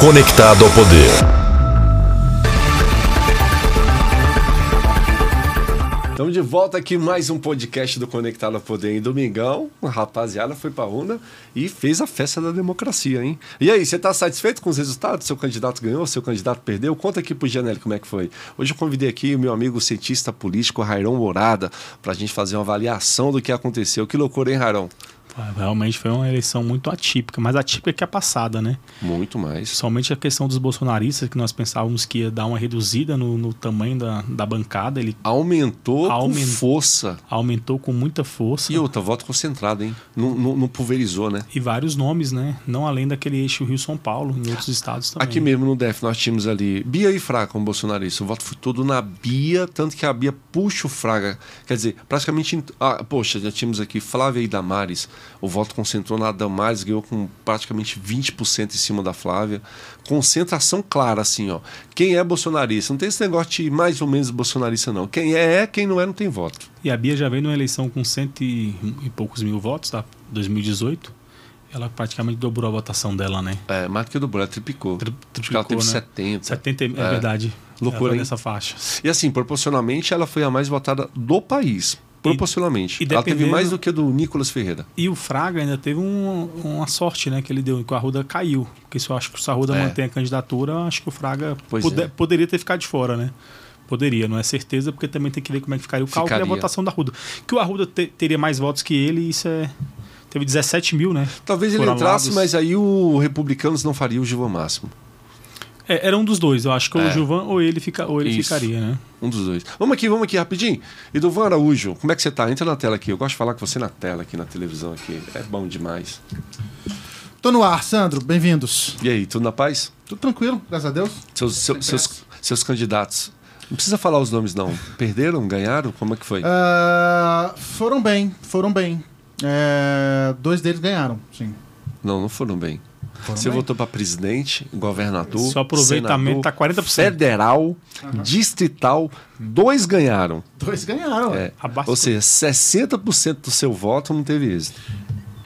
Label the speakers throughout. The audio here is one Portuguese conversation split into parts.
Speaker 1: Conectado ao Poder.
Speaker 2: Estamos de volta aqui mais um podcast do Conectado ao Poder em Domingão. A rapaziada foi pra urna e fez a festa da democracia, hein? E aí, você tá satisfeito com os resultados? Seu candidato ganhou, seu candidato perdeu? Conta aqui pro Janelli como é que foi. Hoje eu convidei aqui o meu amigo cientista político Rairon Morada pra gente fazer uma avaliação do que aconteceu. Que loucura, hein, Rairon?
Speaker 3: Realmente foi uma eleição muito atípica, mas atípica que a passada, né?
Speaker 2: Muito mais.
Speaker 3: Somente a questão dos bolsonaristas, que nós pensávamos que ia dar uma reduzida no, no tamanho da, da bancada, ele
Speaker 2: Aumentou
Speaker 3: Aumen-
Speaker 2: com força.
Speaker 3: aumentou com muita força.
Speaker 2: E outra, voto concentrado, hein? Não, não- não pulverizou, né?
Speaker 3: E vários nomes, né? Não além daquele eixo Rio-São Paulo, em outros estados também.
Speaker 2: Aqui mesmo no DF nós tínhamos ali Bia e Fraga como bolsonarista. O voto foi todo na Bia, tanto que a Bia puxa o Fraga. Quer dizer, praticamente. em- Ah, poxa, já tínhamos aqui Flávia e Damares. O voto concentrou na Damares, ganhou com praticamente 20% em cima da Flávia. Concentração clara, assim, ó. Quem é bolsonarista? Não tem esse negócio de mais ou menos bolsonarista, não. Quem é, é, quem não é, não tem voto.
Speaker 3: E a Bia já veio numa eleição com cento e, e poucos mil votos, tá? 2018. Ela praticamente dobrou a votação dela, né?
Speaker 2: É, mais do que dobrou, ela triplicou.
Speaker 3: Tri-
Speaker 2: Acho que ela teve
Speaker 3: triplicou, né?
Speaker 2: 70.
Speaker 3: 70, é,
Speaker 2: É.
Speaker 3: verdade.
Speaker 2: Loucura,
Speaker 3: Ela foi
Speaker 2: hein?
Speaker 3: nessa faixa.
Speaker 2: E assim, proporcionalmente, ela foi a mais votada do país. Proporcionalmente.
Speaker 3: E- e
Speaker 2: ela teve
Speaker 3: dependendo-
Speaker 2: mais do que a do Nicolas Ferreira.
Speaker 3: E o Fraga ainda teve um- uma sorte, né, que ele deu, que o Arruda caiu. Porque se eu acho que o Arruda
Speaker 2: É.
Speaker 3: mantém a candidatura, eu acho que o Fraga
Speaker 2: Pois
Speaker 3: pode-
Speaker 2: é.
Speaker 3: poderia ter ficado de fora, né? Poderia, não é certeza, porque também tem que ver como é que ficaria o cálculo e a
Speaker 2: Ficaria.
Speaker 3: votação da Arruda. Que o Arruda te- teria mais votos que ele, isso é. Teve 17 mil, né?
Speaker 2: Talvez ele
Speaker 3: Foram
Speaker 2: entrasse,
Speaker 3: anulados.
Speaker 2: mas aí o Republicanos não faria o Gilvan Máximo.
Speaker 3: É, era um dos dois, eu acho que
Speaker 2: É.
Speaker 3: o Gilvan ou ele, fica, ou ele
Speaker 2: Isso.
Speaker 3: ficaria, né?
Speaker 2: Um dos dois. Vamos aqui, vamos aqui, rapidinho. Edovan Araújo, como é que você tá? Entra na tela aqui. Eu gosto de falar com você na tela, aqui na televisão. aqui. É bom demais.
Speaker 4: Tô no ar, Sandro, bem-vindos.
Speaker 2: E aí, tudo na paz?
Speaker 4: Tudo tranquilo, graças a Deus.
Speaker 2: Seus, seu- seus, seus candidatos. Não precisa falar os nomes, não. Perderam? Ganharam? Como é que foi?
Speaker 4: Ah, foram bem, foram bem. É, dois deles ganharam, sim.
Speaker 2: Não, não foram bem. você
Speaker 4: bem.
Speaker 2: votou para presidente, governador,
Speaker 3: Seu aproveitamento
Speaker 2: senador,
Speaker 3: tá 40%.
Speaker 2: federal, distrital, dois ganharam.
Speaker 4: Dois ganharam.
Speaker 2: É,
Speaker 3: Abastou.
Speaker 2: ou seja, 60% do seu voto não teve êxito.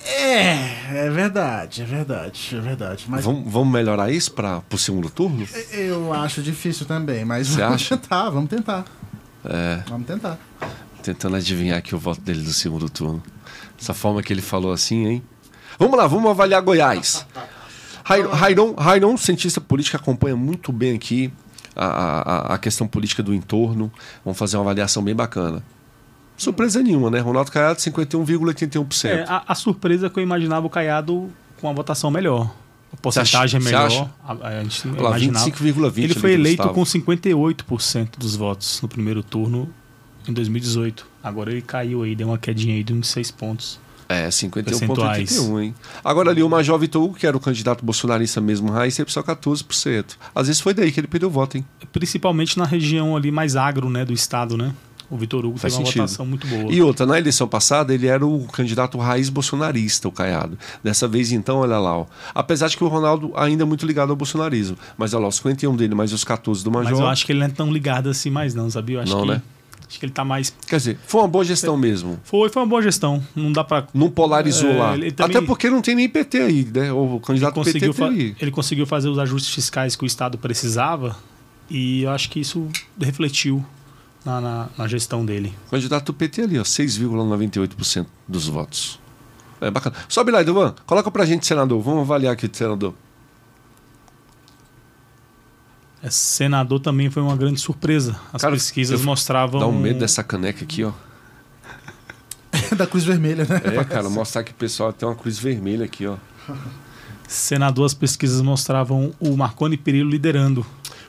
Speaker 4: É, é verdade, é verdade, é verdade. Mas
Speaker 2: Vamos, vamos melhorar isso para o segundo turno?
Speaker 4: eu acho difícil também, mas
Speaker 2: Você
Speaker 4: vamos
Speaker 2: acha?
Speaker 4: tentar, vamos tentar. É. Vamos tentar.
Speaker 2: Tentando adivinhar aqui o voto dele do segundo turno. Essa forma que ele falou assim, hein? Vamos lá, vamos avaliar Goiás. Rai- Rairon, Rairon, cientista político, acompanha muito bem aqui a, a- a questão política do entorno. Vamos fazer uma avaliação bem bacana. Surpresa nenhuma, né? Ronaldo Caiado, 51,81%.
Speaker 3: É, a, a surpresa é que eu imaginava o Caiado com uma votação melhor. A
Speaker 2: Você acha-
Speaker 3: porcentagem é
Speaker 2: você
Speaker 3: melhor.
Speaker 2: acha?
Speaker 3: A, a gente não
Speaker 2: Olha lá,
Speaker 3: imaginava.
Speaker 2: 25,20
Speaker 3: Ele
Speaker 2: ali
Speaker 3: foi
Speaker 2: do
Speaker 3: eleito
Speaker 2: Gustavo.
Speaker 3: com 58% dos votos no primeiro turno em 2018. Agora ele caiu aí, deu uma quedinha aí de uns 6 pontos.
Speaker 2: É, 51,81,
Speaker 3: Percentuais.
Speaker 2: hein? Agora ali, o Major Vitor Hugo, que era o candidato bolsonarista mesmo, raiz, teve só 14%. Às vezes foi daí que ele perdeu o voto, hein?
Speaker 3: Principalmente na região ali mais agro, né, do estado, né? O Vitor Hugo
Speaker 2: Faz
Speaker 3: teve
Speaker 2: sentido.
Speaker 3: uma votação muito boa.
Speaker 2: E outra, na eleição passada, ele era o candidato raiz bolsonarista, o Caiado. Dessa vez, então, olha lá, ó. Apesar de que o Ronaldo ainda é muito ligado ao bolsonarismo. Mas olha lá, os 51 dele, mais os 14 do Major.
Speaker 3: Mas eu acho que ele não é tão ligado assim mais não, sabia? Eu acho
Speaker 2: Não,
Speaker 3: que,
Speaker 2: né?
Speaker 3: Acho que ele tá mais...
Speaker 2: Quer dizer, foi uma boa gestão mesmo.
Speaker 3: Foi, foi uma boa gestão. Não dá pra...
Speaker 2: Não polarizou
Speaker 3: É,
Speaker 2: lá.
Speaker 3: ele também-
Speaker 2: Até porque não tem nem PT aí, né? O candidato PT teve
Speaker 3: conseguiu fa-
Speaker 2: aí.
Speaker 3: ele conseguiu fazer os ajustes fiscais que o Estado precisava e eu acho que isso refletiu na, na- na gestão dele.
Speaker 2: O candidato do PT ali, ó, 6,98% dos votos. É bacana. Sobe lá, Eduvan. Coloca pra gente, senador. Vamos avaliar aqui, senador.
Speaker 3: É, Senador também foi uma grande surpresa. As
Speaker 2: Cara,
Speaker 3: pesquisas
Speaker 2: eu-
Speaker 3: mostravam.
Speaker 2: Dá um medo dessa caneca aqui, ó.
Speaker 4: da Cruz Vermelha, né?
Speaker 2: É, cara, mostrar que o pessoal tem uma cruz vermelha aqui, ó.
Speaker 3: Senador, as pesquisas mostravam o Marconi Perillo liderando.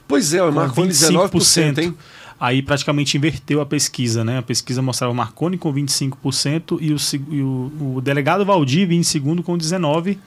Speaker 2: Pois é, o
Speaker 3: com
Speaker 2: Marconi 19%, hein?
Speaker 3: Aí praticamente inverteu a pesquisa, né? A pesquisa mostrava o Marconi com 25% e o, seg- e o- o delegado Valdir vinha em segundo com 19%.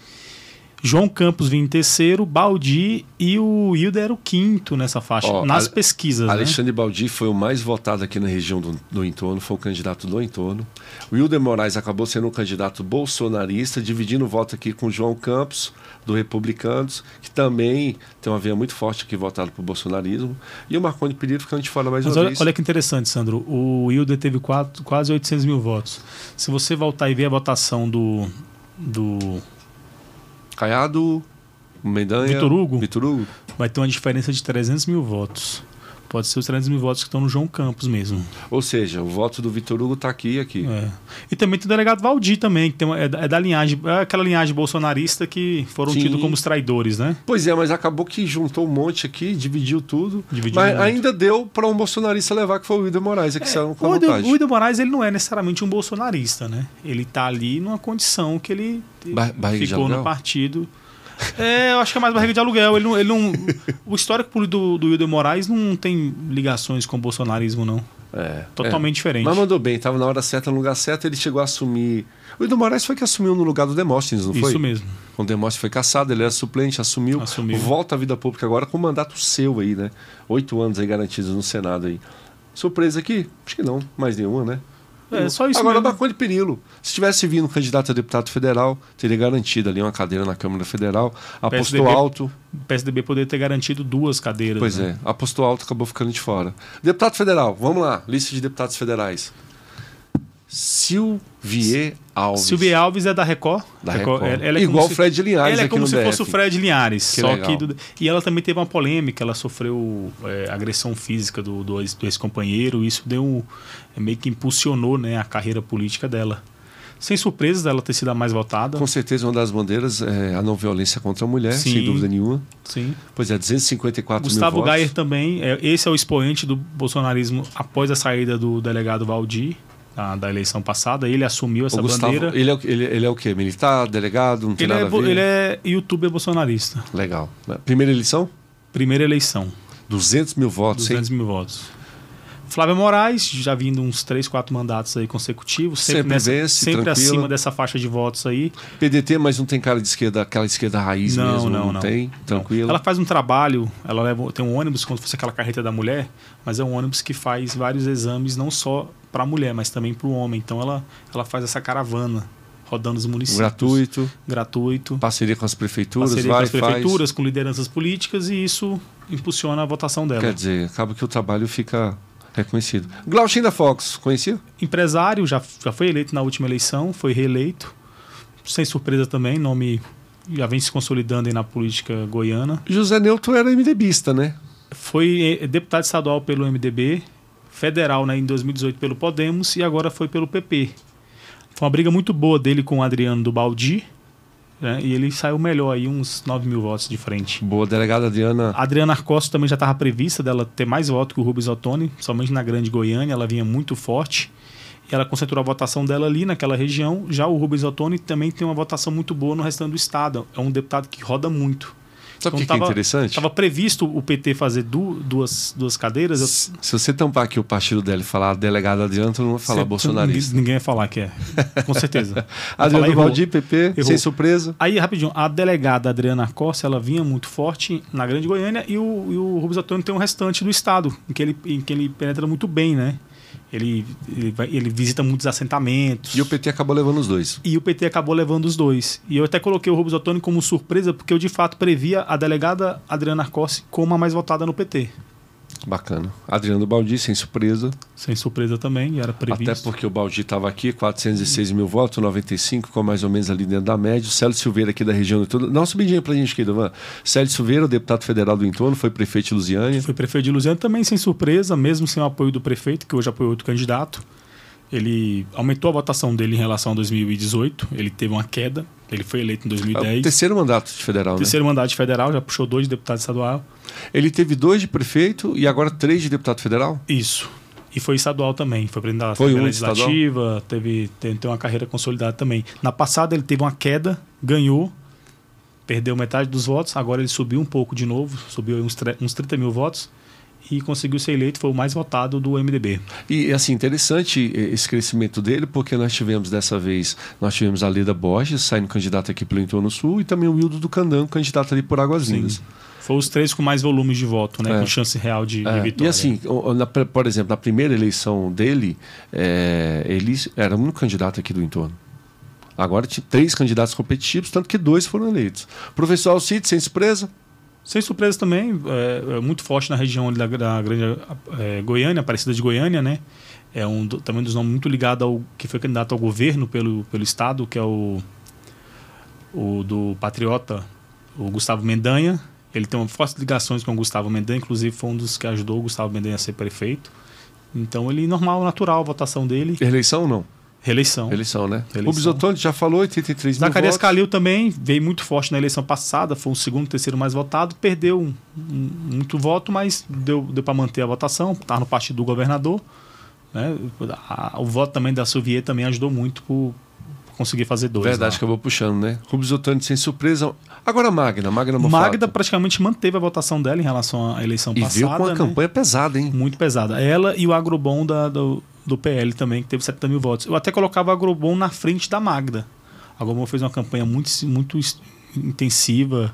Speaker 3: João Campos vinha em terceiro, Baldi e o Hilda era o quinto nessa faixa,
Speaker 2: Ó,
Speaker 3: nas
Speaker 2: Ale-
Speaker 3: pesquisas, né?
Speaker 2: Alexandre Baldi foi o mais votado aqui na região do, do entorno, foi o candidato do entorno. O Wilder Moraes acabou sendo um candidato bolsonarista, dividindo o voto aqui com o João Campos, do Republicanos, que também tem uma veia muito forte aqui votado por bolsonarismo. E o Marconi Perillo ficando de fora mais
Speaker 3: Mas
Speaker 2: uma
Speaker 3: olha,
Speaker 2: vez.
Speaker 3: olha que interessante, Sandro. O Hilda teve quatro- quase 800 mil votos. Se você voltar e ver a votação do, do
Speaker 2: Caiado, Mendanha.
Speaker 3: Vitor Hugo?
Speaker 2: Vitor Hugo.
Speaker 3: Vai ter uma diferença de 300 mil votos. Pode ser os 300 mil votos que estão no João Campos mesmo.
Speaker 2: Ou seja, o voto do Vitor Hugo tá aqui e aqui.
Speaker 3: É. E também tem o delegado Valdir também, que tem uma- é, da- é da linhagem, é aquela linhagem bolsonarista que foram
Speaker 2: Sim.
Speaker 3: tidos como os traidores, né?
Speaker 2: Pois é, mas acabou que juntou um monte aqui, dividiu tudo.
Speaker 3: Dividiu
Speaker 2: mas
Speaker 3: muito.
Speaker 2: ainda deu para um bolsonarista levar, que foi o Ido Moraes, é que saiu com a
Speaker 3: O Ido,
Speaker 2: vantagem.
Speaker 3: o Ido Moraes ele não é necessariamente um bolsonarista, né? Ele tá ali numa condição que ele
Speaker 2: Ba- barriga de
Speaker 3: ficou
Speaker 2: aluguel?
Speaker 3: no partido. É, eu acho que é mais barriga de aluguel. Ele não, ele não, o histórico poli- do, do Wilder Moraes não tem ligações com o bolsonarismo, não.
Speaker 2: É, é.
Speaker 3: Totalmente diferente.
Speaker 2: Mas mandou bem, tava na hora certa, no lugar certo, ele chegou a assumir. O Ido Moraes foi que assumiu no lugar do Demóstenes, não
Speaker 3: Isso
Speaker 2: foi?
Speaker 3: mesmo.
Speaker 2: Quando o Demóstenes foi caçado, ele era suplente, assumiu,
Speaker 3: Assumiu.
Speaker 2: volta à vida pública agora com um mandato seu aí, né? Oito anos aí garantidos no Senado aí. Surpresa aqui? Acho que não, mais nenhuma, né?
Speaker 3: É só isso
Speaker 2: Agora, tá
Speaker 3: mesmo.
Speaker 2: Marconi Perillo, se tivesse vindo um candidato a deputado federal, teria garantido ali uma cadeira na Câmara Federal. Apostou
Speaker 3: PSDB.
Speaker 2: alto.
Speaker 3: O PSDB poderia ter garantido duas cadeiras.
Speaker 2: Pois
Speaker 3: né?
Speaker 2: é, apostou alto, acabou ficando de fora. Deputado federal, vamos lá, lista de deputados federais. Silvier Alves.
Speaker 3: Silvia Alves é da Record.
Speaker 2: Da
Speaker 3: Ela,
Speaker 2: Record.
Speaker 3: ela é
Speaker 2: Igual
Speaker 3: como se,
Speaker 2: Fred Linhares
Speaker 3: Ela é
Speaker 2: aqui
Speaker 3: como
Speaker 2: no
Speaker 3: se
Speaker 2: DF.
Speaker 3: fosse o Fred Linhares.
Speaker 2: Que
Speaker 3: só
Speaker 2: legal.
Speaker 3: que do- e ela também teve uma polêmica. Ela sofreu é, agressão física do, do ex- do ex-companheiro. Isso deu um- é, meio que impulsionou né, a carreira política dela. Sem surpresas dela ter sido a mais votada.
Speaker 2: Com certeza, uma das bandeiras é a não violência contra a mulher, sem
Speaker 3: Sim.
Speaker 2: dúvida nenhuma.
Speaker 3: Sim.
Speaker 2: Pois é, 254
Speaker 3: Gustavo
Speaker 2: mil votos.
Speaker 3: Gayer também. é, esse é o expoente do bolsonarismo após a saída do delegado Valdir. Da, da eleição passada, ele assumiu essa
Speaker 2: o Gustavo,
Speaker 3: bandeira.
Speaker 2: ele é, o- ele, ele é o quê? Militar, delegado, não tem
Speaker 3: Ele é,
Speaker 2: nada a
Speaker 3: bo-
Speaker 2: ver? né?
Speaker 3: ele é youtuber bolsonarista.
Speaker 2: Legal. Primeira eleição?
Speaker 3: Primeira eleição,
Speaker 2: 200 mil votos, hein?
Speaker 3: 200 mil votos. Flávia Moraes, já vindo uns 3, 4 mandatos aí consecutivos, sempre,
Speaker 2: Sempre
Speaker 3: nessa-
Speaker 2: vence,
Speaker 3: sempre
Speaker 2: tranquila.
Speaker 3: acima dessa faixa de votos aí.
Speaker 2: PDT, mas não tem cara de esquerda, aquela esquerda raiz
Speaker 3: Não,
Speaker 2: mesmo.
Speaker 3: não, não.
Speaker 2: tem? Tranquilo.
Speaker 3: Ela faz um trabalho, ela leva, tem um ônibus como se fosse aquela carreta da mulher, mas é um ônibus que faz vários exames não só para a mulher, mas também para o homem. Então ela, ela faz essa caravana rodando os municípios.
Speaker 2: Gratuito,
Speaker 3: Gratuito.
Speaker 2: parceria com as prefeituras,
Speaker 3: Parceria
Speaker 2: vai,
Speaker 3: com as prefeituras,
Speaker 2: faz.
Speaker 3: com lideranças políticas e isso impulsiona a votação dela.
Speaker 2: Quer dizer, acaba que o trabalho fica reconhecido. Glauchin da Fox, conhecia?
Speaker 3: empresário, já, já foi eleito na última eleição, foi reeleito. Sem surpresa também, nome já vem se consolidando aí na política goiana.
Speaker 2: José Neuto era MDBista, né?
Speaker 3: Foi eh, deputado estadual pelo MDB, federal né, em 2018 pelo Podemos e agora foi pelo PP. Foi uma briga muito boa dele com o Adriano do Baldi né, e ele saiu melhor aí, uns 9 mil votos de frente.
Speaker 2: Boa, delegada Adriana.
Speaker 3: A Adriana Arcosta também já estava prevista dela ter mais voto que o Rubens Ottoni, somente na Grande Goiânia, ela vinha muito forte. E ela concentrou a votação dela ali naquela região. Já o Rubens Ottoni também tem uma votação muito boa no restante do estado. É um deputado que roda muito.
Speaker 2: Sabe o
Speaker 3: então
Speaker 2: que, que é
Speaker 3: tava-
Speaker 2: interessante?
Speaker 3: Estava previsto o PT fazer du- duas, duas cadeiras. eu-
Speaker 2: Se se você tampar aqui o partido dela e falar delegada Adriana, todo mundo vai falar
Speaker 3: Cê-
Speaker 2: bolsonarista.
Speaker 3: Ninguém, ninguém ia falar que é. Com certeza.
Speaker 2: Adriano
Speaker 3: falar, errou.
Speaker 2: Valdir, PP,
Speaker 3: Errou.
Speaker 2: sem surpresa.
Speaker 3: Aí, rapidinho, a delegada Adriana Costa, ela vinha muito forte na Grande Goiânia e o, e o Rubens Antônio tem o restante do estado, em que ele, em que ele penetra muito bem, né? Ele, ele, vai- ele visita muitos assentamentos.
Speaker 2: E o PT acabou levando os dois.
Speaker 3: E o PT acabou levando os dois. E eu até coloquei o Rubens Ottoni como surpresa, porque eu de fato previa a delegada Adriana Arcossi como a mais votada no PT.
Speaker 2: Bacana. Adriano Baldi, sem surpresa.
Speaker 3: Sem surpresa também, era previsto.
Speaker 2: Até porque o Baldi estava aqui, 406 mil votos, 95, ficou mais ou menos ali dentro da média. O Célio Silveira aqui da região e tudo. Dá uma subidinha pra gente aqui, Dovan. Célio Silveira, o deputado federal do entorno, foi prefeito de Lusiânia.
Speaker 3: Foi prefeito de Luziana também sem surpresa, mesmo sem o apoio do prefeito, que hoje apoiou outro candidato. Ele aumentou a votação dele em relação a 2018, ele teve uma queda, ele foi eleito em
Speaker 2: É o
Speaker 3: 2010.
Speaker 2: terceiro mandato de federal, né?
Speaker 3: Terceiro mandato federal, já puxou dois deputados estadual.
Speaker 2: Ele teve dois de prefeito e agora três de deputado federal?
Speaker 3: Isso. E foi estadual também, foi presidente da
Speaker 2: Foi
Speaker 3: Assembleia
Speaker 2: um
Speaker 3: Legislativa, teve, tem, tem uma carreira consolidada também. Na passada ele teve uma queda, ganhou, perdeu metade dos votos, agora ele subiu um pouco de novo, subiu aí uns, tre- uns 30 mil votos e conseguiu ser eleito, foi o mais votado do MDB.
Speaker 2: E assim, interessante eh, esse crescimento dele, porque nós tivemos dessa vez, nós tivemos a Leda Borges saindo candidata aqui pelo Entorno Sul e também o Wildo do Candango, candidato ali por Águas Lindas.
Speaker 3: Foi os três com mais volumes de voto, né?
Speaker 2: É.
Speaker 3: Com chance real de, de
Speaker 2: É, E
Speaker 3: vitória.
Speaker 2: assim, o- o- na pre- por exemplo, na primeira eleição dele, é, ele era o único candidato aqui do entorno. Agora tinha três candidatos competitivos, tanto que dois foram eleitos. Professor Alcides, sem surpresa,
Speaker 3: Sem surpresa também, é, é muito forte na região ali da, da grande é, Goiânia, Aparecida de Goiânia, né? É um do- também um dos nomes muito ligado ao que foi candidato ao governo pelo, pelo Estado, que é o, o do Patriota o Gustavo Mendanha. Ele tem fortes ligações com o Gustavo Mendanha, inclusive foi um dos que ajudou o Gustavo Mendanha a ser prefeito. Então ele normal, natural a votação dele.
Speaker 2: Eleição ou não?
Speaker 3: Reeleição.
Speaker 2: Eleição, né?
Speaker 3: Eleição.
Speaker 2: O Bisotonte já falou 83
Speaker 3: Zacarias
Speaker 2: mil votos.
Speaker 3: Calil também veio muito forte na eleição passada, foi o segundo, terceiro mais votado, perdeu um- um- muito voto, mas deu, deu para manter a votação, estava no partido do governador. né? A- o voto também da Souvier também ajudou muito por conseguir fazer dois.
Speaker 2: Verdade,
Speaker 3: lá.
Speaker 2: acabou puxando, né? Rubens Ottoni sem surpresa. Agora a Magna, Magna é Mofato.
Speaker 3: Magda praticamente manteve a votação dela em relação à eleição
Speaker 2: E
Speaker 3: passada.
Speaker 2: veio com uma
Speaker 3: né?
Speaker 2: campanha pesada, hein?
Speaker 3: Muito pesada. Ela e o Agrobon da, do, do PL também, que teve 70 mil votos. Eu até colocava o Agrobon na frente da Magda. A Agrobon fez uma campanha muito, muito es- intensiva,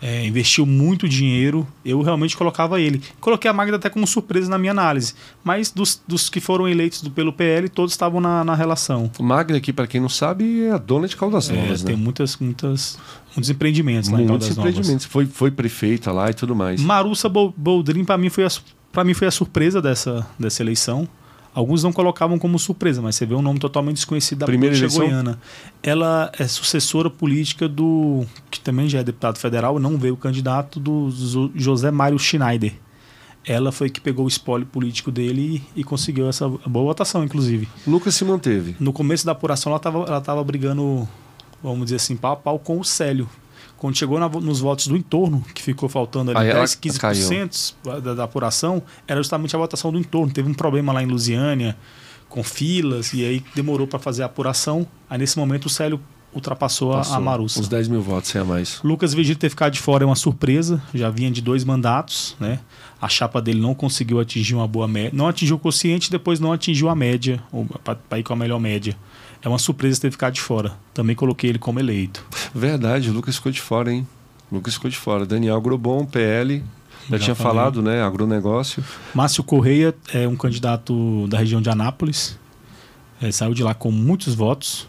Speaker 3: é, investiu muito dinheiro. Eu realmente colocava ele. Coloquei a Magda até como surpresa na minha análise. Mas dos, dos que foram eleitos do- pelo PL, todos estavam na, na relação.
Speaker 2: Magna, que para quem não sabe, é a dona de Caldas
Speaker 3: É,
Speaker 2: Novas,
Speaker 3: Tem
Speaker 2: né?
Speaker 3: muitas, muitas, muitos empreendimentos lá em
Speaker 2: Muitos
Speaker 3: Caldas Novas.
Speaker 2: empreendimentos. Foi, foi prefeita lá e tudo mais.
Speaker 3: Marussa Bol- Boldrin, para mim, foi a, su- pra mim, foi a surpresa dessa, dessa eleição. Alguns não colocavam como surpresa, mas você vê um nome totalmente desconhecido da
Speaker 2: Primeira
Speaker 3: política
Speaker 2: eleição?
Speaker 3: goiana. Ela é sucessora política do. que também já é deputado federal, não veio candidato, do Zo- José Mário Schneider. Ela foi que pegou o espólio político dele e, e conseguiu essa boa votação, inclusive.
Speaker 2: Lucas se manteve.
Speaker 3: No começo da apuração, ela estava ela tava brigando, vamos dizer assim, pau a pau com o Célio. Quando chegou na vo- nos votos do entorno, que ficou faltando ali
Speaker 2: Aí ela
Speaker 3: 10, 15% da, da apuração, era justamente a votação do entorno. Teve um problema lá em Lusiânia, com filas, e aí demorou para fazer a apuração. Aí nesse momento o Célio ultrapassou a-
Speaker 2: Passou
Speaker 3: a Marussa.
Speaker 2: Uns 10 mil votos, sem a mais.
Speaker 3: Lucas Vigílio ter ficado de fora é uma surpresa, já vinha de dois mandatos, né? A chapa dele não conseguiu atingir uma boa média, não atingiu o quociente, depois não atingiu a média, para ir com a melhor média. É uma surpresa ter ficado de fora. Também coloquei ele como eleito.
Speaker 2: Verdade, o Lucas ficou de fora, hein? O Lucas ficou de fora. Daniel Grobon, PL. Já,
Speaker 3: Já
Speaker 2: tinha
Speaker 3: falei.
Speaker 2: falado, né? Agronegócio.
Speaker 3: Márcio Correia é um candidato da região de Anápolis, é, saiu de lá com muitos votos,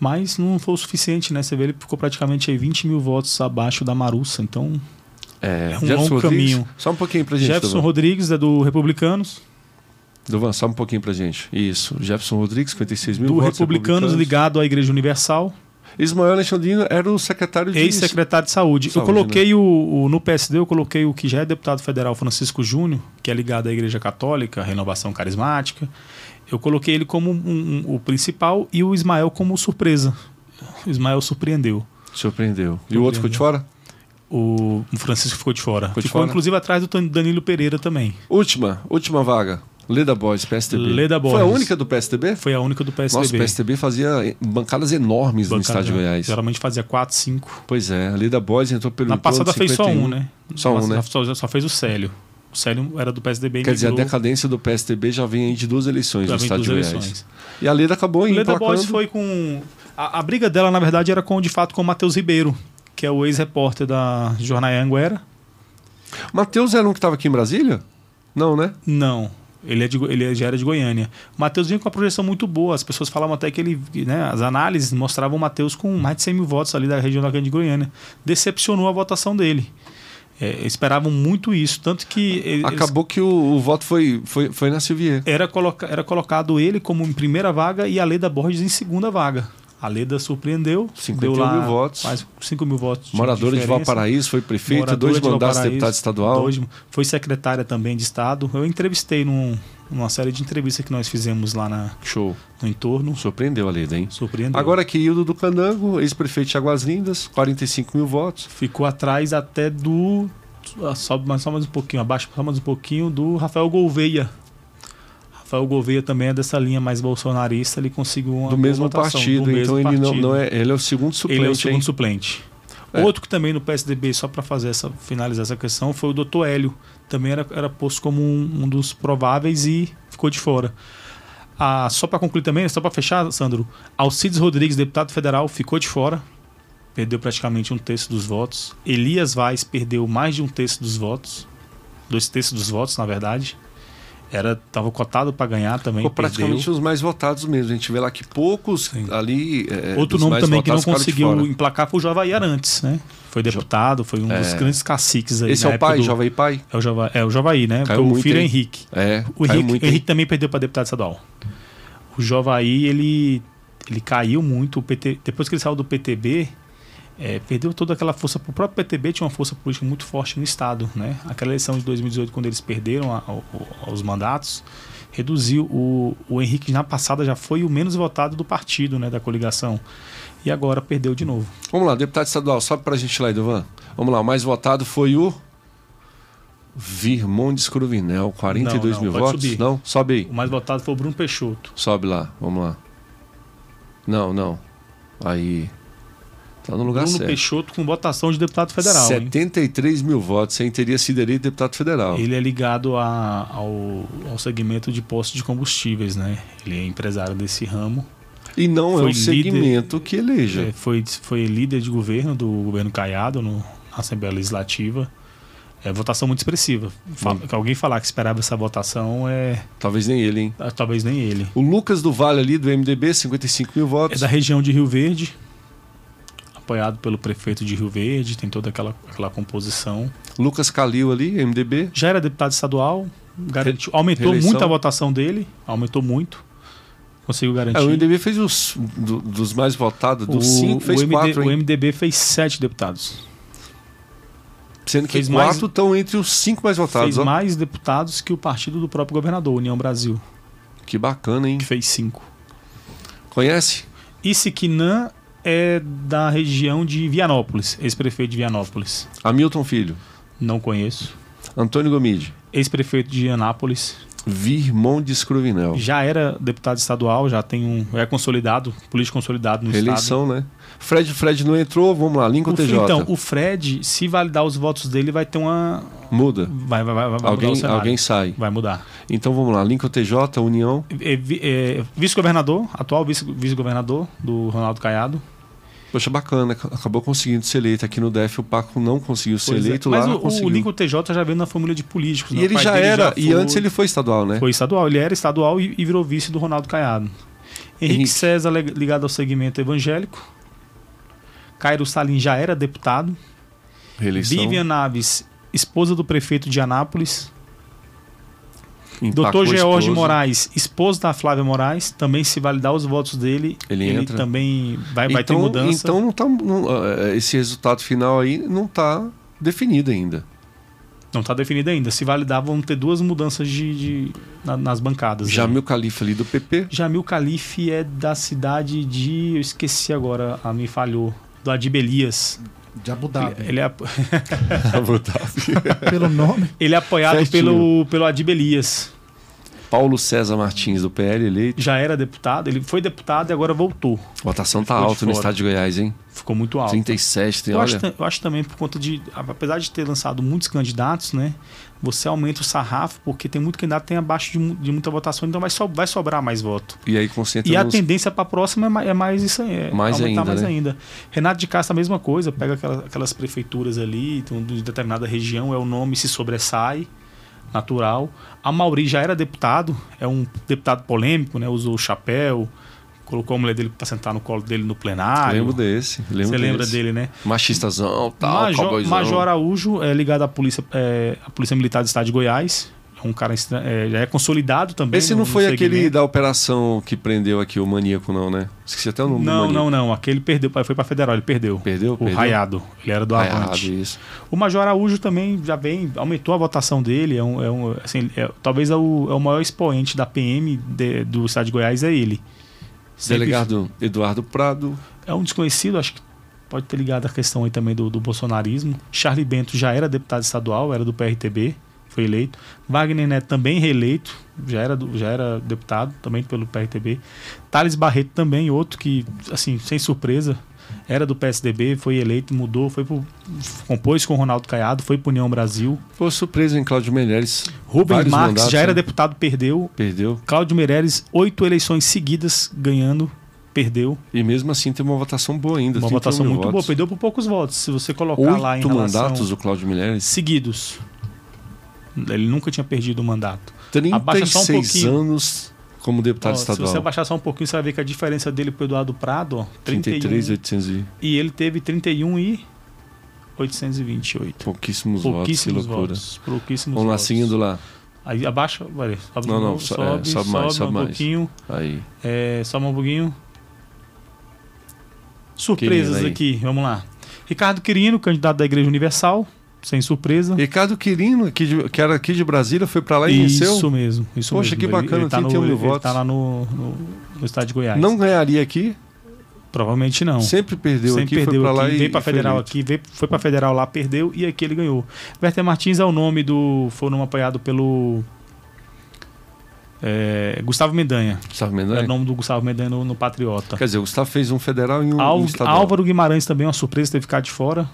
Speaker 3: mas não foi o suficiente, né? Você vê, ele ficou praticamente aí 20 mil votos abaixo da Marussa, então
Speaker 2: É,
Speaker 3: É um
Speaker 2: Jefferson
Speaker 3: longo
Speaker 2: Rodrigues,
Speaker 3: caminho.
Speaker 2: Só um pouquinho pra gente,
Speaker 3: Jefferson
Speaker 2: Duvan.
Speaker 3: Rodrigues é do Republicanos,
Speaker 2: Duvan, só um pouquinho pra gente. Isso. Jefferson Rodrigues, 56 mil
Speaker 3: do
Speaker 2: votos.
Speaker 3: Republicanos ligado à Igreja Universal,
Speaker 2: Ismael Alexandrino era o secretário de...
Speaker 3: ex-secretário de saúde.
Speaker 2: Saúde, né?
Speaker 3: eu coloquei o, o- no PSD, eu coloquei o que já é deputado federal Francisco Júnior, que é ligado à Igreja Católica, à Renovação Carismática. Eu coloquei ele como um- um- o principal e o Ismael como surpresa. O Ismael surpreendeu.
Speaker 2: Surpreendeu. E o outro ficou de fora?
Speaker 3: O Francisco ficou de fora.
Speaker 2: Ficou de
Speaker 3: ficou
Speaker 2: fora?
Speaker 3: inclusive atrás do Tan- Danilo Pereira também.
Speaker 2: Última, última vaga. Leda Boys, PSDB.
Speaker 3: Leda
Speaker 2: Foi a
Speaker 3: Boys.
Speaker 2: única do PSDB?
Speaker 3: Foi a única do PSDB.
Speaker 2: Nossa, o PSDB fazia bancadas enormes no
Speaker 3: Bancada,
Speaker 2: é estado de Goiás.
Speaker 3: Geralmente fazia 4, 5.
Speaker 2: Pois é, a Leda Boys entrou pelo
Speaker 3: Na
Speaker 2: entorno
Speaker 3: passada
Speaker 2: de
Speaker 3: fez só
Speaker 2: 51.
Speaker 3: um, né?
Speaker 2: Só
Speaker 3: Na
Speaker 2: um, né?
Speaker 3: passada Só, só fez o Célio. O Célio era do PSDB e
Speaker 2: um. Quer dizer, a
Speaker 3: migrou
Speaker 2: decadência do PSDB já vem aí de duas eleições
Speaker 3: pra
Speaker 2: no estado
Speaker 3: duas
Speaker 2: de Goiás.
Speaker 3: eleições.
Speaker 2: E a Leda acabou indo
Speaker 3: Leda Boys foi com. A, a briga dela, na verdade, era com de fato com o Matheus Ribeiro, que é o ex-repórter da Jornal Anguera.
Speaker 2: Matheus era um que estava aqui em Brasília? Não, né?
Speaker 3: Não. Ele, é de, Go- ele já era de Goiânia. O Matheus vinha com uma projeção muito boa. As pessoas falavam até que ele. Né, as análises mostravam o Matheus com mais de 100 mil votos ali da região da Grande Goiânia. Decepcionou a votação dele. É, esperavam muito isso. Tanto que. eh, eles-
Speaker 2: Acabou que o, o voto foi, foi, foi na Silvier.
Speaker 3: era, coloca- era colocado ele como em primeira vaga e a Leda Borges em segunda vaga. A Leda surpreendeu,
Speaker 2: 51
Speaker 3: deu lá
Speaker 2: mil votos.
Speaker 3: mais 5 mil votos. de
Speaker 2: Moradora de
Speaker 3: diferença.
Speaker 2: Valparaíso, foi prefeita,
Speaker 3: Moradora
Speaker 2: dois
Speaker 3: de
Speaker 2: mandatos de
Speaker 3: Valparaíso,
Speaker 2: deputado estadual.
Speaker 3: dois- foi secretária também de Estado. Eu entrevistei num- numa série de entrevistas que nós fizemos lá na-
Speaker 2: Show.
Speaker 3: no entorno.
Speaker 2: Surpreendeu a Leda, hein?
Speaker 3: Surpreendeu.
Speaker 2: Agora aqui, Hildo do Candango, ex-prefeito de Águas Lindas, 45 mil votos.
Speaker 3: Ficou atrás até do. ah, Sobe mais, só mais um pouquinho, abaixo só mais um pouquinho do Rafael Gouveia. Rafael Gouveia também é dessa linha mais bolsonarista, ele conseguiu uma
Speaker 2: do
Speaker 3: boa
Speaker 2: mesmo
Speaker 3: votação,
Speaker 2: partido,
Speaker 3: do
Speaker 2: então
Speaker 3: mesmo
Speaker 2: ele não,
Speaker 3: partido.
Speaker 2: não é. Ele é o segundo suplente.
Speaker 3: Ele é o
Speaker 2: hein?
Speaker 3: segundo suplente.
Speaker 2: É.
Speaker 3: Outro que também no PSDB, só para fazer essa finalizar essa questão, foi o Dr. Hélio. Também era, era posto como um, um dos prováveis e ficou de fora. Ah, só para concluir também, só para fechar, Sandro, Alcides Rodrigues, deputado federal, ficou de fora. Perdeu praticamente um terço dos votos. Elias Vaz perdeu mais de um terço dos votos. Dois terços dos votos, na verdade. Era, tava cotado para ganhar também.
Speaker 2: Ficou
Speaker 3: perdeu.
Speaker 2: praticamente os mais votados mesmo. A gente vê lá que poucos ali. é,
Speaker 3: Outro
Speaker 2: dos
Speaker 3: nome
Speaker 2: mais
Speaker 3: também que não
Speaker 2: votados ficaram de
Speaker 3: conseguiu
Speaker 2: fora.
Speaker 3: emplacar foi o Javaí Arantes, né? Foi deputado, foi um dos
Speaker 2: É.
Speaker 3: grandes caciques aí
Speaker 2: Esse
Speaker 3: na
Speaker 2: é o
Speaker 3: época
Speaker 2: pai,
Speaker 3: do...
Speaker 2: jovem pai?
Speaker 3: É o, Java... é o Javaí, né?
Speaker 2: Caiu
Speaker 3: Porque o
Speaker 2: muito,
Speaker 3: filho é
Speaker 2: hein?
Speaker 3: Henrique.
Speaker 2: É.
Speaker 3: O
Speaker 2: caiu
Speaker 3: Henrique,
Speaker 2: muito,
Speaker 3: o
Speaker 2: hein?
Speaker 3: Henrique também perdeu para deputado estadual. O Javaí, ele, ele caiu muito. O PT, depois que ele saiu do PTB, é, perdeu toda aquela força. O próprio PTB tinha uma força política muito forte no Estado. Né? Aquela eleição de 2018, quando eles perderam a, a, os mandatos, reduziu. O, o Henrique, na passada, já foi o menos votado do partido, né, da coligação. E agora perdeu de novo.
Speaker 2: Vamos lá, deputado estadual, sobe para a gente lá, Idovan. Vamos lá, o mais votado foi o. Virmondes Cruvinel, 42
Speaker 3: Não, não,
Speaker 2: mil
Speaker 3: pode
Speaker 2: votos.
Speaker 3: subir.
Speaker 2: Não, sobe aí.
Speaker 3: O mais votado foi o Bruno Peixoto.
Speaker 2: Sobe lá, vamos lá. Não, não. Aí. Tá no lugar
Speaker 3: Bruno
Speaker 2: certo.
Speaker 3: Peixoto com votação de deputado federal. hein?
Speaker 2: 73 mil votos, hein? Teria sido eleito deputado federal.
Speaker 3: Ele é ligado a- ao, ao segmento de postos de combustíveis, né? Ele é empresário desse ramo.
Speaker 2: E não é
Speaker 3: foi
Speaker 2: o segmento que eleja.
Speaker 3: É, foi, foi líder de governo do governo Caiado no, na Assembleia Legislativa. É votação muito expressiva. Fa-
Speaker 2: Hum.
Speaker 3: que Alguém falar que esperava essa votação é
Speaker 2: Talvez nem ele, hein?
Speaker 3: ah, talvez nem ele.
Speaker 2: O Lucas do Vale ali, do MDB, 55 mil
Speaker 3: É
Speaker 2: votos.
Speaker 3: da região de Rio Verde, apoiado pelo prefeito de Rio Verde, tem toda aquela, aquela composição.
Speaker 2: Lucas Calil ali, MDB.
Speaker 3: Já era deputado estadual, garantiu, aumentou
Speaker 2: reeleição?
Speaker 3: muito a votação dele, aumentou muito. Conseguiu garantir.
Speaker 2: É, o MDB fez os do- dos mais votados, dos cinco, fez
Speaker 3: o MD
Speaker 2: quatro,
Speaker 3: o
Speaker 2: hein?
Speaker 3: MDB fez sete deputados.
Speaker 2: Sendo que
Speaker 3: fez mais-
Speaker 2: quatro estão entre os cinco mais votados.
Speaker 3: fez
Speaker 2: ó.
Speaker 3: mais deputados que o partido do próprio governador, União Brasil,
Speaker 2: Que bacana, hein?
Speaker 3: que fez cinco.
Speaker 2: Conhece?
Speaker 3: Isiquinan é da região de Vianópolis, ex-prefeito de Vianópolis.
Speaker 2: Hamilton Filho,
Speaker 3: Não conheço.
Speaker 2: Antônio Gomide,
Speaker 3: Ex-prefeito de Anápolis.
Speaker 2: Virmondes Cruvinel.
Speaker 3: Já era deputado estadual, já tem um. É consolidado, político consolidado no estado.
Speaker 2: Reeleição, né? Fred, Fred não entrou, vamos lá, Lincoln
Speaker 3: O,
Speaker 2: TJ.
Speaker 3: então, o Fred, se validar os votos dele, vai ter uma.
Speaker 2: Muda.
Speaker 3: Vai, vai, vai, vai mudar o
Speaker 2: Alguém,
Speaker 3: cenário.
Speaker 2: alguém sai.
Speaker 3: Vai mudar.
Speaker 2: Então vamos lá, Lincoln TJ, União.
Speaker 3: É, vi- é, vice-governador, atual vice- vice-governador do Ronaldo Caiado.
Speaker 2: Poxa, bacana, ac- acabou conseguindo ser eleito aqui no DEF, o Paco não conseguiu ser
Speaker 3: Pois é.
Speaker 2: eleito
Speaker 3: Mas
Speaker 2: lá.
Speaker 3: o- o,
Speaker 2: conseguiu.
Speaker 3: Lincoln TJ já veio na família de políticos. né?
Speaker 2: E
Speaker 3: O
Speaker 2: ele
Speaker 3: pai
Speaker 2: já
Speaker 3: dele
Speaker 2: era, e
Speaker 3: foi-
Speaker 2: antes ele foi estadual, né?
Speaker 3: Foi estadual, ele era estadual e, e virou vice do Ronaldo Caiado. Henrique,
Speaker 2: Henrique.
Speaker 3: César, leg- ligado ao segmento evangélico. Cairo Salim já era deputado.
Speaker 2: Reeleição.
Speaker 3: Vivian Naves, esposa do prefeito de Anápolis.
Speaker 2: empacou
Speaker 3: Dr. George
Speaker 2: esposa.
Speaker 3: Moraes, esposo da Flávia Moraes, também se validar os votos dele,
Speaker 2: Ele entra.
Speaker 3: também vai, vai ter
Speaker 2: então,
Speaker 3: mudança.
Speaker 2: Então não tá, não, ah, esse resultado final aí não está definido ainda.
Speaker 3: Não está definido ainda. Se validar, vão ter duas mudanças de, de- na- nas bancadas. né?
Speaker 2: Jamil Califa ali do PP,
Speaker 3: Jamil Calife é da cidade de. Eu esqueci agora, a me falhou. Do Adibelias.
Speaker 4: De Abu Dhabi.
Speaker 3: Ele, ele é,
Speaker 2: Abu Dhabi.
Speaker 4: Pelo nome.
Speaker 3: ele é apoiado
Speaker 2: Certinho.
Speaker 3: pelo, pelo Adibelias.
Speaker 2: Paulo César Martins do PL eleito.
Speaker 3: Já era deputado, ele foi deputado e agora voltou.
Speaker 2: Votação tá
Speaker 3: Ficou de
Speaker 2: alta no
Speaker 3: fora.
Speaker 2: estado de Goiás, hein?
Speaker 3: Ficou muito alto.
Speaker 2: 37, tem,
Speaker 3: Eu acho,
Speaker 2: olha.
Speaker 3: ta- eu acho também por conta de. Apesar de ter lançado muitos candidatos, né? Você aumenta o sarrafo, porque tem muito candidato que tem abaixo de, mu- de muita votação, então vai, so- vai sobrar mais voto.
Speaker 2: E aí concentra
Speaker 3: e a
Speaker 2: nos-
Speaker 3: tendência para a próxima é ma- é mais isso aí. É
Speaker 2: Então Mais
Speaker 3: aumentar
Speaker 2: ainda,
Speaker 3: mais
Speaker 2: né?
Speaker 3: ainda. Renato de Castro, a mesma coisa, pega aquela- aquelas prefeituras ali, então, de determinada região, é o nome se sobressai, natural. A Mauri já era deputado, é um deputado polêmico, né? Usou o chapéu, colocou a mulher dele para sentar no colo dele no plenário.
Speaker 2: Lembro desse. Lembro
Speaker 3: Você lembra
Speaker 2: desse.
Speaker 3: dele, né?
Speaker 2: Machistazão, tal,
Speaker 3: Major,
Speaker 2: cowboyzão.
Speaker 3: Major Araújo é ligado à polícia, é, à polícia Militar do Estado de Goiás. É um cara estra- é, já é consolidado também.
Speaker 2: Esse
Speaker 3: no-
Speaker 2: não
Speaker 3: no
Speaker 2: foi aquele
Speaker 3: segmento.
Speaker 2: da operação que prendeu aqui o maníaco, não, né? Esqueci até o nome do
Speaker 3: Não,
Speaker 2: maníaco.
Speaker 3: não, não. Aquele perdeu, foi pra federal, ele perdeu.
Speaker 2: Perdeu?
Speaker 3: O
Speaker 2: perdeu?
Speaker 3: Raiado. Ele era do
Speaker 2: Raiado,
Speaker 3: Avante.
Speaker 2: isso.
Speaker 3: O Major Araújo também já vem, aumentou a votação dele. É um, é um, assim, é- talvez é o, é o maior expoente da PM de- do estado de Goiás, é ele. Sempre-
Speaker 2: Delegado Eduardo Prado.
Speaker 3: É um desconhecido, acho que pode ter ligado à questão aí também do, do bolsonarismo. Charlie Bento já era deputado estadual, era do PRTB, foi eleito. Wagner Neto também reeleito, já era, do- já era deputado, também pelo PRTB. Thales Barreto também, outro que, assim, sem surpresa, era do PSDB, foi eleito, mudou, foi pro, compôs com o Ronaldo Caiado, foi pro União Brasil.
Speaker 2: Foi surpresa em Cláudio Meirelles.
Speaker 3: Rubens
Speaker 2: Vários
Speaker 3: Marques
Speaker 2: mandatos,
Speaker 3: já era
Speaker 2: né?
Speaker 3: deputado, perdeu.
Speaker 2: Perdeu.
Speaker 3: Cláudio Meireles, oito eleições seguidas ganhando, perdeu.
Speaker 2: E mesmo assim tem uma votação boa ainda.
Speaker 3: Uma
Speaker 2: 31
Speaker 3: votação
Speaker 2: mil
Speaker 3: muito boa,
Speaker 2: votos.
Speaker 3: perdeu por poucos votos. Se você colocar
Speaker 2: Oito
Speaker 3: lá em relação
Speaker 2: mandatos do Cláudio Meirelles.
Speaker 3: seguidos. Ele nunca tinha perdido o mandato. Abaixa só um
Speaker 2: 36
Speaker 3: pouquinho.
Speaker 2: anos como deputado
Speaker 3: Ó, se
Speaker 2: Tá estadual.
Speaker 3: você abaixar só um pouquinho, você vai ver que a diferença dele pro Eduardo Prado, ó, 31,
Speaker 2: 33, 800 e
Speaker 3: e ele teve 31 e 828.
Speaker 2: pouquíssimos,
Speaker 3: Pouquíssimos
Speaker 2: votos. Que loucura.
Speaker 3: votos. Pouquíssimos
Speaker 2: Vamos lá,
Speaker 3: votos.
Speaker 2: seguindo lá.
Speaker 3: Aí abaixa, vai, sobe, de
Speaker 2: Não,
Speaker 3: novo,
Speaker 2: não, so- é,
Speaker 3: sobe,
Speaker 2: sobe mais, sobe
Speaker 3: um
Speaker 2: mais.
Speaker 3: pouquinho,
Speaker 2: Aí.
Speaker 3: é, sobe um pouquinho. Surpresas
Speaker 2: aí.
Speaker 3: aqui, vamos lá. Ricardo Quirino, candidato da Igreja Universal, sem surpresa.
Speaker 2: Ricardo Quirino, aqui de- que era aqui de Brasília, foi pra lá e
Speaker 3: Isso
Speaker 2: venceu.
Speaker 3: mesmo, isso
Speaker 2: Poxa,
Speaker 3: mesmo.
Speaker 2: que
Speaker 3: Ele-
Speaker 2: bacana,
Speaker 3: ele tá
Speaker 2: 31
Speaker 3: no,
Speaker 2: mil
Speaker 3: ele
Speaker 2: votos.
Speaker 3: tá lá no, no, no estado de Goiás.
Speaker 2: Não ganharia aqui,
Speaker 3: Provavelmente não.
Speaker 2: sempre perdeu
Speaker 3: Sempre
Speaker 2: aqui,
Speaker 3: perdeu
Speaker 2: foi pra lá
Speaker 3: aqui,
Speaker 2: e.
Speaker 3: veio pra
Speaker 2: e foi
Speaker 3: federal
Speaker 2: eleito.
Speaker 3: aqui, veio, foi pra federal lá, perdeu e aqui ele ganhou. Werther Martins é o nome do. Foi o nome apoiado pelo. é, Gustavo Mendanha.
Speaker 2: Gustavo
Speaker 3: É
Speaker 2: Mendanha?
Speaker 3: o nome do Gustavo Mendanha no, no Patriota.
Speaker 2: Quer dizer, o Gustavo fez um federal e um, um
Speaker 3: Al-
Speaker 2: estadual.
Speaker 3: Álvaro Guimarães também, uma surpresa, teve ficado de fora.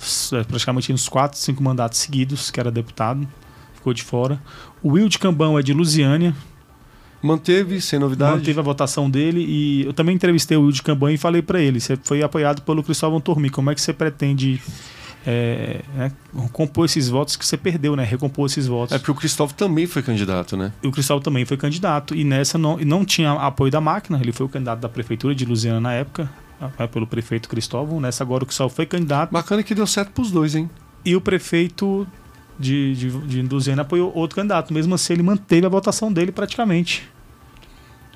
Speaker 3: S- é, Praticamente nos quatro, cinco mandatos seguidos, que era deputado, ficou de fora. O Will de Cambão é de Lusiânia,
Speaker 2: Manteve, sem novidade.
Speaker 3: manteve a votação dele e eu também entrevistei o Will de Cambão e falei para ele: você foi apoiado pelo Cristóvão Tormi, como é que você pretende é, né, compor esses votos que você perdeu, né? Recompor esses votos.
Speaker 2: É porque o Cristóvão também foi candidato, né?
Speaker 3: E o Cristóvão também foi candidato e nessa não, e não tinha apoio da máquina, ele foi o candidato da prefeitura de Lusiana na época. é, Pelo prefeito Cristóvão, nessa agora o Cristóvão foi candidato.
Speaker 2: Bacana que deu certo pros dois, hein?
Speaker 3: E o prefeito de, de, de Luziana apoiou outro candidato. Mesmo assim, ele manteve a votação dele praticamente.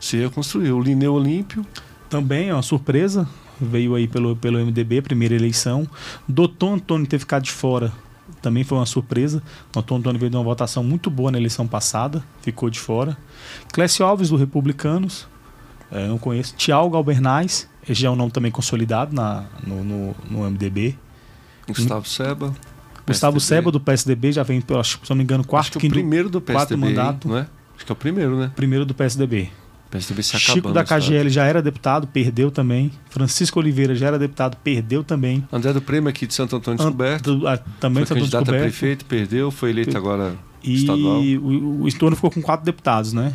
Speaker 2: Se reconstruiu. O Lineu Olímpio,
Speaker 3: Também é uma surpresa. Veio aí pelo, pelo MDB, primeira eleição. Doutor Antônio ter ficado de fora também foi uma surpresa. Doutor Antônio veio de uma votação muito boa na eleição passada, ficou de fora. Clécio Alves, do Republicanos, eh, não conheço. Tiago Galbernais, esse já é um nome também consolidado na, no, no, no MDB.
Speaker 2: Gustavo Seba.
Speaker 3: Hum. Gustavo
Speaker 2: PSDB.
Speaker 3: Seba, do PSDB, já vem, pelo- acho que, se não me engano,
Speaker 2: Acho
Speaker 3: quarto,
Speaker 2: que o
Speaker 3: quinto,
Speaker 2: primeiro do
Speaker 3: quarto
Speaker 2: PSDB, mandato.
Speaker 3: mandato.
Speaker 2: Hein, né? Acho que é o primeiro, né?
Speaker 3: primeiro do PSDB.
Speaker 2: O PSDB se acabando.
Speaker 3: Chico da
Speaker 2: no estado.
Speaker 3: KGL já era deputado, perdeu também. Francisco Oliveira já era deputado, perdeu também.
Speaker 2: André do Prêmio aqui de Santo Antônio
Speaker 3: An-
Speaker 2: Descoberto.
Speaker 3: do- a-
Speaker 2: Foi
Speaker 3: também foi
Speaker 2: candidato a
Speaker 3: descoberto.
Speaker 2: prefeito, perdeu, foi eleito agora estadual.
Speaker 3: E o, o Estorno ficou com quatro deputados, né?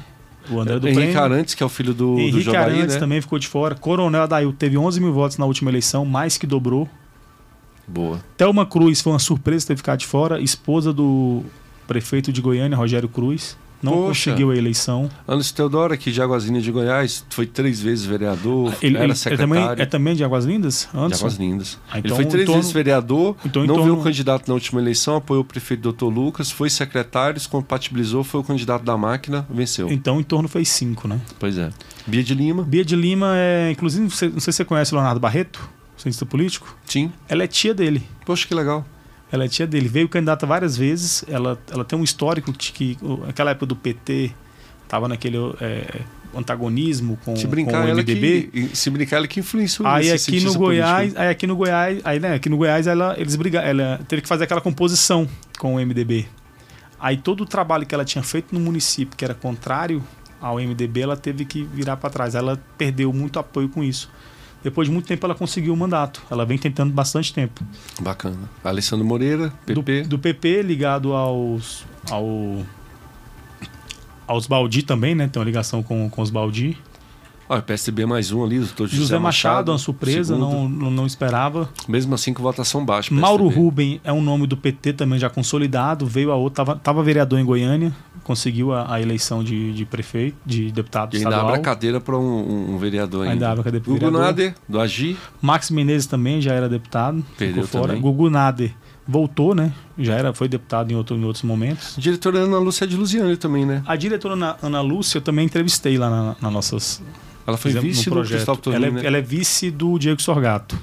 Speaker 3: O André do
Speaker 2: Henrique
Speaker 3: Prêmio.
Speaker 2: Arantes, que é o filho do, do
Speaker 3: Henrique
Speaker 2: Jabaí,
Speaker 3: Arantes
Speaker 2: né?
Speaker 3: também ficou de fora. Coronel Adail teve 11 mil votos na última eleição, mais que dobrou.
Speaker 2: Boa.
Speaker 3: Thelma Cruz foi uma surpresa ter ficado de fora. Esposa do prefeito de Goiânia, Rogério Cruz. Não
Speaker 2: Poxa.
Speaker 3: conseguiu a eleição.
Speaker 2: Anderson Teodoro, aqui de Aguazinha de Goiás, foi três vezes vereador,
Speaker 3: Ele,
Speaker 2: era
Speaker 3: ele- é, também, é
Speaker 2: secretário.
Speaker 3: também de Águas Lindas?
Speaker 2: de
Speaker 3: Anderson?
Speaker 2: Águas Lindas.
Speaker 3: Ah,
Speaker 2: ele foi
Speaker 3: em
Speaker 2: três
Speaker 3: torno-
Speaker 2: vezes vereador,
Speaker 3: então em
Speaker 2: não
Speaker 3: torno-
Speaker 2: veio candidato na última eleição, apoiou o prefeito Dr. Lucas, foi secretário, se compatibilizou, foi o candidato da máquina, venceu.
Speaker 3: Então, em torno foi cinco, né?
Speaker 2: Pois é. Bia de Lima,
Speaker 3: Bia de Lima é, inclusive, você- não sei se você conhece o Leonardo Barreto, cientista político.
Speaker 2: Tim.
Speaker 3: Ela é tia dele.
Speaker 2: Poxa, que legal.
Speaker 3: Ela é tia dele. Veio candidata várias vezes. Ela, ela tem um histórico de que, o- aquela época do PT, tava naquele é, antagonismo com,
Speaker 2: Se
Speaker 3: com
Speaker 2: brincar,
Speaker 3: o
Speaker 2: ela
Speaker 3: MDB.
Speaker 2: que, se brincar, ela que influenciou
Speaker 3: Aí
Speaker 2: esse
Speaker 3: aqui no
Speaker 2: cientista
Speaker 3: Goiás,
Speaker 2: político. né?
Speaker 3: aí aqui no Goiás, aí né, aqui no Goiás ela eles brigaram, ela teve que fazer aquela composição com o MDB. Aí todo o trabalho que ela tinha feito no município, que era contrário ao MDB, ela teve que virar para trás. Ela perdeu muito apoio com isso. Depois de muito tempo ela conseguiu o mandato. Ela vem tentando bastante tempo.
Speaker 2: Bacana. Alessandro Moreira,
Speaker 3: Do-
Speaker 2: PP.
Speaker 3: Do, PP ligado aos ao aos Baldi também, né? Tem uma ligação com, com os Baldi.
Speaker 2: Olha, PSDB mais um ali, o doutor
Speaker 3: José, Machado, uma surpresa,
Speaker 2: segundo.
Speaker 3: não, não não esperava.
Speaker 2: Mesmo assim com votação baixa. PSDB.
Speaker 3: Mauro Ruben é um nome do PT também já consolidado, veio a outra, tava, tava vereador em Goiânia, conseguiu a, a eleição de, de prefeito, de deputado
Speaker 2: E ainda
Speaker 3: estadual.
Speaker 2: abre a cadeira para um, um- um vereador ainda.
Speaker 3: Ainda abre a cadeira pro
Speaker 2: Hugo
Speaker 3: vereador.
Speaker 2: Nader, do Agi.
Speaker 3: Max Menezes também já era deputado,
Speaker 2: Perdeu
Speaker 3: ficou fora.
Speaker 2: também.
Speaker 3: Gugu Nader voltou, né? Já era, foi deputado em, outro, em outros momentos.
Speaker 2: Diretora Ana Lúcia de Lusiane também, né?
Speaker 3: A diretora Ana, Ana Lúcia eu também entrevistei lá na, na nossas
Speaker 2: Ela foi
Speaker 3: fizemos-
Speaker 2: vice
Speaker 3: no
Speaker 2: do Cristóvão Torino,
Speaker 3: ela, é,
Speaker 2: né?
Speaker 3: ela é vice do Diego Sorgato.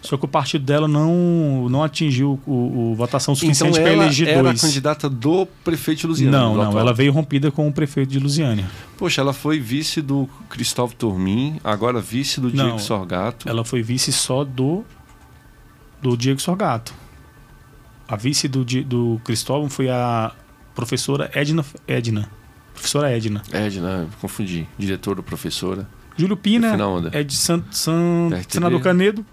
Speaker 3: Só que o partido dela não, não atingiu o, o votação
Speaker 2: então
Speaker 3: suficiente para
Speaker 2: ela
Speaker 3: eleger
Speaker 2: era a
Speaker 3: dois.
Speaker 2: candidata do prefeito de Lusiane.
Speaker 3: não,
Speaker 2: do
Speaker 3: não.
Speaker 2: atual.
Speaker 3: Ela veio rompida com o prefeito de Lusiânia.
Speaker 2: Poxa, ela foi vice do Cristóvão Tormin, agora vice do
Speaker 3: Não.
Speaker 2: Diego Sorgato.
Speaker 3: Ela foi vice só do do Diego Sorgato. A vice do, Di- do Cristóvão foi a professora Edna. Edna. Professora Edna.
Speaker 2: Edna, eu confundi. Diretora, professora.
Speaker 3: Júlio
Speaker 2: Eu fui
Speaker 3: Pina
Speaker 2: na onda.
Speaker 3: é de San, San-
Speaker 2: Da RTB.
Speaker 3: senador Canedo.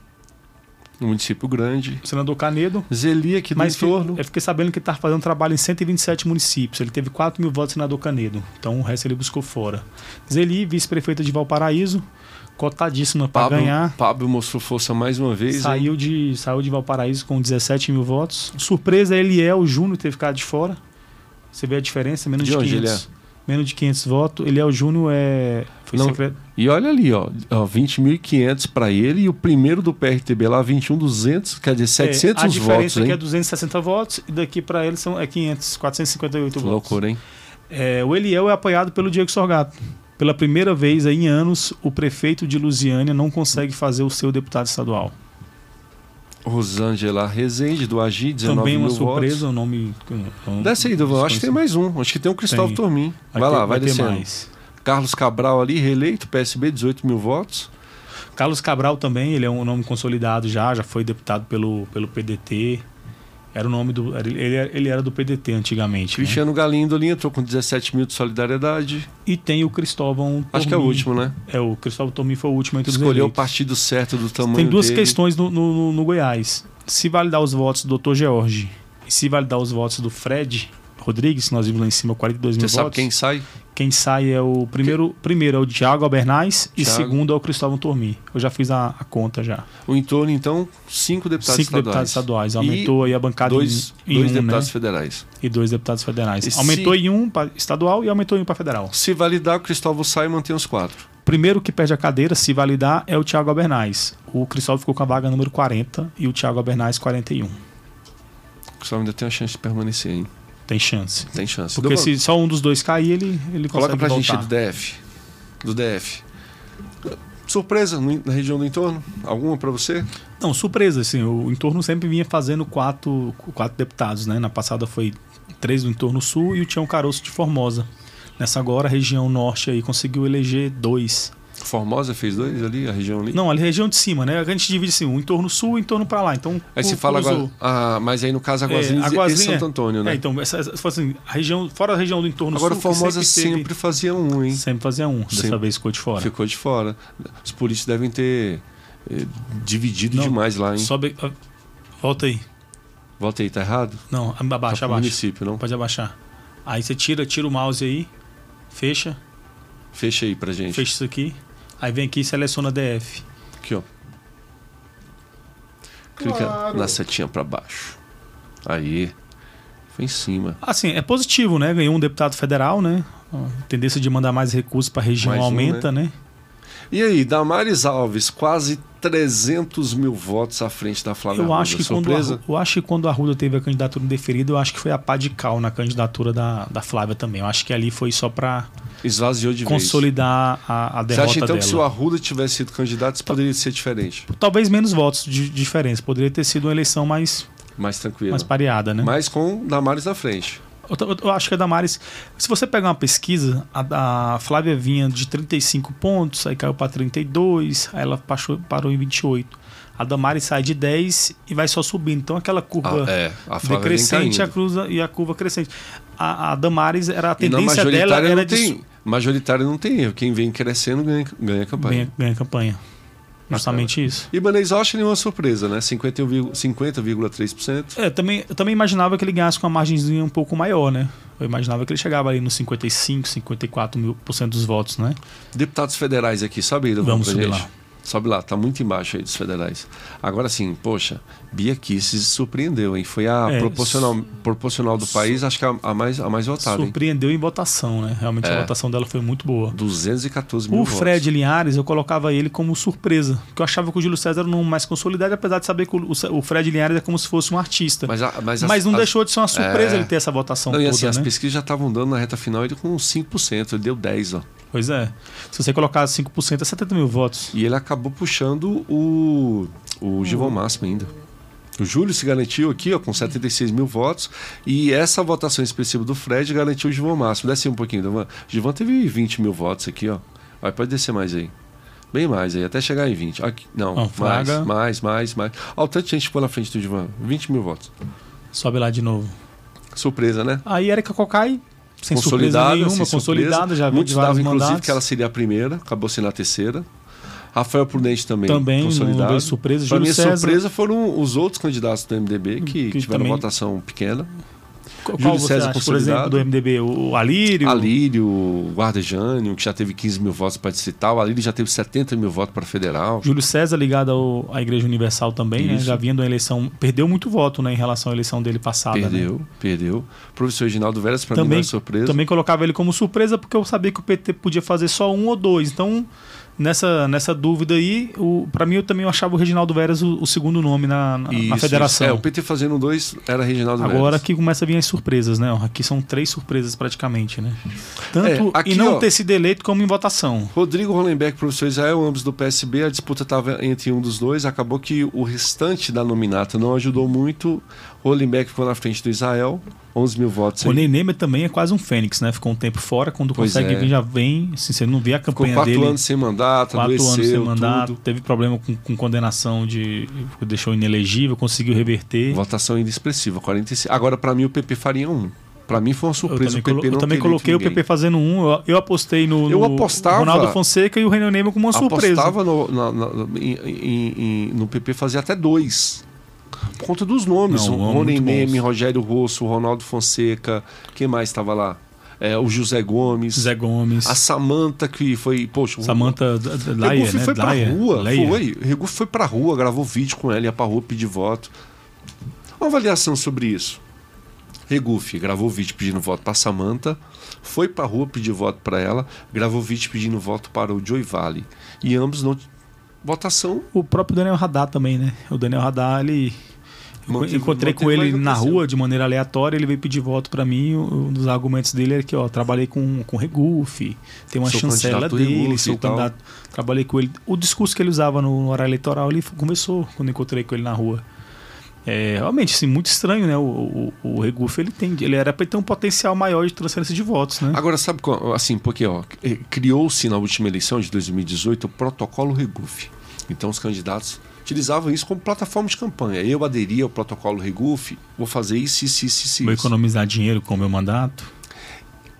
Speaker 2: Um município grande.
Speaker 3: Senador Canedo.
Speaker 2: Zelia aqui do
Speaker 3: Mas fi-
Speaker 2: entorno.
Speaker 3: eu fiquei sabendo que ele tá fazendo trabalho em 127 municípios. Ele teve 4 mil votos senador Canedo. Então o resto ele buscou fora. Zeli, vice-prefeita de Valparaíso, cotadíssima para
Speaker 2: Pablo,
Speaker 3: ganhar.
Speaker 2: Pablo mostrou força mais uma vez. hein?
Speaker 3: é- Saiu de, saiu de Valparaíso com 17 mil votos. Surpresa, ele é o Júnior ter ficado de fora. Você vê a diferença, menos
Speaker 2: De
Speaker 3: de,
Speaker 2: onde
Speaker 3: 500. Menos de 500 votos. Ele é o Júnior, é. Foi
Speaker 2: Não.
Speaker 3: secreto.
Speaker 2: E olha ali, ó, ó 20.500 para ele e o primeiro do PRTB lá 21.200, quer dizer,
Speaker 3: é, a
Speaker 2: 700
Speaker 3: diferença
Speaker 2: votos,
Speaker 3: aqui
Speaker 2: hein?
Speaker 3: é 260 votos e daqui para ele são, é 500, 458
Speaker 2: Que
Speaker 3: votos.
Speaker 2: loucura, hein?
Speaker 3: É, o Eliel é apoiado pelo Diego Sorgato. Pela primeira vez aí em anos, o prefeito de Lusiânia não consegue fazer o seu deputado estadual.
Speaker 2: Rosângela Rezende, do AGI, 19
Speaker 3: Também uma
Speaker 2: mil
Speaker 3: surpresa,
Speaker 2: votos.
Speaker 3: o nome. um que eu- eu não-
Speaker 2: Desce aí, Duval. Acho que tem
Speaker 3: desconheci.
Speaker 2: mais um. Acho que tem um Cristóvão
Speaker 3: Tem.
Speaker 2: Tormin. Vai,
Speaker 3: ter-
Speaker 2: lá, vai,
Speaker 3: ter
Speaker 2: descendo.
Speaker 3: mais.
Speaker 2: Carlos Cabral ali, reeleito, PSB, 18 mil votos.
Speaker 3: Carlos Cabral também, ele é um nome consolidado já, já foi deputado pelo, pelo PDT. Era o nome do. era- Ele, ele era do PDT antigamente. né?
Speaker 2: Cristiano Galindo ali entrou com 17 mil de solidariedade.
Speaker 3: E tem o Cristóvão
Speaker 2: Acho que é o
Speaker 3: Tomim.
Speaker 2: último, né?
Speaker 3: É, o Cristóvão Tomim foi o último entre os
Speaker 2: Escolheu o
Speaker 3: eleitos.
Speaker 2: partido certo do tamanho
Speaker 3: Tem duas
Speaker 2: dele.
Speaker 3: questões no, no- no- no Goiás. Se validar os votos do Dr. George e se validar os votos do Fred Rodrigues, que nós vimos lá em cima 42
Speaker 2: Você
Speaker 3: mil
Speaker 2: sabe
Speaker 3: votos.
Speaker 2: quem sai?
Speaker 3: Quem sai é o primeiro, primeiro é o Thiago Albernaz e
Speaker 2: Thiago.
Speaker 3: segundo é o Cristóvão Tormi. Eu já fiz a, a conta já.
Speaker 2: O entorno, então, cinco deputados
Speaker 3: Cinco
Speaker 2: estaduais.
Speaker 3: deputados estaduais.
Speaker 2: E
Speaker 3: Aumentou aí a bancada
Speaker 2: Dois,
Speaker 3: em, em
Speaker 2: dois
Speaker 3: um,
Speaker 2: deputados
Speaker 3: né?
Speaker 2: federais.
Speaker 3: E dois deputados federais.
Speaker 2: E se-
Speaker 3: Aumentou em um para estadual e aumentou em um para federal.
Speaker 2: Se validar, o Cristóvão sai e mantém os quatro.
Speaker 3: Primeiro que perde a cadeira, se validar, é o Thiago Albernaz. O Cristóvão ficou com a vaga número 40 e o Thiago Albernaz 41.
Speaker 2: O Cristóvão ainda tem a chance de permanecer, hein?
Speaker 3: Tem chance.
Speaker 2: Tem chance.
Speaker 3: Porque
Speaker 2: Deu-
Speaker 3: se só um dos dois cair, ele, ele
Speaker 2: Coloca
Speaker 3: consegue
Speaker 2: pra
Speaker 3: voltar.
Speaker 2: gente do DF. Do DF. Surpresa no- na região do entorno? Alguma pra você?
Speaker 3: Não, surpresa, assim, o entorno sempre vinha fazendo quatro, quatro deputados, né? Na passada foi três do entorno sul e o Tião Caroço de Formosa. Nessa agora, a região norte aí conseguiu eleger dois.
Speaker 2: Formosa fez dois ali, a região ali.
Speaker 3: Não, ali região de cima, né? A gente divide assim, o entorno sul e o entorno pra lá. Então,
Speaker 2: Aí se
Speaker 3: o-
Speaker 2: fala
Speaker 3: cruzou.
Speaker 2: agora. Ah, mas aí no caso Aguazinhas,
Speaker 3: É, Aguazinhas,
Speaker 2: e Santo Antônio,
Speaker 3: É,
Speaker 2: né?
Speaker 3: então, essa, essa, foi assim, a região, fora a região do entorno
Speaker 2: Agora
Speaker 3: sul. que
Speaker 2: Formosa sempre,
Speaker 3: teve-
Speaker 2: fazia um, hein?
Speaker 3: sempre fazia um, dessa
Speaker 2: Sempre.
Speaker 3: vez ficou de fora.
Speaker 2: Ficou de fora. Os polícias devem ter eh, dividido
Speaker 3: Não,
Speaker 2: demais lá, hein?
Speaker 3: Sobe. ah, Volta aí.
Speaker 2: Volta aí, tá errado?
Speaker 3: Não, abaixa,
Speaker 2: tá pro
Speaker 3: abaixa.
Speaker 2: município, não?
Speaker 3: Pode abaixar. Aí você tira, tira o mouse aí, fecha,
Speaker 2: Fecha aí pra gente.
Speaker 3: fecha isso aqui. Aí vem aqui e seleciona DF.
Speaker 2: Aqui, ó. Clica
Speaker 4: Claro.
Speaker 2: na setinha pra baixo. Aí. Foi em cima.
Speaker 3: Assim, é positivo, né? Ganhou um deputado federal, né? A tendência de mandar mais recursos para a região
Speaker 2: Mais um,
Speaker 3: aumenta, né?
Speaker 2: E aí, Damares Alves, quase 300 mil votos à frente da Flávia
Speaker 3: Eu
Speaker 2: Arruda.
Speaker 3: acho, que quando
Speaker 2: é Surpresa?
Speaker 3: a, eu acho que quando a Arruda teve a candidatura indeferida, eu acho que foi a pá de cal na candidatura da, da Flávia também. Eu acho que ali foi só para
Speaker 2: Esvaziou de vez.
Speaker 3: consolidar a, a
Speaker 2: Você
Speaker 3: derrota
Speaker 2: acha então
Speaker 3: dela.
Speaker 2: que se o Arruda tivesse sido candidato, isso poderia ser diferente?
Speaker 3: Talvez menos votos de de diferença. Poderia ter sido uma eleição mais,
Speaker 2: Mais tranquilo.
Speaker 3: mais pareada, né?
Speaker 2: Mas com Damares na frente.
Speaker 3: Eu, ta- eu- eu acho que a Damares. Se você pegar uma pesquisa, a, a Flávia vinha de 35 pontos, aí caiu para 32, aí ela passou- parou em 28. A Damares sai de 10 e vai só subindo. Então aquela curva
Speaker 2: Ah, é, a Flávia vem
Speaker 3: decrescente
Speaker 2: caindo.
Speaker 3: a cruza, e a curva crescente. A, a Damares, era, a
Speaker 2: E na
Speaker 3: tendência
Speaker 2: majoritária
Speaker 3: dela era
Speaker 2: não
Speaker 3: de
Speaker 2: tem. Majoritária não tem erro. Quem vem crescendo ganha, ganha a campanha.
Speaker 3: ganha, ganha campanha.
Speaker 2: Ah, tá.
Speaker 3: Justamente isso.
Speaker 2: Ibanez Austin é uma surpresa, né? 51,- 50,3%.
Speaker 3: É, também, eu também imaginava que ele ganhasse com uma margenzinha um pouco maior, né? Eu imaginava que ele chegava ali nos 55, 54 mil por cento dos votos, né?
Speaker 2: Deputados federais aqui, sobe aí, Duvão,
Speaker 3: Vamos
Speaker 2: pra
Speaker 3: subir
Speaker 2: gente.
Speaker 3: lá.
Speaker 2: Sobe lá, tá muito embaixo aí dos federais. Agora sim, poxa, Bia Kisses surpreendeu, hein? Foi a
Speaker 3: É,
Speaker 2: proporcional, proporcional do país, acho que a, a mais, a mais votada, Tá, hein?
Speaker 3: Surpreendeu em votação, né? Realmente
Speaker 2: É.
Speaker 3: a votação dela foi muito boa.
Speaker 2: 214 mil
Speaker 3: O
Speaker 2: votos.
Speaker 3: Fred Linhares, eu colocava ele como surpresa, porque eu achava que o Júlio César não mais consolidado, apesar de saber que o o Fred Linhares é como se fosse um artista. Mas,
Speaker 2: Mas, a- mas, as-
Speaker 3: não
Speaker 2: as-
Speaker 3: deixou de ser uma surpresa
Speaker 2: É.
Speaker 3: ele ter essa votação
Speaker 2: Não, e
Speaker 3: toda,
Speaker 2: assim, as
Speaker 3: né?
Speaker 2: pesquisas já estavam dando na reta final ele com 5%, ele deu 10, ó.
Speaker 3: Pois é. Se você colocar 5%, é 70 mil votos.
Speaker 2: E ele acabou puxando o,
Speaker 3: Uhum.
Speaker 2: o Gilvão Máximo ainda. O Júlio se garantiu aqui, ó, com 76 mil votos. E essa votação expressiva do Fred garantiu o Gilvão Máximo. Desce um pouquinho, Dovan. O Gilvão teve 20 mil votos aqui, ó. Aí pode descer mais aí. Bem mais aí, até chegar em 20. Aqui, não,
Speaker 3: Ó,
Speaker 2: mais,
Speaker 3: Fraga.
Speaker 2: mais, mais, mais. Olha o tanto de gente que ficou na frente do Gilvão. 20 mil votos.
Speaker 3: Sobe lá de novo.
Speaker 2: Surpresa, né?
Speaker 3: Aí Erika Cocai, sem surpresa
Speaker 2: consolidada,
Speaker 3: nenhuma,
Speaker 2: sem
Speaker 3: consolidada,
Speaker 2: surpresa.
Speaker 3: já vem
Speaker 2: Muitos
Speaker 3: de
Speaker 2: davam,
Speaker 3: vários
Speaker 2: inclusive,
Speaker 3: mandatos.
Speaker 2: que ela seria a primeira, acabou sendo a terceira. Rafael Prudente também,
Speaker 3: Também, não
Speaker 2: consolidado.
Speaker 3: deu surpresa.
Speaker 2: Para
Speaker 3: Júlio
Speaker 2: minha
Speaker 3: César,
Speaker 2: é
Speaker 3: Hum,
Speaker 2: surpresa foram os outros candidatos do MDB que,
Speaker 3: Que
Speaker 2: tiveram
Speaker 3: também-
Speaker 2: votação pequena.
Speaker 3: qual
Speaker 2: Júlio
Speaker 3: você
Speaker 2: César
Speaker 3: acha, por exemplo,
Speaker 2: consolidado.
Speaker 3: do MDB? O Alírio?
Speaker 2: Alírio, Guardejânio, que já teve 15 mil votos para distrital. Alírio já teve 70 mil votos para federal.
Speaker 3: Júlio César ligado ao- à Igreja Universal também, né?
Speaker 2: Isso.
Speaker 3: Já vinha de uma eleição. Perdeu muito voto né, em relação à eleição dele passada. né?
Speaker 2: Perdeu, perdeu. Professor Reginaldo Veras, para mim,
Speaker 3: Também-
Speaker 2: não é surpresa.
Speaker 3: Também colocava ele como surpresa, porque eu sabia que o PT podia fazer só um ou dois. Então, nessa, nessa dúvida aí, para mim eu também achava o Reginaldo Veras o, o segundo nome na, na, na
Speaker 2: Isso,
Speaker 3: federação.
Speaker 2: isso. É, o PT fazendo dois era Reginaldo
Speaker 3: Agora
Speaker 2: Veras.
Speaker 3: que começa a vir as surpresas, né? Aqui são três surpresas praticamente, né? Tanto
Speaker 2: É, aqui,
Speaker 3: em não
Speaker 2: ó.
Speaker 3: ter sido eleito como em votação.
Speaker 2: Rodrigo Hollenbeck, professor Israel, ambos do PSB, a disputa estava entre um dos dois, acabou que o restante da nominata não ajudou muito. Hollenbeck ficou na frente do Israel, 11 mil votos.
Speaker 3: O
Speaker 2: aí.
Speaker 3: Nenê também é quase um fênix, né? Ficou um tempo fora, quando
Speaker 2: Pois
Speaker 3: consegue
Speaker 2: é.
Speaker 3: vir já vem. Assim, você não vê a
Speaker 2: Ficou
Speaker 3: campanha
Speaker 2: quatro
Speaker 3: dele.
Speaker 2: anos sem mandato,
Speaker 3: quatro
Speaker 2: adoeceu,
Speaker 3: anos sem mandato,
Speaker 2: tudo.
Speaker 3: teve problema com, com condenação de. deixou inelegível, conseguiu reverter.
Speaker 2: Votação ainda expressiva, 45. Agora, para mim, o PP faria um. Para mim foi uma
Speaker 3: Eu
Speaker 2: surpresa.
Speaker 3: também,
Speaker 2: o PP
Speaker 3: colo- eu
Speaker 2: não
Speaker 3: também
Speaker 2: ter
Speaker 3: coloquei o
Speaker 2: eleito
Speaker 3: PP fazendo um, eu, eu apostei no,
Speaker 2: Eu
Speaker 3: no
Speaker 2: apostava-
Speaker 3: Ronaldo Fonseca e o Renan Neyman como uma surpresa.
Speaker 2: apostava no, na- na- em- em- em- no PP fazer até dois. Por conta dos nomes.
Speaker 3: Não, é
Speaker 2: o
Speaker 3: muito
Speaker 2: Rony
Speaker 3: bons.
Speaker 2: Neme, Rogério Rosso, Ronaldo Fonseca. Quem mais estava lá? É, o José Gomes.
Speaker 3: Zé Gomes,
Speaker 2: A Samanta, que foi. Poxa, o-
Speaker 3: Samanta
Speaker 2: o Regufe
Speaker 3: Laia, né?
Speaker 2: foi pra
Speaker 3: Laia,
Speaker 2: rua.
Speaker 3: Laia.
Speaker 2: Foi. O Regufe foi pra rua, gravou vídeo com ela, ia pra rua pedir voto. Uma avaliação sobre isso. Regufe gravou vídeo pedindo voto pra Samanta, foi pra rua pedir voto pra ela, gravou vídeo pedindo voto para o Joey Vale. E ambos não. Votação.
Speaker 3: O próprio Daniel Radar também, né? O Daniel Radar, ele. eu
Speaker 2: Manteve-
Speaker 3: encontrei com
Speaker 2: manteve
Speaker 3: ele
Speaker 2: mais
Speaker 3: na
Speaker 2: acontecendo.
Speaker 3: rua de maneira aleatória, ele veio pedir voto pra mim. Um um dos argumentos dele era que, ó, trabalhei com, com Regufe, tem uma
Speaker 2: Sou
Speaker 3: chancela
Speaker 2: candidato
Speaker 3: dele,
Speaker 2: Regufe
Speaker 3: sou
Speaker 2: e tal.
Speaker 3: candidato. Trabalhei com ele. O discurso que ele usava no horário eleitoral, ele começou quando eu encontrei com ele na rua. É, realmente, assim, muito estranho, né? O, o, o Regufe, ele tem. Ele era pra ele ter um potencial maior de transferência de votos, né?
Speaker 2: Agora, sabe qual- assim, porque ó, eh, criou-se na última eleição de 2018 o protocolo Regufe. Então os candidatos utilizavam isso como plataforma de campanha. Eu aderi ao protocolo Regufe, vou fazer isso, isso, isso, isso.
Speaker 3: Vou
Speaker 2: isso.
Speaker 3: economizar dinheiro com o meu mandato.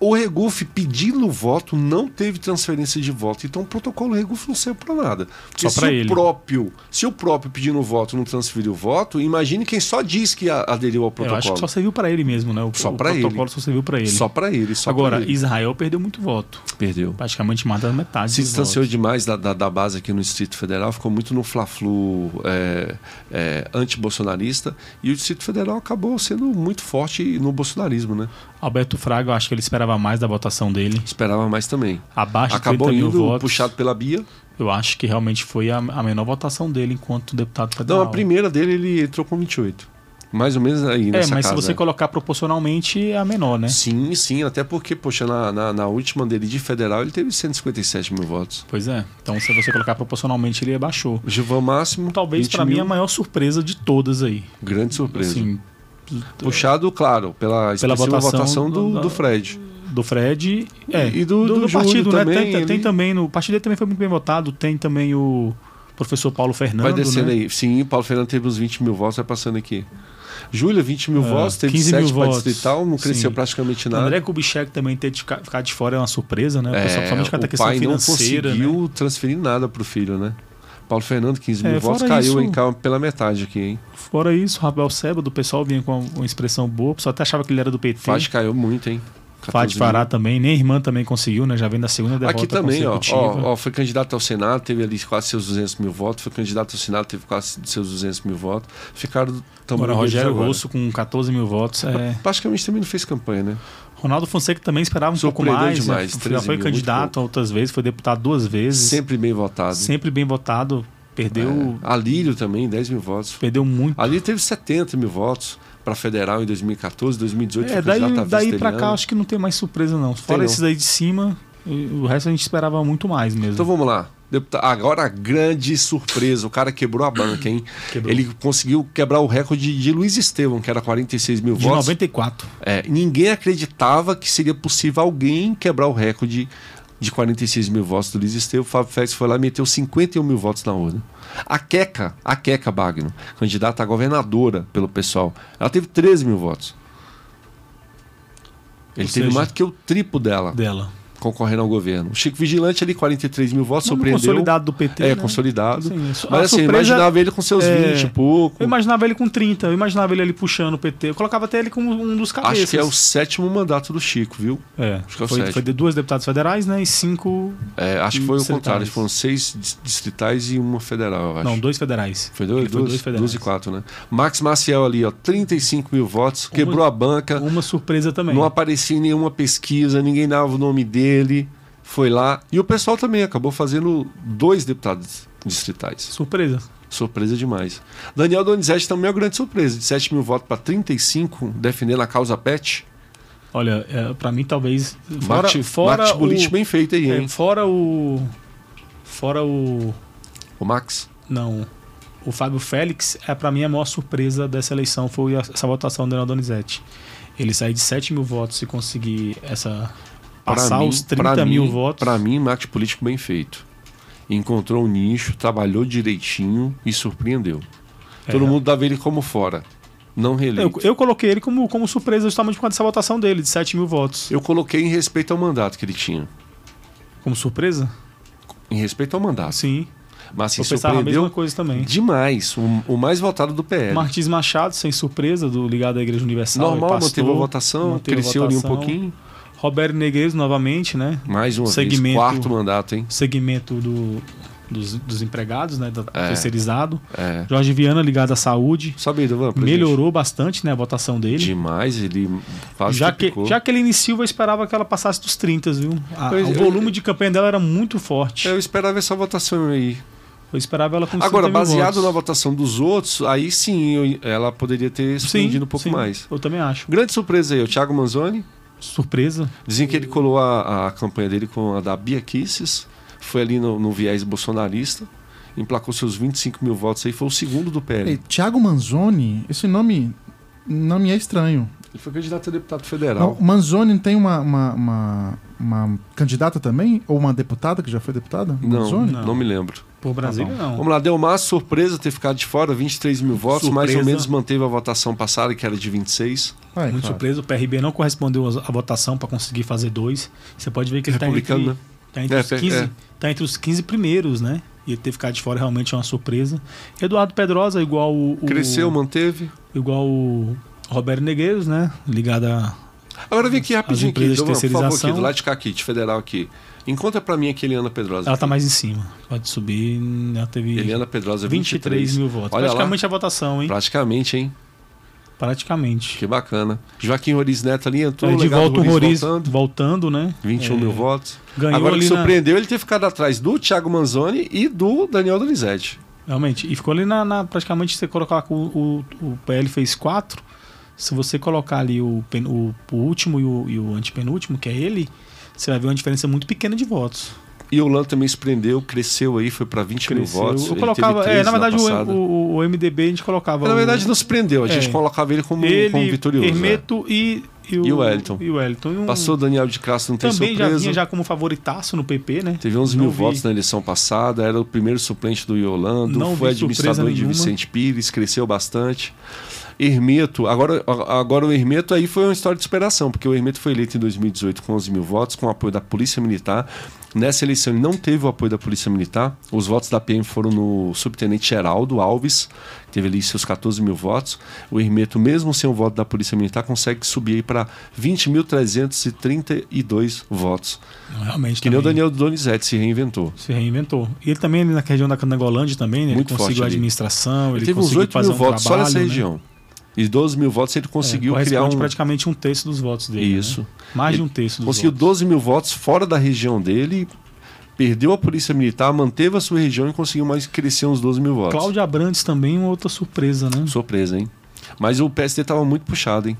Speaker 2: O Regufe pedindo voto não teve transferência de voto. Então o protocolo Regufe não serve para nada. Porque
Speaker 3: Só pra
Speaker 2: se
Speaker 3: ele.
Speaker 2: o próprio, se o próprio pedindo voto não transferiu voto, imagine quem só diz que a- aderiu ao
Speaker 3: Eu acho que só
Speaker 2: protocolo.
Speaker 3: serviu pra ele mesmo, né? O,
Speaker 2: Só
Speaker 3: o
Speaker 2: pra ele.
Speaker 3: protocolo só serviu pra ele.
Speaker 2: Só para ele, só
Speaker 3: Agora,
Speaker 2: pra ele.
Speaker 3: Israel perdeu muito voto.
Speaker 2: perdeu.
Speaker 3: Praticamente mais da metade.
Speaker 2: se
Speaker 3: dos
Speaker 2: distanciou
Speaker 3: votos.
Speaker 2: demais da, da, da base aqui no Distrito Federal, ficou muito no fla-flu é, é, anti-bolsonarista e o Distrito Federal acabou sendo muito forte no bolsonarismo, né?
Speaker 3: Alberto Fraga, eu acho que ele esperava mais da votação dele.
Speaker 2: Esperava mais também.
Speaker 3: Abaixo de 30
Speaker 2: acabou
Speaker 3: mil
Speaker 2: indo
Speaker 3: votos.
Speaker 2: puxado pela Bia.
Speaker 3: Eu acho que realmente foi a, a menor votação dele enquanto deputado
Speaker 2: Não,
Speaker 3: federal.
Speaker 2: a primeira dele ele entrou com 28. Mais ou menos aí
Speaker 3: É,
Speaker 2: nessa
Speaker 3: mas se
Speaker 2: casa,
Speaker 3: você
Speaker 2: né?
Speaker 3: colocar proporcionalmente, é a menor, né?
Speaker 2: Sim, sim, até porque, poxa, na, na, na última dele de federal ele teve 157 mil votos.
Speaker 3: Pois é. Então, se você colocar proporcionalmente, ele baixou.
Speaker 2: O Gilvan Máximo,
Speaker 3: Talvez
Speaker 2: 20
Speaker 3: pra mim é
Speaker 2: mil,
Speaker 3: a maior surpresa de todas aí.
Speaker 2: grande surpresa.
Speaker 3: Assim,
Speaker 2: Puxado, claro, pela, pela votação,
Speaker 3: votação
Speaker 2: do,
Speaker 3: do-
Speaker 2: do Fred.
Speaker 3: do Fred é,
Speaker 2: E do- do Júlio
Speaker 3: partido, né?
Speaker 2: também,
Speaker 3: Tem, tem- tem
Speaker 2: ele-
Speaker 3: também no o partido dele também foi muito bem votado. Tem também o professor Paulo Fernando,
Speaker 2: Vai descendo
Speaker 3: né?
Speaker 2: aí. Sim, Paulo Fernando teve uns 20 mil votos, vai passando aqui. Júlia, 20 mil
Speaker 3: É,
Speaker 2: votos, teve
Speaker 3: 15 mil
Speaker 2: 7 para
Speaker 3: votos.
Speaker 2: distrital, não cresceu
Speaker 3: Sim.
Speaker 2: praticamente
Speaker 3: O
Speaker 2: nada.
Speaker 3: André Kubitschek também ter de ficar ficar de fora é uma surpresa, né? Principalmente com
Speaker 2: o
Speaker 3: a questão
Speaker 2: pai não
Speaker 3: financeira. né?
Speaker 2: conseguiu transferir nada para o filho, né? Paulo Fernando, 15 mil
Speaker 3: É,
Speaker 2: votos,
Speaker 3: fora
Speaker 2: caiu
Speaker 3: isso-
Speaker 2: em calma pela metade aqui, hein?
Speaker 3: Fora isso, o Rafael Seba, do pessoal, vinha com uma expressão boa, o pessoal até achava que ele era do PT.
Speaker 2: Faz caiu muito, hein? 14
Speaker 3: Fátima
Speaker 2: mil.
Speaker 3: Pará também, nem a irmã também conseguiu, né? Já vem da segunda derrota
Speaker 2: Aqui também, ó,
Speaker 3: consecutiva.
Speaker 2: ó, ó, Foi candidato ao Senado, teve ali quase seus 200 mil votos. Foi candidato ao Senado, teve quase seus 200 mil votos. Ficaram também.
Speaker 3: Agora, Rogério Rosso com 14 mil votos. é.
Speaker 2: Praticamente também não fez campanha, né?
Speaker 3: Ronaldo Fonseca também esperava um pouco
Speaker 2: Surpreendeu
Speaker 3: mais. né?
Speaker 2: demais,
Speaker 3: Já
Speaker 2: 13
Speaker 3: foi
Speaker 2: mil, muito
Speaker 3: candidato outras vezes, foi deputado duas vezes.
Speaker 2: Sempre bem votado.
Speaker 3: sempre bem votado, perdeu,
Speaker 2: É. Alírio também, 10 mil votos.
Speaker 3: perdeu muito.
Speaker 2: Ali teve 70 mil votos para federal em 2014, 2018.
Speaker 3: É,
Speaker 2: foi
Speaker 3: daí,
Speaker 2: candidato a
Speaker 3: daí pra
Speaker 2: tipo, vegetariano.
Speaker 3: cá acho que não tem mais surpresa, não. Fora
Speaker 2: não.
Speaker 3: esses aí de cima, o resto a gente esperava muito mais mesmo.
Speaker 2: Então vamos lá. Deputado, agora a grande surpresa. O cara quebrou a banca, hein?
Speaker 3: Quebrou.
Speaker 2: Ele conseguiu quebrar o recorde de Luiz Estevam, que era 46 mil
Speaker 3: de
Speaker 2: votos.
Speaker 3: 94.
Speaker 2: É, ninguém acreditava que seria possível alguém quebrar o recorde de 46 mil votos do Luiz Estevam. O Fábio Félix foi lá e meteu 51 mil votos na urna. A Queca, a Queca Bagno, candidata a governadora pelo pessoal, ela teve 13 mil votos. Ele teve
Speaker 3: Ou seja,
Speaker 2: mais do que o triplo dela
Speaker 3: dela.
Speaker 2: concorrendo ao governo. O Chico Vigilante ali, 43 mil votos,
Speaker 3: Não,
Speaker 2: surpreendeu.
Speaker 3: Consolidado do PT.
Speaker 2: É,
Speaker 3: né?
Speaker 2: consolidado.
Speaker 3: Sim, isso.
Speaker 2: Mas
Speaker 3: A
Speaker 2: assim, eu
Speaker 3: surpresa-
Speaker 2: imaginava ele com seus
Speaker 3: é,
Speaker 2: 20 e pouco.
Speaker 3: Eu imaginava ele com 30, eu imaginava ele ali puxando o PT. Eu colocava até ele como um dos cabeças.
Speaker 2: Acho que é o sétimo mandato do Chico, viu?
Speaker 3: É,
Speaker 2: que é o
Speaker 3: foi,
Speaker 2: sétimo.
Speaker 3: foi de duas deputadas federais, né? E cinco.
Speaker 2: É, acho que foi o
Speaker 3: Distritais.
Speaker 2: contrário. Foram seis dis- distritais e uma federal, eu acho.
Speaker 3: Não, dois federais.
Speaker 2: Foi dois,
Speaker 3: Ele foi
Speaker 2: duas,
Speaker 3: dois federais.
Speaker 2: duas e quatro, né? Max Maciel ali, ó, 35 mil votos,
Speaker 3: Um
Speaker 2: quebrou a banca,
Speaker 3: Uma surpresa também.
Speaker 2: não aparecia em nenhuma pesquisa, ninguém dava o nome dele. foi lá. E o pessoal também acabou fazendo dois deputados distritais.
Speaker 3: Surpresa.
Speaker 2: Surpresa demais. Daniel Donizete também é uma grande surpresa. De 7 mil votos para 35, defendendo a causa PET.
Speaker 3: Olha, é, para mim talvez fora,
Speaker 2: Bate,
Speaker 3: fora
Speaker 2: bate boliche
Speaker 3: o,
Speaker 2: bem feito aí,
Speaker 3: é,
Speaker 2: hein?
Speaker 3: fora o fora o
Speaker 2: O Max.
Speaker 3: não o Fábio Félix é para mim a maior surpresa dessa eleição foi a- essa votação do Daniel Donizete. Ele sair de 7 mil votos e conseguir essa
Speaker 2: Pra
Speaker 3: passar
Speaker 2: mim-
Speaker 3: os
Speaker 2: pra
Speaker 3: 30 mil
Speaker 2: mim-
Speaker 3: votos.
Speaker 2: Pra mim, marketing político bem feito. Encontrou o nicho, trabalhou direitinho e surpreendeu.
Speaker 3: É.
Speaker 2: Todo mundo dava ele como fora. Não
Speaker 3: eu,
Speaker 2: reeleito. Eu,
Speaker 3: eu coloquei ele como, como surpresa justamente com essa votação dele de 7 mil votos.
Speaker 2: coloquei em respeito ao mandato que ele tinha.
Speaker 3: Como surpresa?
Speaker 2: Em respeito ao mandato.
Speaker 3: Sim.
Speaker 2: Mas Ah, se
Speaker 3: eu pensava a mesma
Speaker 2: surpreendeu
Speaker 3: coisa também.
Speaker 2: demais. O, o mais votado do PL.
Speaker 3: Martins Machado, sem surpresa, do ligado à Igreja Universal.
Speaker 2: Normal,
Speaker 3: ele
Speaker 2: manteve a
Speaker 3: pastor.
Speaker 2: votação,
Speaker 3: manteve a
Speaker 2: cresceu ali um
Speaker 3: votação.
Speaker 2: pouquinho.
Speaker 3: Roberto Negreiros, novamente, né?
Speaker 2: Mais uma vez,
Speaker 3: Segmento-
Speaker 2: quarto mandato, hein?
Speaker 3: Segmento do, dos, dos empregados, né? Do
Speaker 2: É.
Speaker 3: terceirizado.
Speaker 2: É.
Speaker 3: Jorge Viana, ligado à saúde.
Speaker 2: Sabe, Ivan? pra
Speaker 3: Melhorou bastante né, a votação
Speaker 2: gente?
Speaker 3: dele.
Speaker 2: Demais, ele quase
Speaker 3: Já que,
Speaker 2: triplicou.
Speaker 3: já que ele iniciou, eu esperava que ela passasse dos 30, viu? A-
Speaker 2: Eu-
Speaker 3: o
Speaker 2: eu-
Speaker 3: volume de campanha dela era muito forte.
Speaker 2: Eu esperava essa votação aí.
Speaker 3: Eu esperava ela com
Speaker 2: Agora,
Speaker 3: 30 mil
Speaker 2: baseado
Speaker 3: votos.
Speaker 2: na votação dos outros, aí sim eu- ela poderia ter expandido um pouco
Speaker 3: sim,
Speaker 2: mais.
Speaker 3: Eu também acho.
Speaker 2: Grande surpresa aí, o Thiago Manzoni.
Speaker 3: Surpresa.
Speaker 2: Dizem que ele colou a, a campanha dele com a da Bia Kisses, foi ali no, no viés bolsonarista, emplacou seus 25 mil votos aí, foi o segundo do PL.
Speaker 4: Ei, Thiago Manzoni, esse nome não me é estranho.
Speaker 2: Ele foi candidato a deputado
Speaker 4: Não,
Speaker 2: federal.
Speaker 4: o Manzoni tem uma, uma, uma- uma candidata também? Ou uma deputada que já foi deputada?
Speaker 2: Não, não,
Speaker 4: Manzoni?
Speaker 2: me lembro.
Speaker 3: Por Brasília, não.
Speaker 2: Tá Vamos lá, Delmar, surpresa ter ficado de fora, 23 mil votos, mais ou
Speaker 3: Surpresa.
Speaker 2: menos manteve a votação passada, que era de 26.
Speaker 4: Vai,
Speaker 3: Muito
Speaker 4: cara.
Speaker 3: surpreso, o PRB não correspondeu às- à votação para conseguir fazer dois. Você pode ver que ele está entre,
Speaker 2: Republicano, né?
Speaker 3: tá entre
Speaker 2: É,
Speaker 3: os
Speaker 2: pe-
Speaker 3: 15,
Speaker 2: é.
Speaker 3: tá entre os 15 primeiros, né? E ele ter ficado de fora realmente é uma surpresa. Eduardo Pedrosa, igual o. o-
Speaker 2: Cresceu, manteve.
Speaker 3: Igual o Roberto Negueiros, né? Ligado a.
Speaker 2: Agora vem aqui rapidinho, aqui,
Speaker 3: empresas de
Speaker 2: Delmar, por favor, aqui,
Speaker 3: terceirização.
Speaker 2: do lado de cá, aqui, de federal aqui. Encontra pra mim aqui Eliana Pedrosa.
Speaker 3: Ela tá mais em cima. Pode subir. Ela teve
Speaker 2: Eliana Pedrosa,
Speaker 3: 23,
Speaker 2: 23.
Speaker 3: mil votos.
Speaker 2: Olha lá.
Speaker 3: Praticamente a votação, hein?
Speaker 2: Praticamente, hein?
Speaker 3: Praticamente.
Speaker 2: Que bacana. Joaquim Roriz Neto ali entrou,
Speaker 3: Aí de
Speaker 2: legado
Speaker 3: volta o
Speaker 2: do
Speaker 3: Roriz voltando,
Speaker 2: voltando,
Speaker 3: né?
Speaker 2: 21
Speaker 3: É,
Speaker 2: mil votos.
Speaker 3: Ganhou
Speaker 2: Agora
Speaker 3: ali
Speaker 2: que
Speaker 3: na-
Speaker 2: surpreendeu ele ter ficado atrás do Thiago Manzoni e do Daniel Donizete.
Speaker 3: Realmente. E ficou ali na. na- praticamente, você colocar o, o, o PL fez quatro. Se você colocar ali o, pen- o, o último e o, e o antepenúltimo, que é ele, você vai ver uma diferença muito pequena de votos.
Speaker 2: E o Lan também surpreendeu, cresceu aí, foi pra 20 mil
Speaker 3: Cresceu.
Speaker 2: votos.
Speaker 3: Eu
Speaker 2: Ele
Speaker 3: colocava.
Speaker 2: teve
Speaker 3: É,
Speaker 2: três
Speaker 3: na verdade, o,
Speaker 2: passada. É,
Speaker 3: o, o MDB a gente colocava.
Speaker 2: Na
Speaker 3: o-
Speaker 2: verdade, não surpreendeu. A gente
Speaker 3: É.
Speaker 2: colocava ele como,
Speaker 3: ele,
Speaker 2: como vitorioso. né?
Speaker 3: Hermeto e, o,
Speaker 2: E o Wellington.
Speaker 3: E o Wellington. E um-
Speaker 2: Passou o Daniel de Castro, não tem
Speaker 3: também já
Speaker 2: surpresa.
Speaker 3: vinha já como favoritaço no PP, né?
Speaker 2: Teve 11
Speaker 3: Não
Speaker 2: mil
Speaker 3: vi.
Speaker 2: votos na eleição passada, era o primeiro suplente do Iolando,
Speaker 3: Não
Speaker 2: foi
Speaker 3: vi surpresa
Speaker 2: administrador de
Speaker 3: nenhuma.
Speaker 2: Vicente Pires, cresceu bastante. Hermeto, agora, agora o Hermeto aí foi uma história de superação, porque o Hermeto foi eleito em 2018 com 11 mil votos, com o apoio da Polícia Militar. Nessa eleição ele não teve o apoio da Polícia Militar, os votos da PM foram no subtenente Geraldo Alves, que teve ali seus 14 mil votos. O Hermeto, mesmo sem o voto da Polícia Militar, consegue subir aí para 20.332 votos.
Speaker 3: Realmente.
Speaker 2: Que nem o
Speaker 3: também
Speaker 2: Daniel Donizete se reinventou.
Speaker 3: Se reinventou. E ele também, ali na região da Canangolândia, também, né?
Speaker 2: Muito
Speaker 3: ele
Speaker 2: forte
Speaker 3: conseguiu a
Speaker 2: ali.
Speaker 3: administração, ele,
Speaker 2: Ele teve uns
Speaker 3: conseguiu
Speaker 2: 8
Speaker 3: fazer
Speaker 2: mil
Speaker 3: um
Speaker 2: votos
Speaker 3: trabalho,
Speaker 2: só nessa
Speaker 3: né?
Speaker 2: região. E 12 mil votos ele
Speaker 3: É,
Speaker 2: conseguiu criar
Speaker 3: corresponde
Speaker 2: um.
Speaker 3: praticamente um terço dos votos dele.
Speaker 2: Isso.
Speaker 3: né? Mais de
Speaker 2: Ele
Speaker 3: um terço dos
Speaker 2: Conseguiu
Speaker 3: votos.
Speaker 2: 12 mil votos fora da região dele, perdeu a polícia militar, manteve a sua região e conseguiu mais crescer uns 12 mil votos.
Speaker 3: Cláudio Abrantes também, uma outra surpresa, né?
Speaker 2: Surpresa, hein? Mas o PSD tava muito puxado, hein?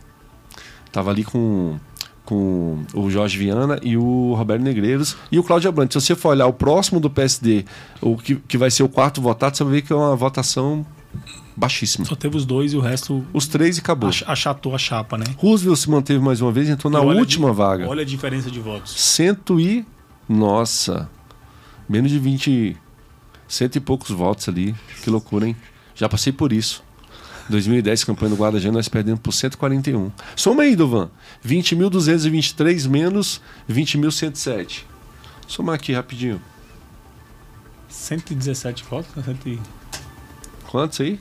Speaker 2: Tava ali com, com o Jorge Viana e o Roberto Negreiros e o Cláudio Abrantes. Se você for olhar o próximo do PSD, o que, que vai ser o quarto votado, você vai ver que é uma votação baixíssima.
Speaker 3: Só teve os dois e o resto
Speaker 2: Os três e acabou.
Speaker 3: ach- achatou a chapa, né?
Speaker 2: Roosevelt se manteve mais uma vez, entrou na
Speaker 3: E olha
Speaker 2: última
Speaker 3: a di-
Speaker 2: vaga.
Speaker 3: Olha a diferença de votos.
Speaker 2: Cento e. Nossa! Menos de 20. Cento e poucos votos ali. Que loucura, hein? Já passei por isso. 2010, campanha do Guarda-Gel, nós perdemos por 141. Soma aí, Dovan. 20.223 menos 20.107. Somar aqui rapidinho.
Speaker 3: 117 votos? né? 100 e-
Speaker 2: Quantos aí?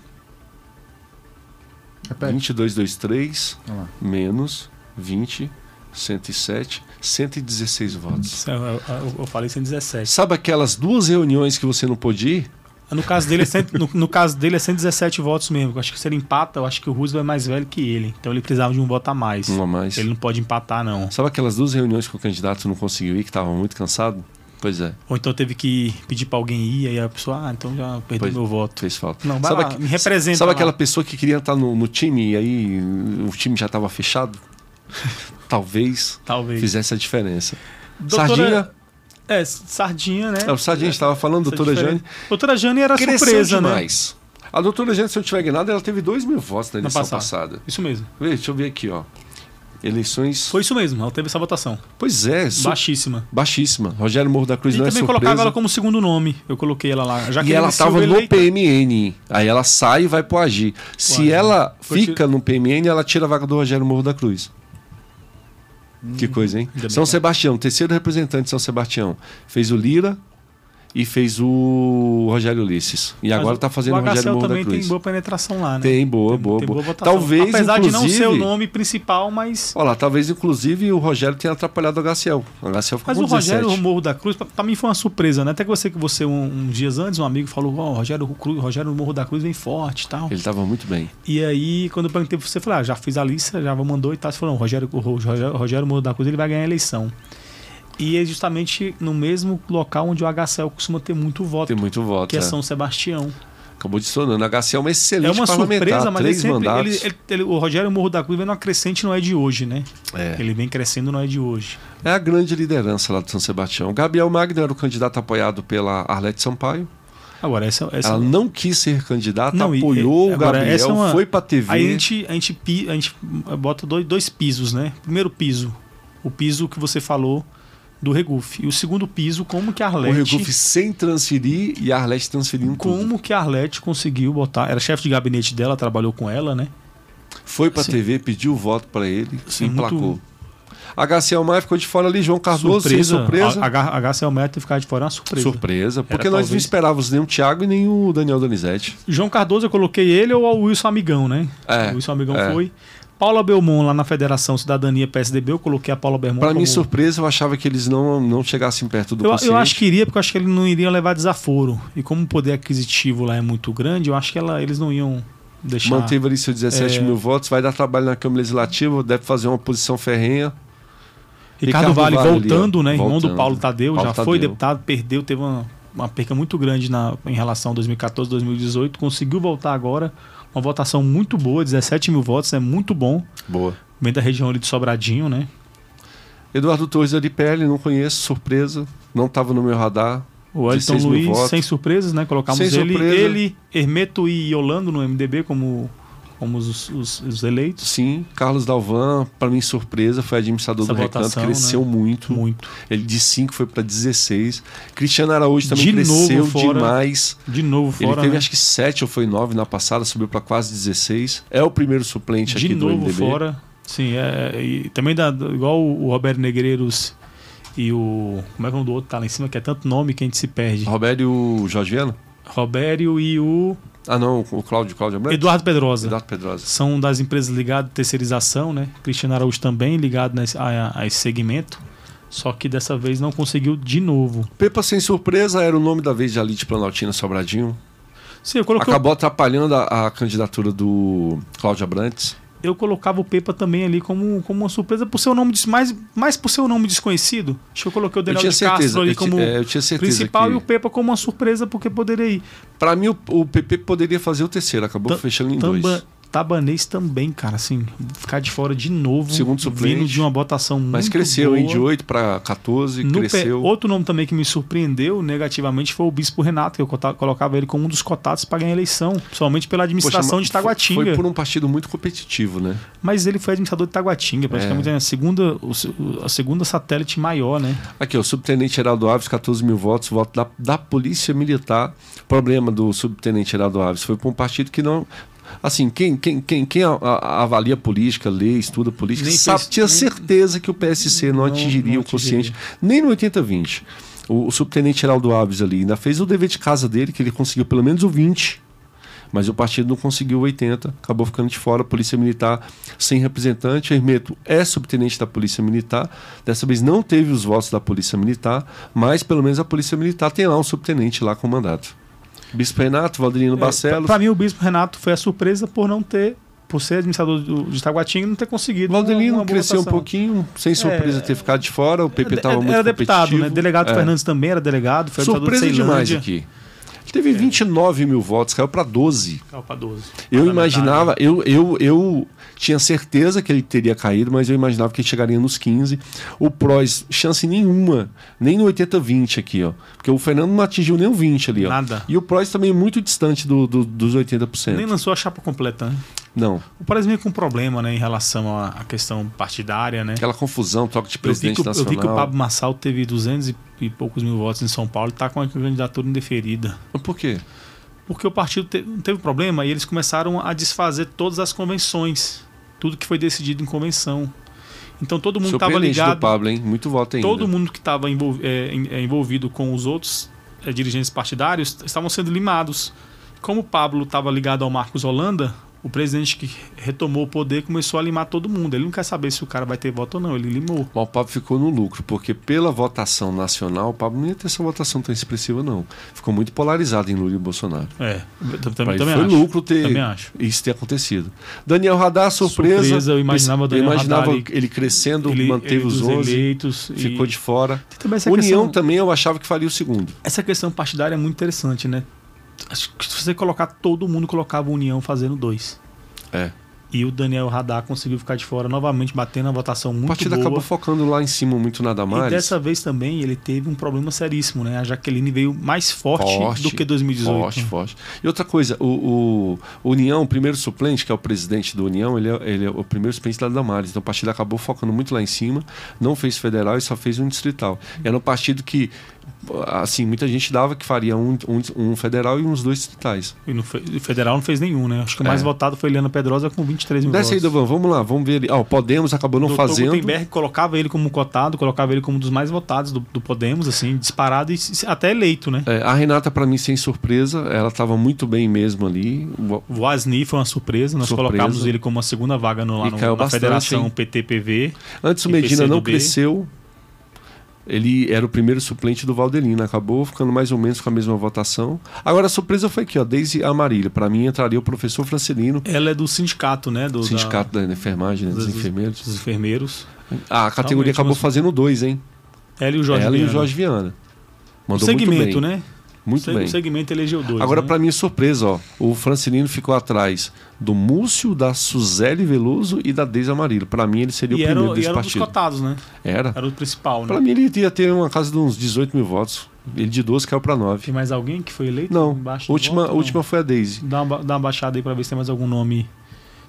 Speaker 4: Repete.
Speaker 2: 2223
Speaker 4: Olha lá.
Speaker 2: menos 20, 107, 116 votos.
Speaker 3: Eu, eu- eu falei 117.
Speaker 2: Sabe aquelas duas reuniões que você não pôde ir?
Speaker 3: No caso dele é, cento- no, no caso dele é 117 votos mesmo. Eu acho que se ele empata, eu acho que o Roosevelt é mais velho que ele. Então ele precisava de um voto a mais.
Speaker 2: Um a mais.
Speaker 3: Ele não pode empatar, não.
Speaker 2: Sabe aquelas duas reuniões que o candidato não conseguiu ir, que estava muito cansado? Pois é,
Speaker 3: Ou então teve que pedir pra alguém ir, aí a pessoa, ah, então já perdeu
Speaker 2: Pois-
Speaker 3: meu voto.
Speaker 2: fez falta.
Speaker 3: Não, vai lá,
Speaker 2: aque-
Speaker 3: me representa
Speaker 2: Sabe
Speaker 3: lá.
Speaker 2: aquela pessoa que queria estar no, no time e aí o time já estava fechado? Talvez
Speaker 3: Talvez.
Speaker 2: fizesse a diferença.
Speaker 3: Doutora-
Speaker 2: Sardinha,
Speaker 3: É, sardinha, né?
Speaker 2: é, o Sardinha estava falando,
Speaker 3: Isso é
Speaker 2: doutora
Speaker 3: diferente.
Speaker 2: Jane,
Speaker 3: Doutora Jane era
Speaker 2: cresceu
Speaker 3: surpresa, né?
Speaker 2: demais. A doutora Jane, se eu tiver enganado, ela teve 2 mil votos na
Speaker 3: Na
Speaker 2: eleição
Speaker 3: passada.
Speaker 2: passada.
Speaker 3: Isso mesmo.
Speaker 2: Vê, Deixa eu ver aqui, ó. Eleições.
Speaker 3: Foi isso mesmo. Ela teve essa votação.
Speaker 2: Pois é, su-
Speaker 3: Baixíssima.
Speaker 2: baixíssima. Rogério Morro da Cruz
Speaker 3: E
Speaker 2: não é
Speaker 3: também colocava ela
Speaker 2: surpresa.
Speaker 3: como segundo nome. Eu coloquei ela lá. Já
Speaker 2: E ela
Speaker 3: estava
Speaker 2: estava no PMN. Aí ela sai e vai pro Agir. Se
Speaker 3: Agir.
Speaker 2: ela
Speaker 3: Foi
Speaker 2: fica no PMN, ela tira a vaga do Rogério Morro da Cruz. Que coisa, hein?
Speaker 3: Hum, Ainda bem né?
Speaker 2: São
Speaker 3: que-
Speaker 2: Sebastião, terceiro representante de São Sebastião. Fez o Lira e fez o Rogério Ulisses. E agora tá fazendo o
Speaker 3: o
Speaker 2: Rogério
Speaker 3: HCL
Speaker 2: Morro da
Speaker 3: também
Speaker 2: Cruz.
Speaker 3: tem boa penetração lá, né?
Speaker 2: Tem boa, boa,
Speaker 3: tem
Speaker 2: boa.
Speaker 3: boa votação.
Speaker 2: Talvez,
Speaker 3: Apesar de não
Speaker 2: inclusive,
Speaker 3: ser o nome principal, mas.
Speaker 2: Olha lá, talvez inclusive o Rogério tenha atrapalhado o HCL. O HCL ficou
Speaker 3: Mas
Speaker 2: com
Speaker 3: o Rogério
Speaker 2: 17.
Speaker 3: Morro da Cruz, pra, pra mim foi uma surpresa, né? Até que você, que você um- uns dias antes, um amigo falou: Ó, o Rogério, Cruz, Rogério Morro da Cruz vem forte e tal.
Speaker 2: Ele tava muito bem.
Speaker 3: E aí, quando eu perguntei pra você, eu falei, ah, já fiz a lista, já mandou e tal. Você falou, não, Rogério, o Rogério, o Rogério Moro da Cruz, ele vai ganhar a eleição. E é justamente no mesmo local onde o HCL costuma ter muito voto,
Speaker 2: Tem muito voto.
Speaker 3: que é
Speaker 2: né?
Speaker 3: São Sebastião.
Speaker 2: Acabou destoando. O HCL é uma excelente
Speaker 3: é uma
Speaker 2: parlamentar.
Speaker 3: surpresa, mas ele
Speaker 2: três
Speaker 3: sempre,
Speaker 2: mandatos.
Speaker 3: ele- ele- ele- o Rogério Morro da Cruz vem numa crescente, não é de hoje, né?
Speaker 2: É.
Speaker 3: Ele vem crescendo, não é de hoje.
Speaker 2: É a grande liderança lá do São Sebastião. Gabriel Magno era o candidato apoiado pela Arlete Sampaio.
Speaker 3: Agora, essa, essa é
Speaker 2: Ela não quis ser candidata,
Speaker 3: Não, e-
Speaker 2: apoiou
Speaker 3: e-
Speaker 2: o
Speaker 3: agora, essa
Speaker 2: Gabriel,
Speaker 3: é uma-
Speaker 2: foi pra TV.
Speaker 3: Aí a gente, a gente, pi- a gente bota dois, dois pisos, né? Primeiro piso, o piso que você falou do Regufe. E o segundo piso, como que a
Speaker 2: o
Speaker 3: Arlete...
Speaker 2: Reguf sem transferir e a Arlete transferindo tudo.
Speaker 3: Como que a Arlete conseguiu botar? Era chefe de gabinete dela, trabalhou com ela, né?
Speaker 2: Foi pra
Speaker 3: Sim.
Speaker 2: TV, pediu o voto pra ele,
Speaker 3: Sim,
Speaker 2: emplacou.
Speaker 3: muito-
Speaker 2: A Garcia Maia ficou de fora ali, João Cardoso, sem surpresa.
Speaker 3: A, a, a HCL Meta ter ficado de fora é uma surpresa.
Speaker 2: Surpresa, porque
Speaker 3: Era
Speaker 2: nós não
Speaker 3: talvez-
Speaker 2: esperávamos nem o Thiago e nem o Daniel Donizete.
Speaker 3: João Cardoso, eu coloquei ele ou o Wilson Amigão, né?
Speaker 2: É,
Speaker 3: o Wilson Amigão
Speaker 2: é.
Speaker 3: foi. Paula Belmont, lá na Federação Cidadania PSDB, eu coloquei a Paula Belmont.
Speaker 2: Pra mim,
Speaker 3: como-
Speaker 2: surpresa, eu achava que eles não, não chegassem perto do
Speaker 3: eu,
Speaker 2: consciente.
Speaker 3: eu acho que iria, porque eu acho que eles não iriam levar desaforo. E como o poder aquisitivo lá é muito grande, eu acho que ela- eles não iam deixar.
Speaker 2: Manteve ali seus 17
Speaker 3: É.
Speaker 2: mil votos, vai dar trabalho na Câmara Legislativa, deve fazer uma posição ferrenha.
Speaker 3: Ricardo,
Speaker 2: Ricardo
Speaker 3: Vale,
Speaker 2: Vale ali,
Speaker 3: voltando,
Speaker 2: ó,
Speaker 3: né? Irmão
Speaker 2: voltando.
Speaker 3: do Paulo Tadeu,
Speaker 2: Paulo
Speaker 3: já foi
Speaker 2: Tadeu.
Speaker 3: deputado, perdeu, teve uma, uma perca muito grande na, em relação a 2014, 2018, conseguiu voltar agora. Uma votação muito boa, 17 mil votos, é muito bom.
Speaker 2: Boa.
Speaker 3: Vem da região ali de Sobradinho, né?
Speaker 2: Eduardo Torres da DPL, não conheço, surpresa. Não estava no meu radar.
Speaker 3: O Elton
Speaker 2: 16 mil
Speaker 3: Luiz,
Speaker 2: votos.
Speaker 3: sem surpresas, né? Colocamos
Speaker 2: Sem
Speaker 3: ele,
Speaker 2: surpresa.
Speaker 3: ele, Hermeto e Yolando no MDB como, como os, os- os eleitos.
Speaker 2: Sim, Carlos Dalvan, para mim, surpresa, foi administrador
Speaker 3: Essa
Speaker 2: do
Speaker 3: votação, né?
Speaker 2: Recanto, cresceu muito.
Speaker 3: Muito.
Speaker 2: Ele de 5 foi para 16. Cristiano Araújo também
Speaker 3: De novo
Speaker 2: cresceu
Speaker 3: fora.
Speaker 2: demais.
Speaker 3: De novo fora,
Speaker 2: Ele teve
Speaker 3: né?
Speaker 2: acho que 7 ou foi 9 na passada, subiu para quase 16. É o primeiro suplente
Speaker 3: de
Speaker 2: aqui
Speaker 3: novo
Speaker 2: do MDB.
Speaker 3: fora. Sim, é, e também dá, igual o Roberto Negreiros e o. Como é que é o nome do outro tá lá em cima? Que é tanto nome que a gente se perde.
Speaker 2: Roberto e o Jorge Viana?
Speaker 3: Robério e o
Speaker 2: Ah, não, o Cláudio, Cláudio Abrantes?
Speaker 3: Eduardo Pedrosa.
Speaker 2: Eduardo Pedrosa.
Speaker 3: São das empresas ligadas à terceirização, né? Cristiano Araújo também ligado nesse- a, a esse segmento. Só que dessa vez não conseguiu de novo.
Speaker 2: Pepa sem surpresa era o nome da vez de Alite Planaltina Sobradinho.
Speaker 3: Sim, eu, coloquei,
Speaker 2: Acabou atrapalhando a, a candidatura do Cláudio Abrantes.
Speaker 3: eu colocava o Pepa também ali como, como uma surpresa por seu nome des- mais, mais por seu nome desconhecido. Acho que eu coloquei o
Speaker 2: Eu
Speaker 3: Daniel
Speaker 2: tinha
Speaker 3: de Castro
Speaker 2: certeza.
Speaker 3: ali
Speaker 2: Eu, ti-
Speaker 3: como
Speaker 2: é, eu tinha certeza.
Speaker 3: principal
Speaker 2: que-
Speaker 3: e o Pepa como uma surpresa porque poderia ir.
Speaker 2: Pra mim, o, o PP poderia fazer o terceiro. Acabou
Speaker 3: Ta-
Speaker 2: fechando em dois.
Speaker 3: Tamba, tabanês também, cara, assim, ficar de fora de novo.
Speaker 2: Segundo suplente.
Speaker 3: Vindo de uma votação muito
Speaker 2: Mas cresceu,
Speaker 3: boa.
Speaker 2: hein? De 8 pra 14,
Speaker 3: No
Speaker 2: cresceu.
Speaker 3: pé- outro nome também que me surpreendeu negativamente foi o Bispo Renato, que eu cota- colocava ele como um dos cotados para ganhar a eleição, principalmente pela administração
Speaker 2: mas
Speaker 3: de Taguatinga.
Speaker 2: Foi por um partido muito competitivo, né?
Speaker 3: Mas ele foi administrador de Taguatinga, praticamente
Speaker 2: É.
Speaker 3: é a, segunda, o se- o- a segunda satélite maior, né?
Speaker 2: Aqui, ó, o subtenente Heraldo Alves, 14 mil votos, voto da, da Polícia Militar. O problema do subtenente Heraldo Alves foi para um partido que não. Assim, quem, quem, quem, quem a- a- avalia política, lê, estuda política,
Speaker 3: Nem
Speaker 2: sabe,
Speaker 3: fez-
Speaker 2: tinha
Speaker 3: nem-
Speaker 2: certeza que o PSC não,
Speaker 3: Não-
Speaker 2: atingiria
Speaker 3: não
Speaker 2: o consciente, nem no 80-20. O, o subtenente Heraldo Alves ali ainda fez o dever de casa dele, que ele conseguiu pelo menos o 20. Mas o partido não conseguiu 80, acabou ficando de fora. Polícia Militar sem representante. Hermeto é subtenente da Polícia Militar. Dessa vez não teve os votos da Polícia Militar, mas pelo menos a Polícia Militar tem lá um subtenente lá com mandato. Bispo Renato, Valdirino Barcelos.
Speaker 3: Para É, mim, o Bispo Renato foi a surpresa por não ter, por ser administrador do, de Itaguatinga, não ter conseguido.
Speaker 2: Valdirino
Speaker 3: uma boa
Speaker 2: cresceu um
Speaker 3: votação.
Speaker 2: pouquinho, sem surpresa ter ficado de fora. O PP estava
Speaker 3: Era-
Speaker 2: muito
Speaker 3: Era deputado, né?
Speaker 2: competitivo.
Speaker 3: Delegado
Speaker 2: É.
Speaker 3: Fernandes também era delegado, foi
Speaker 2: Surpresa
Speaker 3: deputado de
Speaker 2: demais
Speaker 3: Ceilândia.
Speaker 2: aqui. Ele teve 29 mil votos, caiu para 12.
Speaker 3: Caiu pra 12.
Speaker 2: Eu
Speaker 3: Parlamentar, né?
Speaker 2: imaginava, eu, eu, eu tinha certeza que ele teria caído, mas eu imaginava que ele chegaria nos 15. O Prois, chance nenhuma, nem no 80-20 aqui, ó. Porque o Fernando não atingiu nem o 20 ali, ó.
Speaker 3: Nada.
Speaker 2: E o Prois também é muito distante do, do- dos 80%.
Speaker 3: Nem lançou a chapa completa, né?
Speaker 2: Não.
Speaker 3: O Paris meio com um problema, né, em relação à à questão partidária, né?
Speaker 2: Aquela confusão, troca de
Speaker 3: Eu vi,
Speaker 2: presidente
Speaker 3: que, o- eu
Speaker 2: nacional.
Speaker 3: vi que o Pablo Marçal teve 200 e- e poucos mil votos em São Paulo e tá com a candidatura indeferida.
Speaker 2: Mas Por quê?
Speaker 3: Porque o partido te- teve problema e eles começaram a desfazer todas as convenções. Tudo que foi decidido em convenção. Então todo mundo estava
Speaker 2: Surpreendente do
Speaker 3: ligado.
Speaker 2: Pablo, hein? Muito voto ainda.
Speaker 3: Todo mundo que estava envolv- é, em- é, envolvido com os outros é, dirigentes partidários t- estavam sendo limados. Como o Pablo estava ligado ao Marcos Holanda, o presidente que retomou o poder começou a limar todo mundo. Ele não quer saber se o cara vai ter voto ou não, ele limou.
Speaker 2: Mas o Pablo ficou no lucro, porque pela votação nacional, o Pablo não ia ter essa votação tão expressiva, não. Ficou muito polarizado em Lula e Bolsonaro.
Speaker 3: É, eu tam-
Speaker 2: Pra
Speaker 3: também,
Speaker 2: ele
Speaker 3: também
Speaker 2: foi
Speaker 3: acho.
Speaker 2: lucro ter
Speaker 3: Também acho.
Speaker 2: isso ter acontecido. Daniel Radar, surpresa.
Speaker 3: Surpresa, eu imaginava o Daniel
Speaker 2: Eu imaginava
Speaker 3: Radar ali.
Speaker 2: ele crescendo,
Speaker 3: Ele-
Speaker 2: manteve
Speaker 3: ele
Speaker 2: os
Speaker 3: dos
Speaker 2: 11,
Speaker 3: eleitos. e-
Speaker 2: ficou de fora.
Speaker 3: Tem também essa
Speaker 2: União
Speaker 3: questão-
Speaker 2: também eu achava que faria o segundo.
Speaker 3: Essa questão partidária é muito interessante, né? Acho que se você colocar todo mundo, colocava a União fazendo dois.
Speaker 2: É.
Speaker 3: E o Daniel Radar conseguiu ficar de fora novamente, batendo a votação muito
Speaker 2: o partido
Speaker 3: boa.
Speaker 2: acabou focando lá em cima muito nada
Speaker 3: E
Speaker 2: mais.
Speaker 3: dessa vez também ele teve um problema seríssimo, né? A Jaqueline veio mais forte, do que 2018.
Speaker 2: Forte, forte. E outra coisa, o, o União, o primeiro suplente, que é o presidente do União, ele é, ele é o primeiro suplente da Damares. Então o partido acabou focando muito lá em cima, não fez federal e só fez um distrital. Era um partido que, assim, muita gente dava que faria um, um, um federal e uns dois distritais.
Speaker 3: E no fe- o federal não fez nenhum, né? Acho que o mais
Speaker 2: É.
Speaker 3: votado foi Eliana Pedrosa com 23 mil
Speaker 2: Desce aí,
Speaker 3: votos.
Speaker 2: Dovan, vamos lá, vamos ver ali. Ah, o Podemos acabou não
Speaker 3: Doutor
Speaker 2: fazendo.
Speaker 3: Gutenberg colocava ele como cotado, colocava ele como um dos mais votados do, do Podemos, assim, disparado e se- até eleito, né?
Speaker 2: É, a Renata, para mim, sem surpresa, ela estava muito bem mesmo ali. O-
Speaker 3: O Asni foi uma surpresa, nós
Speaker 2: Surpresa.
Speaker 3: colocamos ele como a segunda vaga no, lá
Speaker 2: E
Speaker 3: no,
Speaker 2: caiu
Speaker 3: na
Speaker 2: bastante,
Speaker 3: Federação
Speaker 2: hein?
Speaker 3: PTPV.
Speaker 2: Antes o
Speaker 3: E
Speaker 2: Medina não
Speaker 3: PCdoB.
Speaker 2: cresceu. Ele era o primeiro suplente do Valdelina, acabou ficando mais ou menos com a mesma votação. Agora a surpresa foi aqui, ó, desde Amarília. Para mim entraria o professor Francelino,
Speaker 3: Ela é do sindicato, né? Do, da-
Speaker 2: sindicato da, enfermagem, né, dos,
Speaker 3: dos-
Speaker 2: enfermeiros.
Speaker 3: dos enfermeiros.
Speaker 2: Ah, a categoria
Speaker 3: Realmente,
Speaker 2: acabou
Speaker 3: mas-
Speaker 2: fazendo dois, hein?
Speaker 3: Ela e o Jorge
Speaker 2: Ela e
Speaker 3: Viana.
Speaker 2: o Jorge Viana.
Speaker 3: O
Speaker 2: Mandou
Speaker 3: segmento,
Speaker 2: muito bem.
Speaker 3: né?
Speaker 2: Muito
Speaker 3: o
Speaker 2: bem.
Speaker 3: segmento elegeu dois.
Speaker 2: Agora,
Speaker 3: né?
Speaker 2: pra mim, surpresa, ó. O Francelino ficou atrás do Múcio, da Suzele Veloso e da Deise Amarillo. Pra mim, ele seria
Speaker 3: e
Speaker 2: o
Speaker 3: era,
Speaker 2: primeiro
Speaker 3: e
Speaker 2: desse
Speaker 3: era um dos
Speaker 2: partido.
Speaker 3: cotados, né?
Speaker 2: Era?
Speaker 3: Era o principal, né?
Speaker 2: Pra mim, ele ia ter uma casa de uns 18 mil votos. Ele de 12 caiu pra 9.
Speaker 3: Tem mais alguém que foi eleito?
Speaker 2: Não,
Speaker 3: Embaixo do
Speaker 2: última,
Speaker 3: voto? Não.
Speaker 2: última foi a Deise.
Speaker 3: Dá uma, ba- dá uma baixada aí pra ver se tem mais algum nome.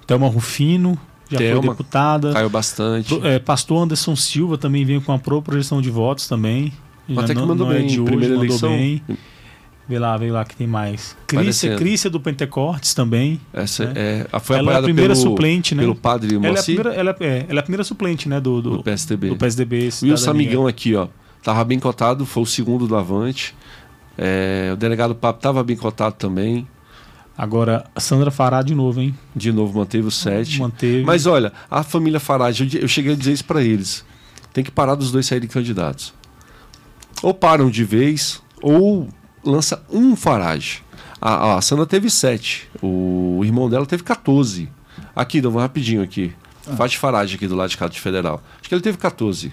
Speaker 3: Thelma Rufino, já
Speaker 2: Thelma,
Speaker 3: foi deputada.
Speaker 2: Caiu bastante.
Speaker 3: né? Pro- é, Pastor Anderson Silva também veio com uma pro projeção de votos também. Já
Speaker 2: Até que
Speaker 3: não-
Speaker 2: mandou
Speaker 3: não é
Speaker 2: bem.
Speaker 3: de hoje,
Speaker 2: primeira
Speaker 3: mandou
Speaker 2: eleição.
Speaker 3: bem. Vê lá, vê lá que tem mais. Crícia,
Speaker 2: Aparecendo.
Speaker 3: Crícia do Pentecortes também.
Speaker 2: Essa
Speaker 3: né?
Speaker 2: é, a- foi
Speaker 3: Ela é a
Speaker 2: apoiada
Speaker 3: primeira
Speaker 2: pelo,
Speaker 3: suplente, né?
Speaker 2: pelo padre
Speaker 3: Ela é, a
Speaker 2: Moacir,
Speaker 3: primeira, ela, é, ela é a primeira suplente, né? Do, do,
Speaker 2: do PSDB.
Speaker 3: do PSDB.
Speaker 2: E o
Speaker 3: Cidadania.
Speaker 2: Samigão aqui, ó. Tava bem cotado, foi o segundo do Avante. É, o delegado Papo tava bem cotado também.
Speaker 3: Agora, a Sandra Fará de novo, hein?
Speaker 2: De novo manteve o 7.
Speaker 3: Manteve.
Speaker 2: Mas olha, a família Farage, eu di- eu cheguei a dizer isso pra eles. Tem que parar dos dois saírem candidatos. Ou param de vez, ou lança um Farage. A, a Sandra teve 7. O irmão dela teve 14. Aqui, dá rapidinho aqui. Faz Farage aqui do lado de cá de Federal. Acho que ele teve 14.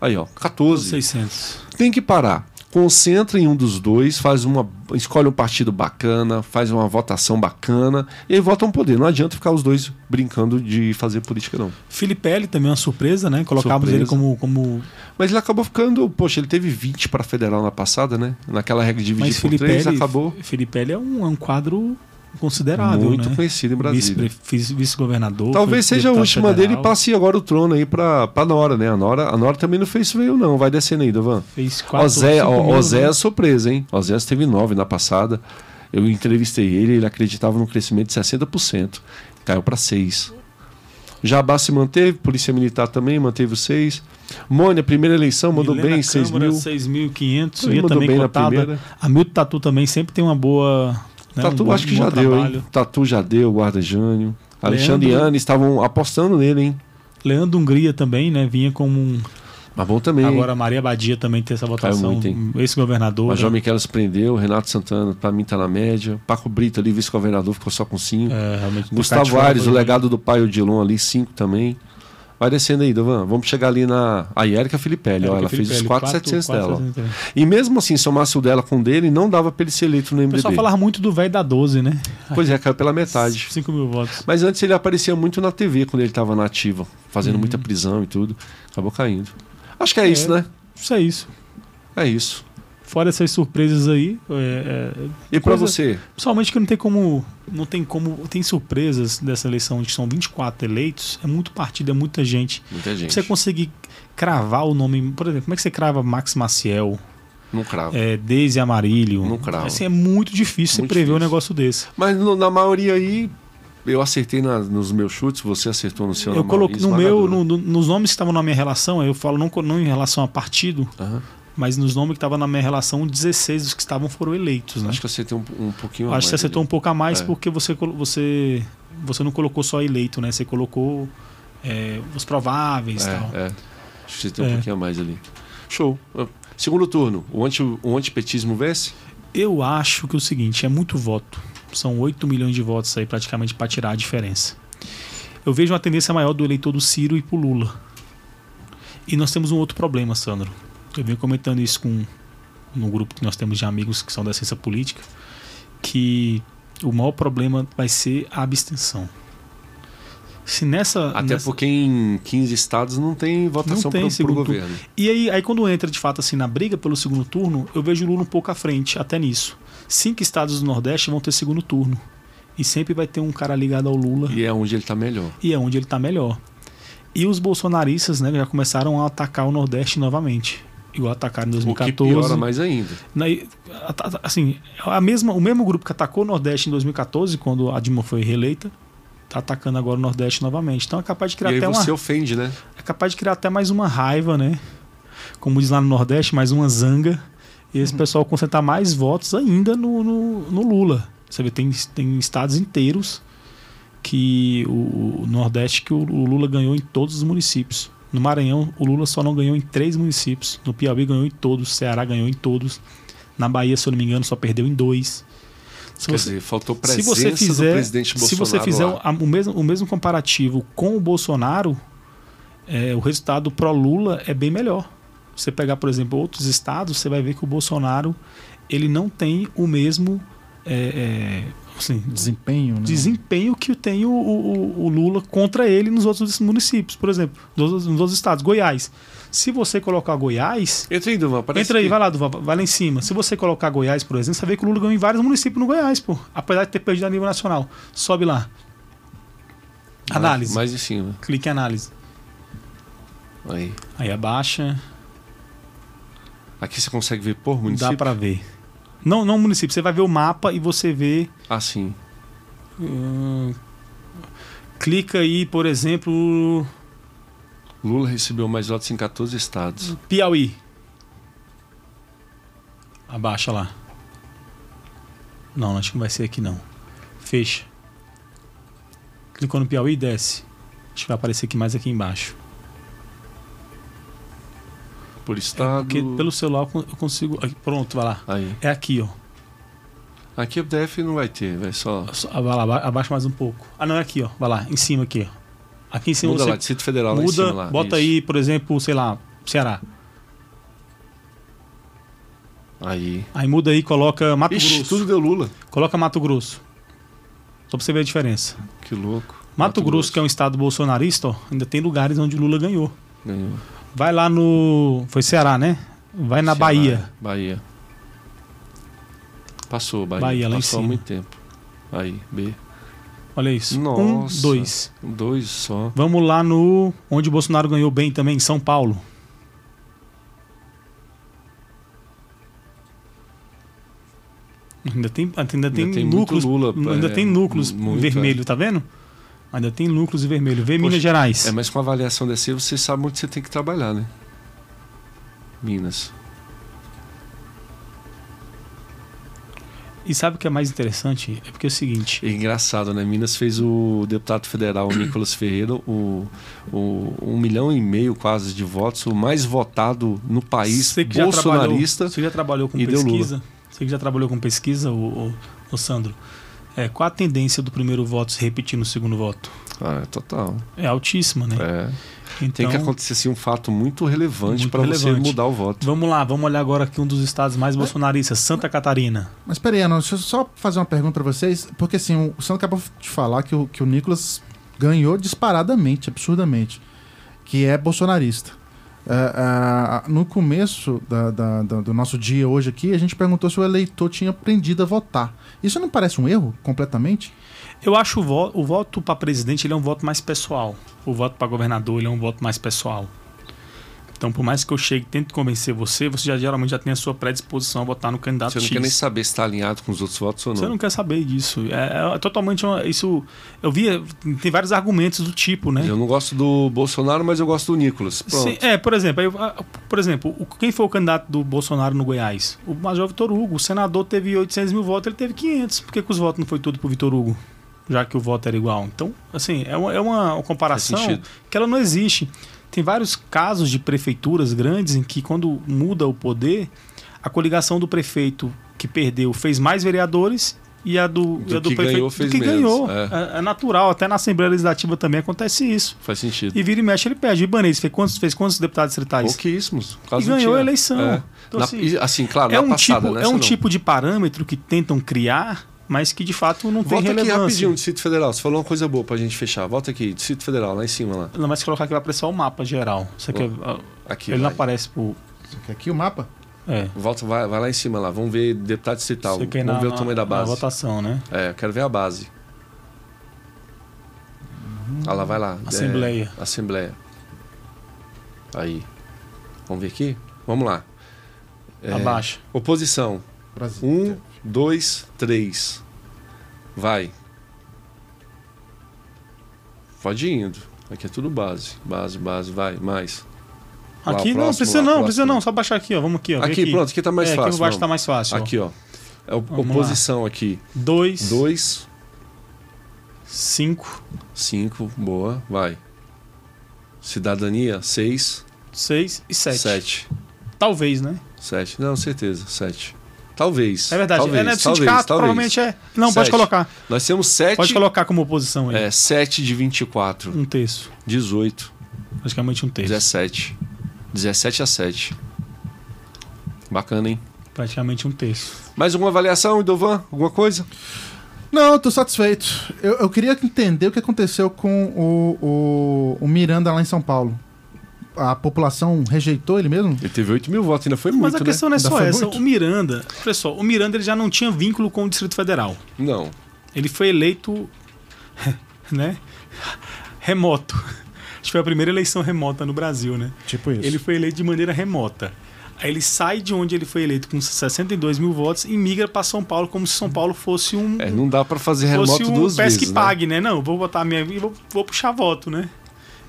Speaker 2: Aí, ó, 14
Speaker 3: 600.
Speaker 2: tem que parar. Concentra em um dos dois, faz uma, escolhe um partido bacana, faz uma votação bacana e aí vota um poder. Não adianta ficar os dois brincando de fazer política, não.
Speaker 3: Filipelli também é uma surpresa, né? Colocávamos
Speaker 2: Surpresa.
Speaker 3: ele como. como...
Speaker 2: Mas ele acabou ficando. Poxa, ele teve 20 para federal na passada, né? Naquela regra de dividir
Speaker 3: Mas
Speaker 2: por três,
Speaker 3: Filipelli.
Speaker 2: acabou
Speaker 3: Filipelli é um, é um quadro considerável.
Speaker 2: muito
Speaker 3: né?
Speaker 2: conhecido em Brasília.
Speaker 3: Vice-pre- Vice-governador.
Speaker 2: Talvez
Speaker 3: foi
Speaker 2: seja a
Speaker 3: deputado
Speaker 2: última dele e
Speaker 3: federal,
Speaker 2: passe agora o trono aí para a Nora, né? A Nora, a Nora também não fez isso, veio, não. Vai descendo aí, Dovan.
Speaker 3: Fez quatro,
Speaker 2: Ozé,
Speaker 3: cinco mil,
Speaker 2: o,
Speaker 3: né?
Speaker 2: Ozé é surpresa, hein? Ozé teve 9 na passada. Eu entrevistei ele, ele acreditava num crescimento de 60%. Caiu para 6. Jabá se manteve, Polícia Militar também manteve o 6. Mônia, primeira eleição, mandou
Speaker 3: Milena
Speaker 2: bem, 6
Speaker 3: Câmara,
Speaker 2: mil. Também
Speaker 3: 6.500. Ia
Speaker 2: mandou
Speaker 3: também
Speaker 2: bem na
Speaker 3: cotada.
Speaker 2: primeira.
Speaker 3: A Milton Tatu também sempre tem uma boa. né, um
Speaker 2: Tatu,
Speaker 3: bom-
Speaker 2: acho que
Speaker 3: bom
Speaker 2: já deu,
Speaker 3: trabalho.
Speaker 2: hein? Tatu já deu, Guarda Jânio. Alexandre e
Speaker 3: Leandro.
Speaker 2: Ana estavam apostando nele, hein?
Speaker 3: Leandro Hungria também, né? Vinha como um.
Speaker 2: Mas bom também. hein?
Speaker 3: Agora a Maria Badia também tem essa votação.
Speaker 2: muito, hein?
Speaker 3: Ex-governador.
Speaker 2: Major
Speaker 3: né?
Speaker 2: Miquelas prendeu, Renato Santana, pra mim tá na média. Paco Brito ali, vice-governador, ficou só com 5.
Speaker 3: É, realmente, do
Speaker 2: Gustavo
Speaker 3: Catiúva
Speaker 2: Aires, o
Speaker 3: foi-
Speaker 2: legado do pai, o Dilon ali, 5 também. Vai descendo aí, Dovan. Vamos chegar ali na. A Érica Filipelli, ó,
Speaker 3: Érica
Speaker 2: ela fez os
Speaker 3: Filipelli,
Speaker 2: 4,700
Speaker 3: quatro-
Speaker 2: dela. ó.
Speaker 3: 4.700.
Speaker 2: E mesmo assim, somasse o dela com o dele, não dava pra ele ser eleito no
Speaker 3: O
Speaker 2: MDB.
Speaker 3: pessoal falava muito do velho da 12, né?
Speaker 2: Pois é, caiu pela metade.
Speaker 3: 5 mil votos.
Speaker 2: Mas antes ele aparecia muito na TV quando ele estava na ativa, fazendo muita prisão e tudo. Acabou caindo. Acho que é,
Speaker 3: Uhum. É.
Speaker 2: isso, né?
Speaker 3: Isso é isso.
Speaker 2: É isso.
Speaker 3: Fora essas surpresas aí, é, é,
Speaker 2: E pra
Speaker 3: Coisa-
Speaker 2: você?
Speaker 3: Principalmente que não tem como. Não tem como. Tem surpresas dessa eleição de que são 24 eleitos. É muito partido, é muita gente.
Speaker 2: Muita
Speaker 3: Pra
Speaker 2: gente.
Speaker 3: você conseguir cravar o nome. Por exemplo, como é que você crava Max Maciel,
Speaker 2: Não cravo.
Speaker 3: é, Deise Amarílio?
Speaker 2: Não crava.
Speaker 3: Assim, é muito difícil
Speaker 2: Muito
Speaker 3: você prever um
Speaker 2: difícil.
Speaker 3: negócio desse.
Speaker 2: Mas no- na maioria aí, eu acertei na- nos meus chutes, você acertou no seu
Speaker 3: eu
Speaker 2: na
Speaker 3: coloquei no
Speaker 2: maioria,
Speaker 3: meu,
Speaker 2: esmagadora.
Speaker 3: no- no- nos nomes que estavam na minha relação, eu falo não, co- não em relação a partido,
Speaker 2: Aham.
Speaker 3: mas nos nomes que estavam na minha relação, 16 dos que estavam foram eleitos, né?
Speaker 2: Acho que eu acertei um, um pouquinho a
Speaker 3: Acho que você
Speaker 2: mais
Speaker 3: acertou um
Speaker 2: ali.
Speaker 3: pouco a mais
Speaker 2: É.
Speaker 3: porque você, colo- você, você não colocou só eleito, né? Você colocou é, os prováveis e tal.
Speaker 2: É, é. Acho que você tem um
Speaker 3: É.
Speaker 2: pouquinho a mais ali. Show. Segundo turno, o, anti, o antipetismo vence?
Speaker 3: Eu acho que é o seguinte, é muito voto. São 8 milhões de votos aí praticamente para tirar a diferença. Eu vejo uma tendência maior do eleitor do Ciro e pro Lula. E nós temos um outro problema, Sandro. Eu venho comentando isso com no grupo que nós temos de amigos que são da ciência política, que o maior problema vai ser a abstenção. Se nessa
Speaker 2: Até
Speaker 3: Ah, nessa-
Speaker 2: porque em 15 estados não tem votação
Speaker 3: tem
Speaker 2: para o
Speaker 3: segundo
Speaker 2: governo.
Speaker 3: E aí, aí quando entra de fato assim na briga pelo segundo turno, eu vejo o Lula um pouco à frente, até nisso. Cinco estados do Nordeste vão ter segundo turno. E sempre vai ter um cara ligado ao Lula
Speaker 2: E é onde ele está melhor.
Speaker 3: e é onde ele tá melhor. E os bolsonaristas, né, já começaram a atacar o Nordeste novamente. Igual atacaram em
Speaker 2: O que piora
Speaker 3: 2014.
Speaker 2: mais ainda.
Speaker 3: Na- né, a- a- assim, a mesma, o mesmo grupo que atacou o Nordeste em 2014, quando a Dilma foi reeleita, tá atacando agora o Nordeste novamente. Então é capaz de
Speaker 2: E
Speaker 3: criar
Speaker 2: aí
Speaker 3: até uma
Speaker 2: você ofende, né?
Speaker 3: é capaz de criar até mais uma raiva, né? Como diz lá no Nordeste, mais uma zanga. E esse pessoal concentrar mais votos ainda no, no, no Lula. Você vê, tem, tem estados inteiros que o, o Nordeste que o, o Lula ganhou em todos os municípios. No Maranhão, o Lula só não ganhou em três municípios. No Piauí ganhou em todos, Ceará ganhou em todos. Na Bahia, se eu não me engano, só perdeu em dois. Se
Speaker 2: Quer
Speaker 3: você-
Speaker 2: dizer, faltou
Speaker 3: se
Speaker 2: presença
Speaker 3: você fizer,
Speaker 2: do presidente
Speaker 3: se
Speaker 2: Bolsonaro
Speaker 3: você fizer
Speaker 2: lá.
Speaker 3: a- o, mesmo, o mesmo comparativo com o Bolsonaro, é, o resultado pro Lula é bem melhor. Você pegar, por exemplo, outros estados, você vai ver que o Bolsonaro ele não tem o mesmo é, é, assim,
Speaker 4: Desempenho, né?
Speaker 3: desempenho que tem o, o- o Lula contra ele nos outros municípios, por exemplo, nos, outros- nos outros estados. Goiás. Se você colocar Goiás,
Speaker 2: Entra aí, Duvan. Parece
Speaker 3: Entra aí,
Speaker 2: que...
Speaker 3: vai lá, Duval, vai lá em cima. Se você colocar Goiás, por exemplo, você vê que o Lula ganhou em vários municípios no Goiás, pô. Apesar de ter perdido a nível nacional. Sobe lá.
Speaker 2: Mais-
Speaker 3: Análise.
Speaker 2: Ah, Mais em cima.
Speaker 3: Clique em análise.
Speaker 2: Aí.
Speaker 3: Aí abaixa.
Speaker 2: Aqui você consegue ver por município?
Speaker 3: Dá pra ver. Não, não município. Você vai ver o mapa e você vê.
Speaker 2: Ah, sim.
Speaker 3: hum, clica aí, por exemplo,
Speaker 2: Lula recebeu mais votos em 14 estados.
Speaker 3: Piauí. Abaixa lá. Não, acho que não vai ser aqui não. Fecha. Clicou no Piauí e desce. Acho que vai aparecer aqui mais aqui embaixo.
Speaker 2: Por estado...
Speaker 3: É, Porque pelo celular eu con- eu consigo. aqui, pronto, vai lá.
Speaker 2: Aí.
Speaker 3: É aqui, ó.
Speaker 2: Aqui o DF não vai ter, vai só...
Speaker 3: Só- Vai lá, aba- abaixa mais um pouco. Ah, não, é aqui, ó. Vai lá, em cima aqui, ó. Aqui em cima
Speaker 2: muda
Speaker 3: você
Speaker 2: lá, Distrito Federal lá em
Speaker 3: muda,
Speaker 2: cima. Lá.
Speaker 3: bota
Speaker 2: Isso.
Speaker 3: aí, por exemplo, sei lá, Ceará.
Speaker 2: Aí.
Speaker 3: Aí muda aí, coloca Mato
Speaker 2: Ixi,
Speaker 3: Grosso.
Speaker 2: tudo deu Lula.
Speaker 3: Coloca Mato Grosso. Só pra você ver a diferença.
Speaker 2: Que louco.
Speaker 3: Mato, Grosso, que é um estado bolsonarista, ó, ainda tem lugares onde o Lula ganhou.
Speaker 2: Ganhou.
Speaker 3: Vai lá no. Foi Ceará, né? Vai na
Speaker 2: Ceará,
Speaker 3: Bahia.
Speaker 2: Bahia. Passou, Bahia.
Speaker 3: Bahia, lá em
Speaker 2: Passou há
Speaker 3: cima.
Speaker 2: muito tempo. Aí, B.
Speaker 3: Olha isso.
Speaker 2: Nossa.
Speaker 3: Um, dois.
Speaker 2: Dois só.
Speaker 3: Vamos lá no. Onde o Bolsonaro ganhou bem também, em São Paulo. Ainda tem, ainda tem,
Speaker 2: Ainda tem muito
Speaker 3: núcleos.
Speaker 2: Lula,
Speaker 3: ainda
Speaker 2: é,
Speaker 3: tem núcleos
Speaker 2: muito,
Speaker 3: vermelho, tá vendo? Ainda tem núcleos vermelho. Vê
Speaker 2: Poxa,
Speaker 3: Minas Gerais.
Speaker 2: É, mas com a avaliação dessa aí, você sabe onde você tem que trabalhar, né? Minas.
Speaker 3: E sabe o que é mais interessante? É porque é o seguinte.
Speaker 2: É engraçado, né? Minas fez o deputado federal Nicolas Ferreira o, o um milhão e meio quase de votos, o mais votado no país
Speaker 3: Você que já
Speaker 2: bolsonarista.
Speaker 3: trabalhou- Você já trabalhou com
Speaker 2: e deu
Speaker 3: pesquisa? Você que já trabalhou com pesquisa, ô, ô- ô Sandro? É, qual a tendência do primeiro voto se repetir no segundo voto?
Speaker 2: Ah, é total.
Speaker 3: É altíssima, né?
Speaker 2: É. Tem
Speaker 3: Então,
Speaker 2: que acontecer assim, um fato muito relevante
Speaker 3: Muito
Speaker 2: para você
Speaker 3: relevante.
Speaker 2: mudar o voto.
Speaker 3: Vamos lá, vamos olhar agora aqui um dos estados
Speaker 2: É.
Speaker 3: mais bolsonaristas, Santa Catarina.
Speaker 4: Mas peraí, Ana, deixa eu só fazer uma pergunta pra vocês, porque assim, o Sandro acabou de falar que o, que o Nicolas ganhou disparadamente, absurdamente, que é bolsonarista. Ah, ah, no começo da- da- da- do nosso dia hoje aqui, a gente perguntou se o eleitor tinha aprendido a votar. Isso não parece um erro completamente?
Speaker 3: Eu acho o, vo- o voto para presidente ele é um voto mais pessoal. O voto para governador ele é um voto mais pessoal. Então, por mais que eu chegue e tente convencer você, você já geralmente já tem a sua predisposição a votar no candidato
Speaker 2: Você não
Speaker 3: X.
Speaker 2: quer nem saber se está alinhado com os outros votos ou não.
Speaker 3: Você não quer saber disso. É, é totalmente uma- isso. Eu vi tem vários argumentos do tipo, né?
Speaker 2: Eu não gosto do Bolsonaro, mas eu gosto do Nicolas. Pronto.
Speaker 3: Sim, é, por exemplo, aí, ah, por exemplo, o- quem foi o candidato do Bolsonaro no Goiás? O Major Vitor Hugo. O senador teve 800 mil votos, ele teve 500. Por que, que os votos não foi tudo pro Vitor Hugo? Já que o voto era igual. Então, assim, é uma, é uma comparação
Speaker 2: Faz sentido.
Speaker 3: que ela não existe. Tem vários casos de prefeituras grandes em que, quando muda o poder, a coligação do prefeito que perdeu fez mais vereadores e a do,
Speaker 2: Do
Speaker 3: e a do
Speaker 2: que
Speaker 3: prefeito
Speaker 2: ganhou
Speaker 3: do
Speaker 2: fez
Speaker 3: que
Speaker 2: menos,
Speaker 3: ganhou.
Speaker 2: é.
Speaker 3: É- é natural, até na Assembleia Legislativa também acontece isso.
Speaker 2: Faz sentido.
Speaker 3: E vira e mexe, ele perde. O Ibanez fez quantos, fez quantos deputados distritais?
Speaker 2: Pouquíssimos.
Speaker 3: E
Speaker 2: quase não
Speaker 3: ganhou
Speaker 2: tinha.
Speaker 3: a eleição.
Speaker 2: É.
Speaker 3: Então,
Speaker 2: Na-
Speaker 3: assim,
Speaker 2: e, assim, claro,
Speaker 3: é
Speaker 2: na
Speaker 3: um,
Speaker 2: passada,
Speaker 3: tipo, é
Speaker 2: nessa
Speaker 3: um
Speaker 2: não.
Speaker 3: tipo de parâmetro que tentam criar, mas que de fato não tem
Speaker 2: Volta aqui
Speaker 3: relevância.
Speaker 2: rapidinho, Distrito Federal. Você falou uma coisa boa pra gente fechar. Volta aqui, Distrito Federal, lá em cima, lá.
Speaker 3: Não, mas se colocar aqui vai aparecer só o mapa geral. Só que ah,
Speaker 2: Aqui,
Speaker 3: ele não
Speaker 2: vai.
Speaker 3: aparece pro.
Speaker 4: Isso aqui, aqui o mapa?
Speaker 3: É.
Speaker 2: Volta, vai, vai lá em cima, lá. Vamos ver deputado distrital.
Speaker 3: Você quer
Speaker 2: Tá, Vamos
Speaker 3: na-
Speaker 2: ver o tamanho da
Speaker 3: na
Speaker 2: base.
Speaker 3: votação, né?
Speaker 2: É, eu quero ver a base. Ah lá, vai lá.
Speaker 3: Uhum. Assembleia.
Speaker 2: É, Assembleia. Aí. Vamos ver aqui? Vamos lá. É,
Speaker 3: Abaixa.
Speaker 2: Oposição.
Speaker 4: Brasil.
Speaker 2: Um, dois, três. Vai. Pode ir indo. Aqui é tudo base. Base, base, vai. Mais. Lá,
Speaker 3: Aqui não,
Speaker 2: próximo,
Speaker 3: precisa
Speaker 2: lá,
Speaker 3: não,
Speaker 2: próximo.
Speaker 3: precisa não. Só baixar aqui, ó. Vamos aqui, ó. vem
Speaker 2: Aqui, pronto, aqui tá mais
Speaker 3: é,
Speaker 2: fácil.
Speaker 3: Aqui embaixo
Speaker 2: vamos.
Speaker 3: tá mais fácil.
Speaker 2: Aqui, ó. É o-
Speaker 3: Vamos
Speaker 2: oposição aqui.
Speaker 3: 2,
Speaker 2: Dois,
Speaker 3: 5,
Speaker 2: cinco. Boa. Vai. Cidadania, seis,
Speaker 3: 6 e 7.
Speaker 2: sete.
Speaker 3: Talvez, né?
Speaker 2: Sete. Não, certeza. Sete. Talvez.
Speaker 3: É verdade.
Speaker 2: Talvez,
Speaker 3: é, né? Do
Speaker 2: talvez,
Speaker 3: sindicato,
Speaker 2: talvez.
Speaker 3: provavelmente é. Não,
Speaker 2: Sete.
Speaker 3: pode colocar.
Speaker 2: Nós temos sete.
Speaker 3: Pode colocar como oposição aí.
Speaker 2: É, sete de 24.
Speaker 3: Um terço.
Speaker 2: 18.
Speaker 3: Praticamente um terço.
Speaker 2: 17. 17 a 7. Bacana, hein?
Speaker 3: Praticamente um terço.
Speaker 2: Mais alguma avaliação, Idovan? Alguma coisa?
Speaker 4: Não, eu tô satisfeito. Eu, eu queria entender o que aconteceu com o, o, o Miranda lá em São Paulo. A população rejeitou ele mesmo?
Speaker 2: Ele teve 8 mil votos, ainda foi muito,
Speaker 3: Mas a questão não é
Speaker 4: Ainda
Speaker 3: só
Speaker 4: foi
Speaker 3: essa.
Speaker 4: muito?
Speaker 3: O Miranda, olha só, o Miranda ele já não tinha vínculo com o Distrito Federal.
Speaker 2: né? Não.
Speaker 3: Ele foi eleito, né? Remoto. Acho que foi a primeira eleição remota no Brasil, né?
Speaker 4: Tipo isso.
Speaker 3: Ele foi eleito de maneira remota. Aí ele sai de onde ele foi eleito com 62 mil votos e migra para São Paulo como se São Paulo fosse um,
Speaker 2: É, não dá pra fazer
Speaker 3: fosse
Speaker 2: remoto
Speaker 3: um
Speaker 2: duas
Speaker 3: PES
Speaker 2: vezes,
Speaker 3: que
Speaker 2: né?
Speaker 3: pague, né? Não, vou botar a minha e vou, vou puxar voto, né?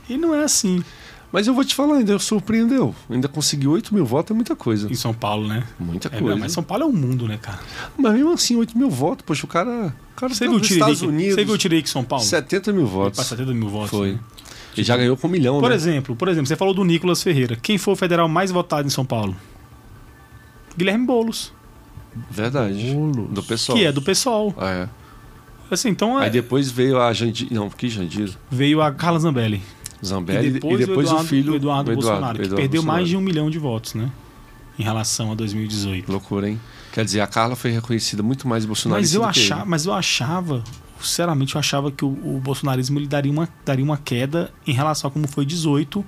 Speaker 3: E não é assim
Speaker 2: Mas eu vou te falar, ainda surpreendeu. Ainda conseguiu 8 mil votos, é muita coisa.
Speaker 3: em São Paulo, né?
Speaker 2: Muita
Speaker 3: É,
Speaker 2: coisa.
Speaker 3: mas
Speaker 2: mas,
Speaker 3: São Paulo é o mundo, né, cara?
Speaker 2: mesmo assim, 8 mil votos, poxa, o cara... O cara
Speaker 3: Você
Speaker 2: tá
Speaker 3: viu o
Speaker 2: nos Estados
Speaker 3: Tiririca? Você viu o
Speaker 2: Unidos,
Speaker 3: Tiririca em São Paulo?
Speaker 2: 70 mil votos.
Speaker 3: Pra 70 mil votos.
Speaker 2: Foi.
Speaker 3: né?
Speaker 2: E já ganhou com um milhão,
Speaker 3: Por
Speaker 2: né?
Speaker 3: exemplo, por exemplo, você falou do Nicolas Ferreira. Quem foi o federal mais votado em São Paulo? Guilherme Boulos,
Speaker 2: Verdade. Do pessoal.
Speaker 3: que é do PSOL.
Speaker 2: Ah, é.
Speaker 3: Assim, então é-
Speaker 2: Aí depois veio a Jandir... Não, que Jandir?
Speaker 3: veio a Carla Zambelli.
Speaker 2: Zambelli. E depois,
Speaker 3: o Eduardo,
Speaker 2: o filho...
Speaker 3: o Eduardo,
Speaker 2: o
Speaker 3: Bolsonaro, que
Speaker 2: Eduardo
Speaker 3: perdeu mais
Speaker 2: Bolsonaro.
Speaker 3: de um milhão de votos, né? Em relação a 2018.
Speaker 2: Loucura, hein? Quer dizer, a Carla foi reconhecida muito mais bolsonarista
Speaker 3: Mas eu,
Speaker 2: do que
Speaker 3: achava, mas eu achava, sinceramente, eu achava que o, o bolsonarismo ele daria, uma, daria uma queda em relação a como foi 18,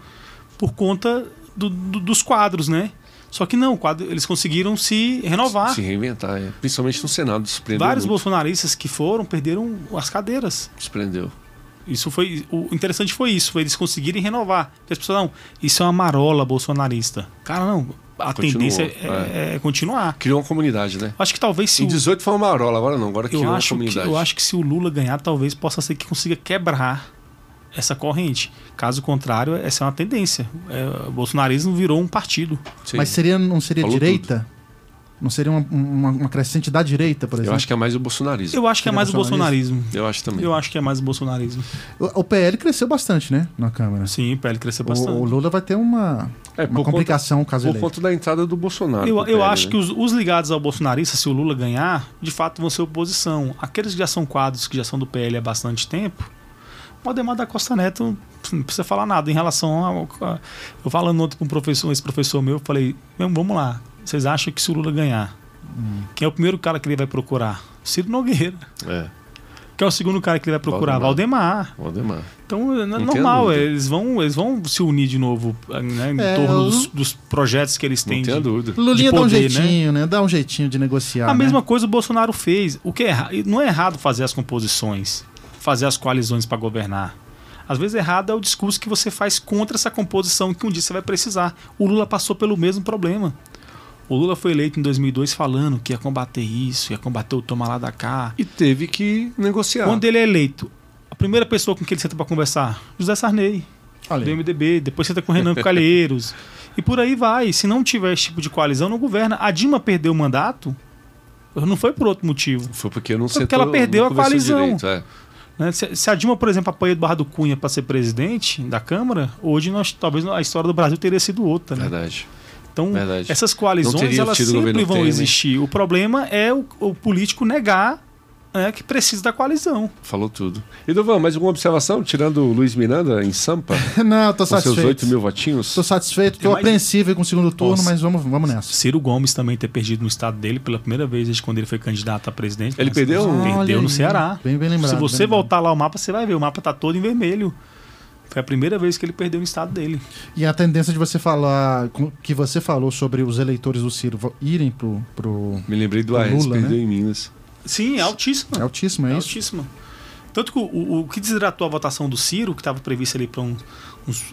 Speaker 3: por conta do- do- dos quadros, né? Só que não, o quadro- eles conseguiram se
Speaker 2: ele.
Speaker 3: renovar.
Speaker 2: Se reinventar, é. principalmente no Senado, surpreendeu.
Speaker 3: Vários
Speaker 2: muito.
Speaker 3: bolsonaristas que foram perderam as cadeiras.
Speaker 2: Surpreendeu.
Speaker 3: Isso foi o interessante foi isso, foi eles conseguirem renovar. Porque As pessoas não, isso é uma marola bolsonarista. Cara, não, a
Speaker 2: Continuou,
Speaker 3: tendência é, é continuar.
Speaker 2: Criou uma comunidade, né?
Speaker 3: Acho que talvez se
Speaker 2: Em
Speaker 3: o-
Speaker 2: 18 foi uma marola, agora não, agora criou
Speaker 3: eu
Speaker 2: uma
Speaker 3: acho, que,
Speaker 2: comunidade.
Speaker 3: eu acho que se o Lula ganhar, talvez possa ser que consiga quebrar essa corrente. Caso contrário, essa é uma tendência. É, o bolsonarismo virou um partido.
Speaker 2: Sim.
Speaker 4: Mas seria, não seria
Speaker 2: Falou
Speaker 4: direita? Não seria uma, uma, uma crescente da direita, por exemplo?
Speaker 2: Eu acho que é mais o bolsonarismo.
Speaker 3: Eu acho que é
Speaker 4: Seria
Speaker 3: mais o bolsonarismo.
Speaker 2: Eu, acho também.
Speaker 3: Eu acho que é mais o bolsonarismo.
Speaker 4: O, o PL cresceu bastante, né? Na Câmara.
Speaker 3: Sim, o PL cresceu
Speaker 4: O,
Speaker 3: bastante.
Speaker 4: o Lula vai ter uma,
Speaker 2: é,
Speaker 4: uma complicação caso
Speaker 2: Conta, por
Speaker 4: eleito.
Speaker 2: conta da entrada do Bolsonaro.
Speaker 3: Eu,
Speaker 2: pro
Speaker 3: eu
Speaker 2: PL,
Speaker 3: acho
Speaker 2: né?
Speaker 3: que os, os ligados ao bolsonarista, se o Lula ganhar, de fato vão ser oposição. Aqueles que já são quadros, que já são do PL há bastante tempo, o Ademar da Costa Neto não precisa falar nada em relação ao. a- eu falando ontem para um professor, esse professor meu, eu falei: "Meu, vamos lá, vocês acham que se o Lula ganhar,
Speaker 2: Hum.
Speaker 3: quem é o primeiro cara que ele vai procurar? Ciro Nogueira.
Speaker 2: É,
Speaker 3: Quem é o segundo cara que ele vai procurar? Valdemar.
Speaker 2: Valdemar.
Speaker 3: Então é
Speaker 2: tem
Speaker 3: normal,
Speaker 2: dúvida.
Speaker 3: eles vão, eles vão se unir de novo né, em
Speaker 4: É,
Speaker 3: torno
Speaker 4: eu-
Speaker 3: dos, dos projetos que eles têm
Speaker 2: Não
Speaker 3: de,
Speaker 2: tenha dúvida.
Speaker 4: Lulinha
Speaker 3: de
Speaker 4: dá um
Speaker 3: poder, né?
Speaker 4: jeitinho, né? Dá um jeitinho de negociar.
Speaker 3: A
Speaker 4: né?
Speaker 3: mesma coisa o Bolsonaro fez. O que é erra- não é errado fazer as composições, fazer as coalizões para governar. Às vezes errado é o discurso que você faz contra essa composição que um dia você vai precisar. O Lula passou pelo mesmo problema. O Lula foi eleito em 2002 falando que ia combater isso, ia combater o toma lá da cá.
Speaker 2: E teve que negociar.
Speaker 3: Quando ele é eleito, a primeira pessoa com quem ele senta para conversar, José Sarney
Speaker 4: Olha
Speaker 3: do
Speaker 4: aí.
Speaker 3: MDB, depois você tá com o Renan Calheiros. e por aí vai. Se não tiver esse tipo de coalizão, não governa. A Dilma perdeu o mandato, não foi por outro motivo.
Speaker 2: Foi porque não sentou,
Speaker 3: Foi porque ela perdeu
Speaker 2: não
Speaker 3: a
Speaker 2: conversou
Speaker 3: coalizão.
Speaker 2: direito, é.
Speaker 3: né? Se, se a Dilma, por exemplo, apoia Eduardo Cunha para ser presidente da Câmara, hoje nós, talvez a história do Brasil teria sido outra. Né?
Speaker 2: Verdade.
Speaker 3: Então,
Speaker 2: verdade.
Speaker 3: essas
Speaker 2: Não
Speaker 3: coalizões
Speaker 2: teria
Speaker 3: elas
Speaker 2: tido o governo
Speaker 3: sempre vão
Speaker 2: Temer.
Speaker 3: existir. O problema é o, o político negar né, que precisa da coalizão.
Speaker 2: Falou tudo. E Dovan, mais alguma observação? Tirando o Luiz Miranda em Sampa,
Speaker 4: Não, tô
Speaker 2: com seus
Speaker 4: satisfeito.
Speaker 2: 8 mil votinhos?
Speaker 4: Tô satisfeito, tô
Speaker 3: Mas-
Speaker 4: apreensível com o segundo turno,
Speaker 3: Nossa.
Speaker 4: mas vamos, vamos nessa.
Speaker 3: Ciro Gomes também ter perdido no estado dele pela primeira vez desde quando ele foi candidato a presidente.
Speaker 2: Ele
Speaker 3: Mas-
Speaker 2: perdeu?
Speaker 4: Olha
Speaker 3: Perdeu
Speaker 4: aí.
Speaker 3: no Ceará.
Speaker 4: Bem, bem lembrado.
Speaker 3: Se você
Speaker 4: bem lembrado.
Speaker 3: voltar lá o mapa, você vai ver. O mapa tá todo em vermelho. Foi a primeira vez que ele perdeu no estado dele.
Speaker 4: E a tendência de você falar, com- que você falou sobre os eleitores do Ciro vo- irem pro. pro...
Speaker 2: Me lembrei do
Speaker 4: O
Speaker 2: Aéreos,
Speaker 4: Lula,
Speaker 2: perdeu
Speaker 4: né?
Speaker 2: em Minas.
Speaker 3: Sim, é altíssimo.
Speaker 4: É altíssimo, é,
Speaker 3: É
Speaker 4: isso?
Speaker 3: altíssimo. Tanto que o, o- o que desidratou a votação do Ciro, que estava previsto ali para uns,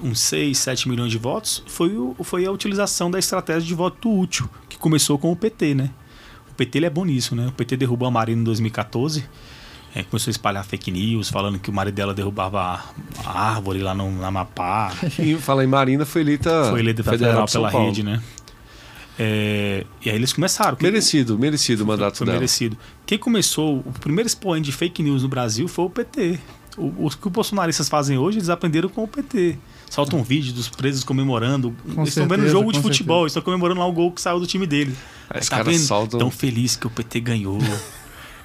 Speaker 3: uns 6, 7 milhões de votos, foi, o- foi a utilização da estratégia de voto útil, que começou com o PT, né? O PT ele é bom nisso, né? O PT derrubou a Marina em 2014, é, começou a espalhar fake news, falando que o marido dela derrubava a- a árvore lá no, na Amapá.
Speaker 2: E fala em Marina, foi eleita
Speaker 3: Foi eleito
Speaker 2: Ah, federal
Speaker 3: federal
Speaker 2: de São
Speaker 3: pela
Speaker 2: Paulo.
Speaker 3: rede, né? É, e aí eles começaram. Quem-
Speaker 2: Merecido, merecido o mandato
Speaker 3: Foi
Speaker 2: dela.
Speaker 3: merecido. Quem começou, o primeiro expoente de fake news no Brasil foi o PT. O, os que os bolsonaristas fazem hoje, eles aprenderam com o PT.
Speaker 2: É.
Speaker 3: Soltam vídeo dos presos comemorando. eles estão vendo
Speaker 4: certeza,
Speaker 3: jogo de
Speaker 4: com
Speaker 3: futebol, eles estão comemorando lá o gol que saiu do time dele.
Speaker 2: Aí os
Speaker 3: tá
Speaker 2: caras
Speaker 3: vendo?
Speaker 2: soltam-
Speaker 3: Tão feliz que o PT ganhou.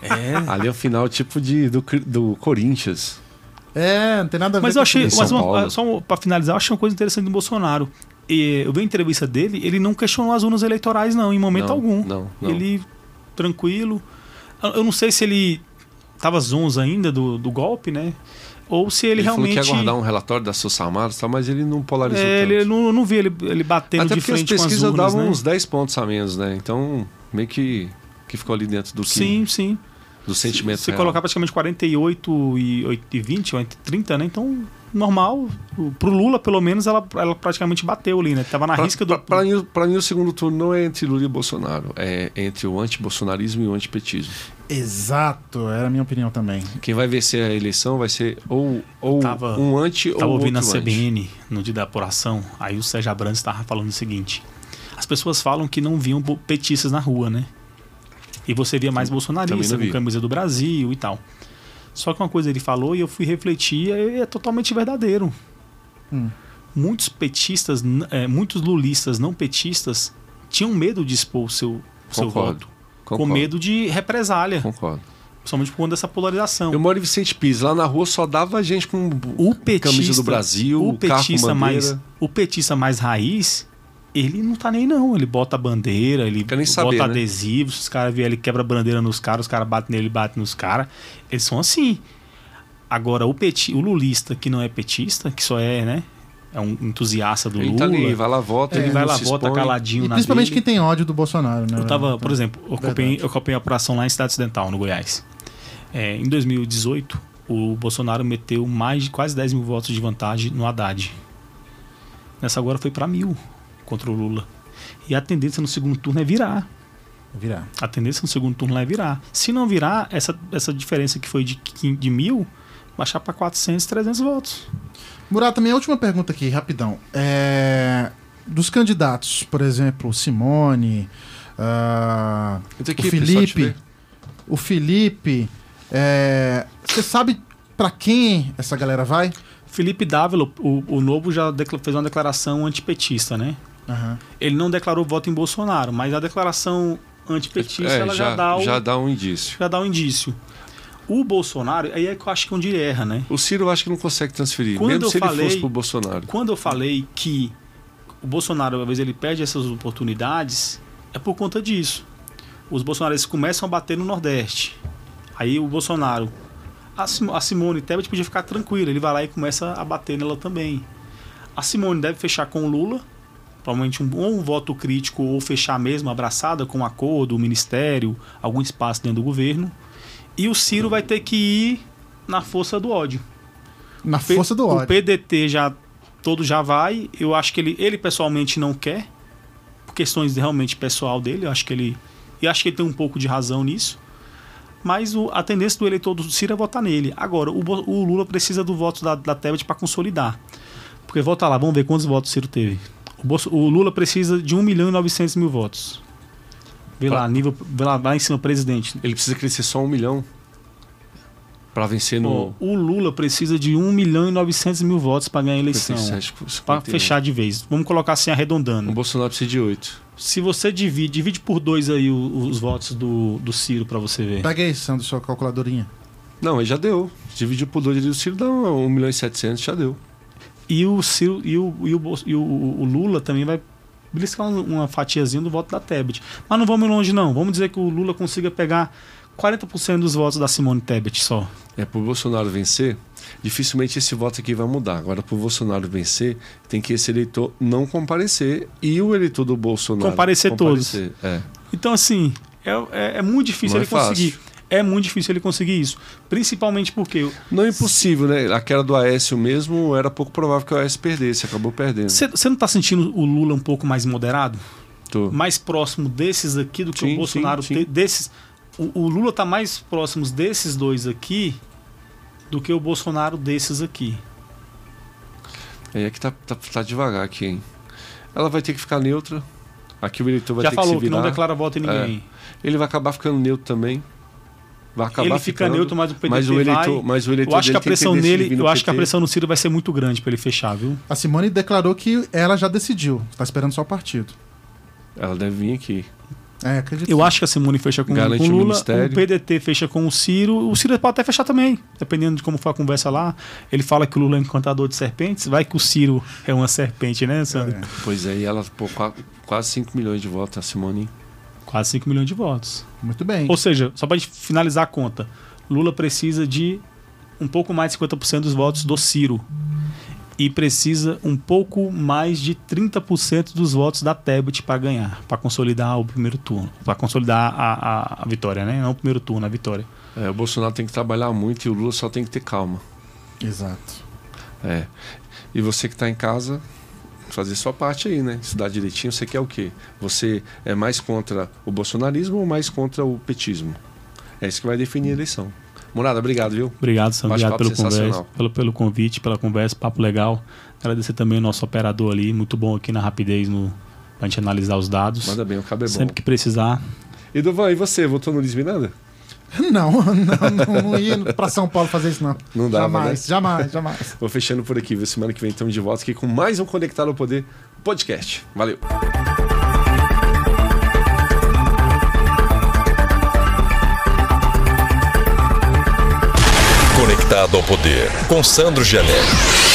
Speaker 3: é.
Speaker 2: Ali é o final tipo de, do, Cri- do Corinthians.
Speaker 4: É, não tem nada a ver
Speaker 3: Mas
Speaker 4: com
Speaker 3: eu achei,
Speaker 4: isso.
Speaker 3: mas
Speaker 2: São
Speaker 3: uma-
Speaker 2: Paulo.
Speaker 3: só para finalizar, eu achei uma coisa interessante do Bolsonaro. E eu vi a entrevista dele, ele não questionou as urnas eleitorais, não, em momento
Speaker 2: Não,
Speaker 3: algum.
Speaker 2: não, não.
Speaker 3: Ele, tranquilo. Eu- Eu não sei se ele tava zonzo ainda do, do golpe, né? Ou se ele,
Speaker 2: Ele, falou
Speaker 3: realmente.
Speaker 2: que ia guardar um relatório das Forças Armadas, e tal, tá, mas ele não polarizou
Speaker 3: é,
Speaker 2: tanto.
Speaker 3: ele eu não, eu não vi ele, ele batendo
Speaker 2: Até
Speaker 3: de
Speaker 2: porque as
Speaker 3: frente com as
Speaker 2: pesquisas
Speaker 3: urnas,
Speaker 2: davam
Speaker 3: né?
Speaker 2: uns 10 pontos a menos, né? Então, meio que, que ficou ali dentro do, que,
Speaker 3: Sim, sim.
Speaker 2: do sentimento
Speaker 3: Se você
Speaker 2: real.
Speaker 3: colocar praticamente 48 e, oito- e 20, ou entre 30, né? Então, normal. O- Pro Lula, pelo menos, ela, ela praticamente bateu ali, né? Tava na risca do.
Speaker 2: Para mim, pra mim, o segundo turno não é entre Lula e Bolsonaro, é entre o antibolsonarismo e o antipetismo.
Speaker 4: Exato, era a minha opinião também.
Speaker 2: Quem vai vencer a eleição vai ser ou, ou
Speaker 3: Tava-
Speaker 2: um anti
Speaker 3: Estava
Speaker 2: ou outro
Speaker 3: ouvindo na
Speaker 2: anti.
Speaker 3: CBN no dia da apuração, aí o Sérgio Abrantes estava falando o seguinte: as pessoas falam que não viam bo- petistas na rua, né? E você via mais
Speaker 2: também não
Speaker 3: bolsonarista
Speaker 2: vi.
Speaker 3: com camisa do Brasil e tal. Só que uma coisa ele falou e eu fui refletir e é totalmente verdadeiro.
Speaker 4: Hum.
Speaker 3: Muitos petistas, n- é, muitos lulistas não petistas tinham medo de expor o seu, seu
Speaker 2: Concordo,
Speaker 3: voto. Com
Speaker 2: Concordo,
Speaker 3: medo de represália,
Speaker 2: Concordo.
Speaker 3: principalmente por conta dessa polarização.
Speaker 2: Eu moro em Vicente Pires, lá na rua só dava gente com
Speaker 3: o petista,
Speaker 2: camisa do Brasil,
Speaker 3: o petista
Speaker 2: carro com
Speaker 3: mais
Speaker 2: bandeira.
Speaker 3: o petista mais raiz ele não tá nem não ele bota a bandeira ele
Speaker 2: Quer nem
Speaker 3: bota
Speaker 2: saber, né?
Speaker 3: adesivo se os caras vierem ele quebra a bandeira nos caras os caras batem nele batem nos caras eles são assim agora o peti, o lulista que não é petista que só é né é um entusiasta do
Speaker 2: Ele
Speaker 3: Lula
Speaker 2: tá ali, vai lá, vota,
Speaker 3: ele
Speaker 2: ele
Speaker 3: vai
Speaker 2: não
Speaker 3: lá
Speaker 2: se
Speaker 3: vota
Speaker 2: expõe.
Speaker 3: caladinho
Speaker 4: E
Speaker 3: na
Speaker 4: principalmente
Speaker 3: dele.
Speaker 4: quem tem ódio do Bolsonaro, né?
Speaker 3: Eu tava,
Speaker 4: Então,
Speaker 3: por exemplo, eu acompanhei, eu acompanhei a apuração lá em Cidade Ocidental, no Goiás. É, em 2018, o Bolsonaro meteu mais de quase 10 mil votos de vantagem no Haddad. Nessa agora foi para mil contra o Lula. E a tendência no segundo turno é virar.
Speaker 4: Virar.
Speaker 3: A tendência no segundo turno lá é virar. Se não virar, essa, essa diferença que foi de, quin- de mil, baixar para 400, 300 votos.
Speaker 4: Murata, minha última pergunta aqui, rapidão. É, Dos candidatos, por exemplo, Simone, ah,
Speaker 2: Entra
Speaker 4: o
Speaker 2: aqui, Então, pessoal, te
Speaker 4: Felipe.
Speaker 2: vê.
Speaker 4: O Felipe. é, Você sabe pra quem essa galera vai?
Speaker 3: Felipe Dávila, o, o Novo, já decla- fez uma declaração antipetista, né?
Speaker 4: Aham.
Speaker 3: Ele não declarou voto em Bolsonaro, mas a declaração antipetista
Speaker 2: É,
Speaker 3: ela já,
Speaker 2: já,
Speaker 3: dá o,
Speaker 2: já dá um indício.
Speaker 3: já dá um indício. O Bolsonaro, aí é que eu acho que onde ele erra, né?
Speaker 2: O Ciro eu acho que não consegue transferir,
Speaker 3: Quando
Speaker 2: mesmo
Speaker 3: eu
Speaker 2: se ele
Speaker 3: falei-
Speaker 2: fosse pro Bolsonaro.
Speaker 3: Quando eu falei que o Bolsonaro, às vezes, ele perde essas oportunidades, é por conta disso. Os bolsonaristas começam a bater no Nordeste. Aí o Bolsonaro. A Sim- a Simone Tebet podia ficar tranquila, ele vai lá e começa a bater nela também. A Simone deve fechar com o Lula, provavelmente um, ou um voto crítico, ou fechar mesmo, abraçada com um acordo, o ministério, algum espaço dentro do governo. E o Ciro vai ter que ir na força do ódio.
Speaker 4: Na
Speaker 3: P-
Speaker 4: força do
Speaker 3: O
Speaker 4: ódio.
Speaker 3: PDT já todo já vai. Eu acho que ele, ele pessoalmente não quer, por questões realmente pessoal dele. Eu acho que ele, eu acho que ele tem um pouco de razão nisso. Mas o- a tendência do eleitor do Ciro é votar nele. Agora, o, Bo- o Lula precisa do voto da, da Tebet para consolidar. Porque volta lá, vamos ver quantos votos o Ciro teve. O, Bolso- o Lula precisa de 1 milhão e 900 mil votos. Vê lá, nível, vê lá, lá em cima, presidente.
Speaker 2: Ele precisa crescer só um milhão pra vencer
Speaker 3: Pô,
Speaker 2: no
Speaker 3: o Lula precisa de 1 milhão e 900 mil votos para ganhar a eleição.
Speaker 2: 57,
Speaker 3: Pra
Speaker 2: 51.
Speaker 3: fechar de vez. Vamos colocar assim,
Speaker 2: O
Speaker 3: arredondando.
Speaker 2: Bolsonaro precisa de oito.
Speaker 3: Se você divide, divide por dois aí o- os, votos do, do Ciro pra você ver.
Speaker 4: Pega aí, Sandro, sua calculadorinha.
Speaker 2: Não, ele já deu. Dividiu por dois ali, o Ciro dá um um milhão e setecentos, já deu.
Speaker 3: E o Ciro e o, e o, Bolso- e o- o Lula também vai beliscar um- uma fatiazinha do voto da Tebet. Mas não vamos longe, não. Vamos dizer que o Lula consiga pegar 40% dos votos da Simone Tebet só.
Speaker 2: É, pro Bolsonaro vencer, dificilmente esse voto aqui vai mudar. Agora, pro Bolsonaro vencer, tem que esse eleitor não comparecer e o eleitor do Bolsonaro.
Speaker 3: Comparecer
Speaker 2: todos. É.
Speaker 3: Então, assim, é, é- é muito difícil
Speaker 2: Não
Speaker 3: ele
Speaker 2: é fácil.
Speaker 3: conseguir. É muito difícil ele conseguir isso. Principalmente porque
Speaker 2: Não é impossível, né? Aquela do Aécio mesmo, era pouco provável que o Aécio perdesse, acabou perdendo.
Speaker 3: você não tá sentindo o Lula um pouco mais moderado?
Speaker 2: Tô.
Speaker 3: mais próximo desses aqui do que
Speaker 2: Sim,
Speaker 3: o Bolsonaro
Speaker 2: sim,
Speaker 3: te-
Speaker 2: sim.
Speaker 3: desses o, o Lula tá mais próximo desses dois aqui do que o Bolsonaro desses aqui.
Speaker 2: Aí é que tá, tá, tá devagar aqui, hein? Ela vai ter que ficar neutra. Aqui o eleitor vai
Speaker 3: Já
Speaker 2: ter
Speaker 3: falou
Speaker 2: que se
Speaker 3: que, não
Speaker 2: virar. é,
Speaker 3: declara voto em ninguém.
Speaker 2: Ele vai acabar ficando neutro também. Vai acabar
Speaker 3: ele fica
Speaker 2: ficando,
Speaker 3: neutro, mas o PDT
Speaker 2: mas o eleitor,
Speaker 3: vai.
Speaker 2: mas o eleitor
Speaker 3: Eu acho que
Speaker 2: dele
Speaker 3: a
Speaker 2: tem
Speaker 3: pressão
Speaker 2: tendência de vir
Speaker 3: nele,
Speaker 2: no
Speaker 3: eu acho que a
Speaker 2: PT.
Speaker 3: pressão no Ciro vai ser muito grande pra ele fechar, viu?
Speaker 4: A Simone declarou que ela já decidiu. Tá esperando só o partido.
Speaker 2: Ela deve vir aqui.
Speaker 4: É, acredito.
Speaker 3: Eu acho que a Simone fecha com,
Speaker 2: Garante
Speaker 3: com
Speaker 2: o
Speaker 3: o Lula, o,
Speaker 2: ministério.
Speaker 3: PDT fecha com o Ciro, o Ciro pode até fechar também, dependendo de como for a conversa lá. Ele fala que o Lula é encantador de serpentes, vai que o Ciro é uma serpente, né, Sandro?
Speaker 4: É.
Speaker 2: Pois é, e ela, pô, qua- quase 5 milhões de votos, a Simone.
Speaker 3: Quase 5 milhões de votos.
Speaker 4: Muito bem.
Speaker 3: Ou seja, só para finalizar a conta, Lula precisa de um pouco mais de 50% dos votos do Ciro. E precisa um pouco mais de 30% dos votos da Tebet para ganhar, para consolidar o primeiro turno, para consolidar a, a- a vitória, né? Não o primeiro turno, a vitória.
Speaker 2: É, o Bolsonaro tem que trabalhar muito e o Lula só tem que ter calma.
Speaker 4: Exato.
Speaker 2: É. E você que tá em casa, fazer sua parte aí, né? Estudar direitinho, você quer o quê? Você é mais contra o bolsonarismo ou mais contra o petismo? É isso que vai definir a eleição. Morada, obrigado, viu?
Speaker 3: Obrigado, Sandro,
Speaker 2: Bate-papo
Speaker 3: obrigado pelo, conversa,
Speaker 2: sensacional.
Speaker 3: pelo, pelo convite, pela conversa, papo legal. Agradecer também o nosso operador ali, muito bom aqui na rapidez, no, pra gente analisar os dados.
Speaker 2: Manda bem, o cabo é bom.
Speaker 3: Sempre que precisar,
Speaker 2: E Dovan, e você? Voltou no Luiz Miranda?
Speaker 4: Não, não, não, não ia pra São Paulo fazer isso, não.
Speaker 2: Não dava,
Speaker 4: jamais,
Speaker 2: né?
Speaker 4: jamais, jamais.
Speaker 2: Vou fechando por aqui, viu? Semana que vem estamos de volta aqui com mais um Conectado ao Poder podcast. Valeu!
Speaker 1: Conectado ao Poder, com Sandro Gelé.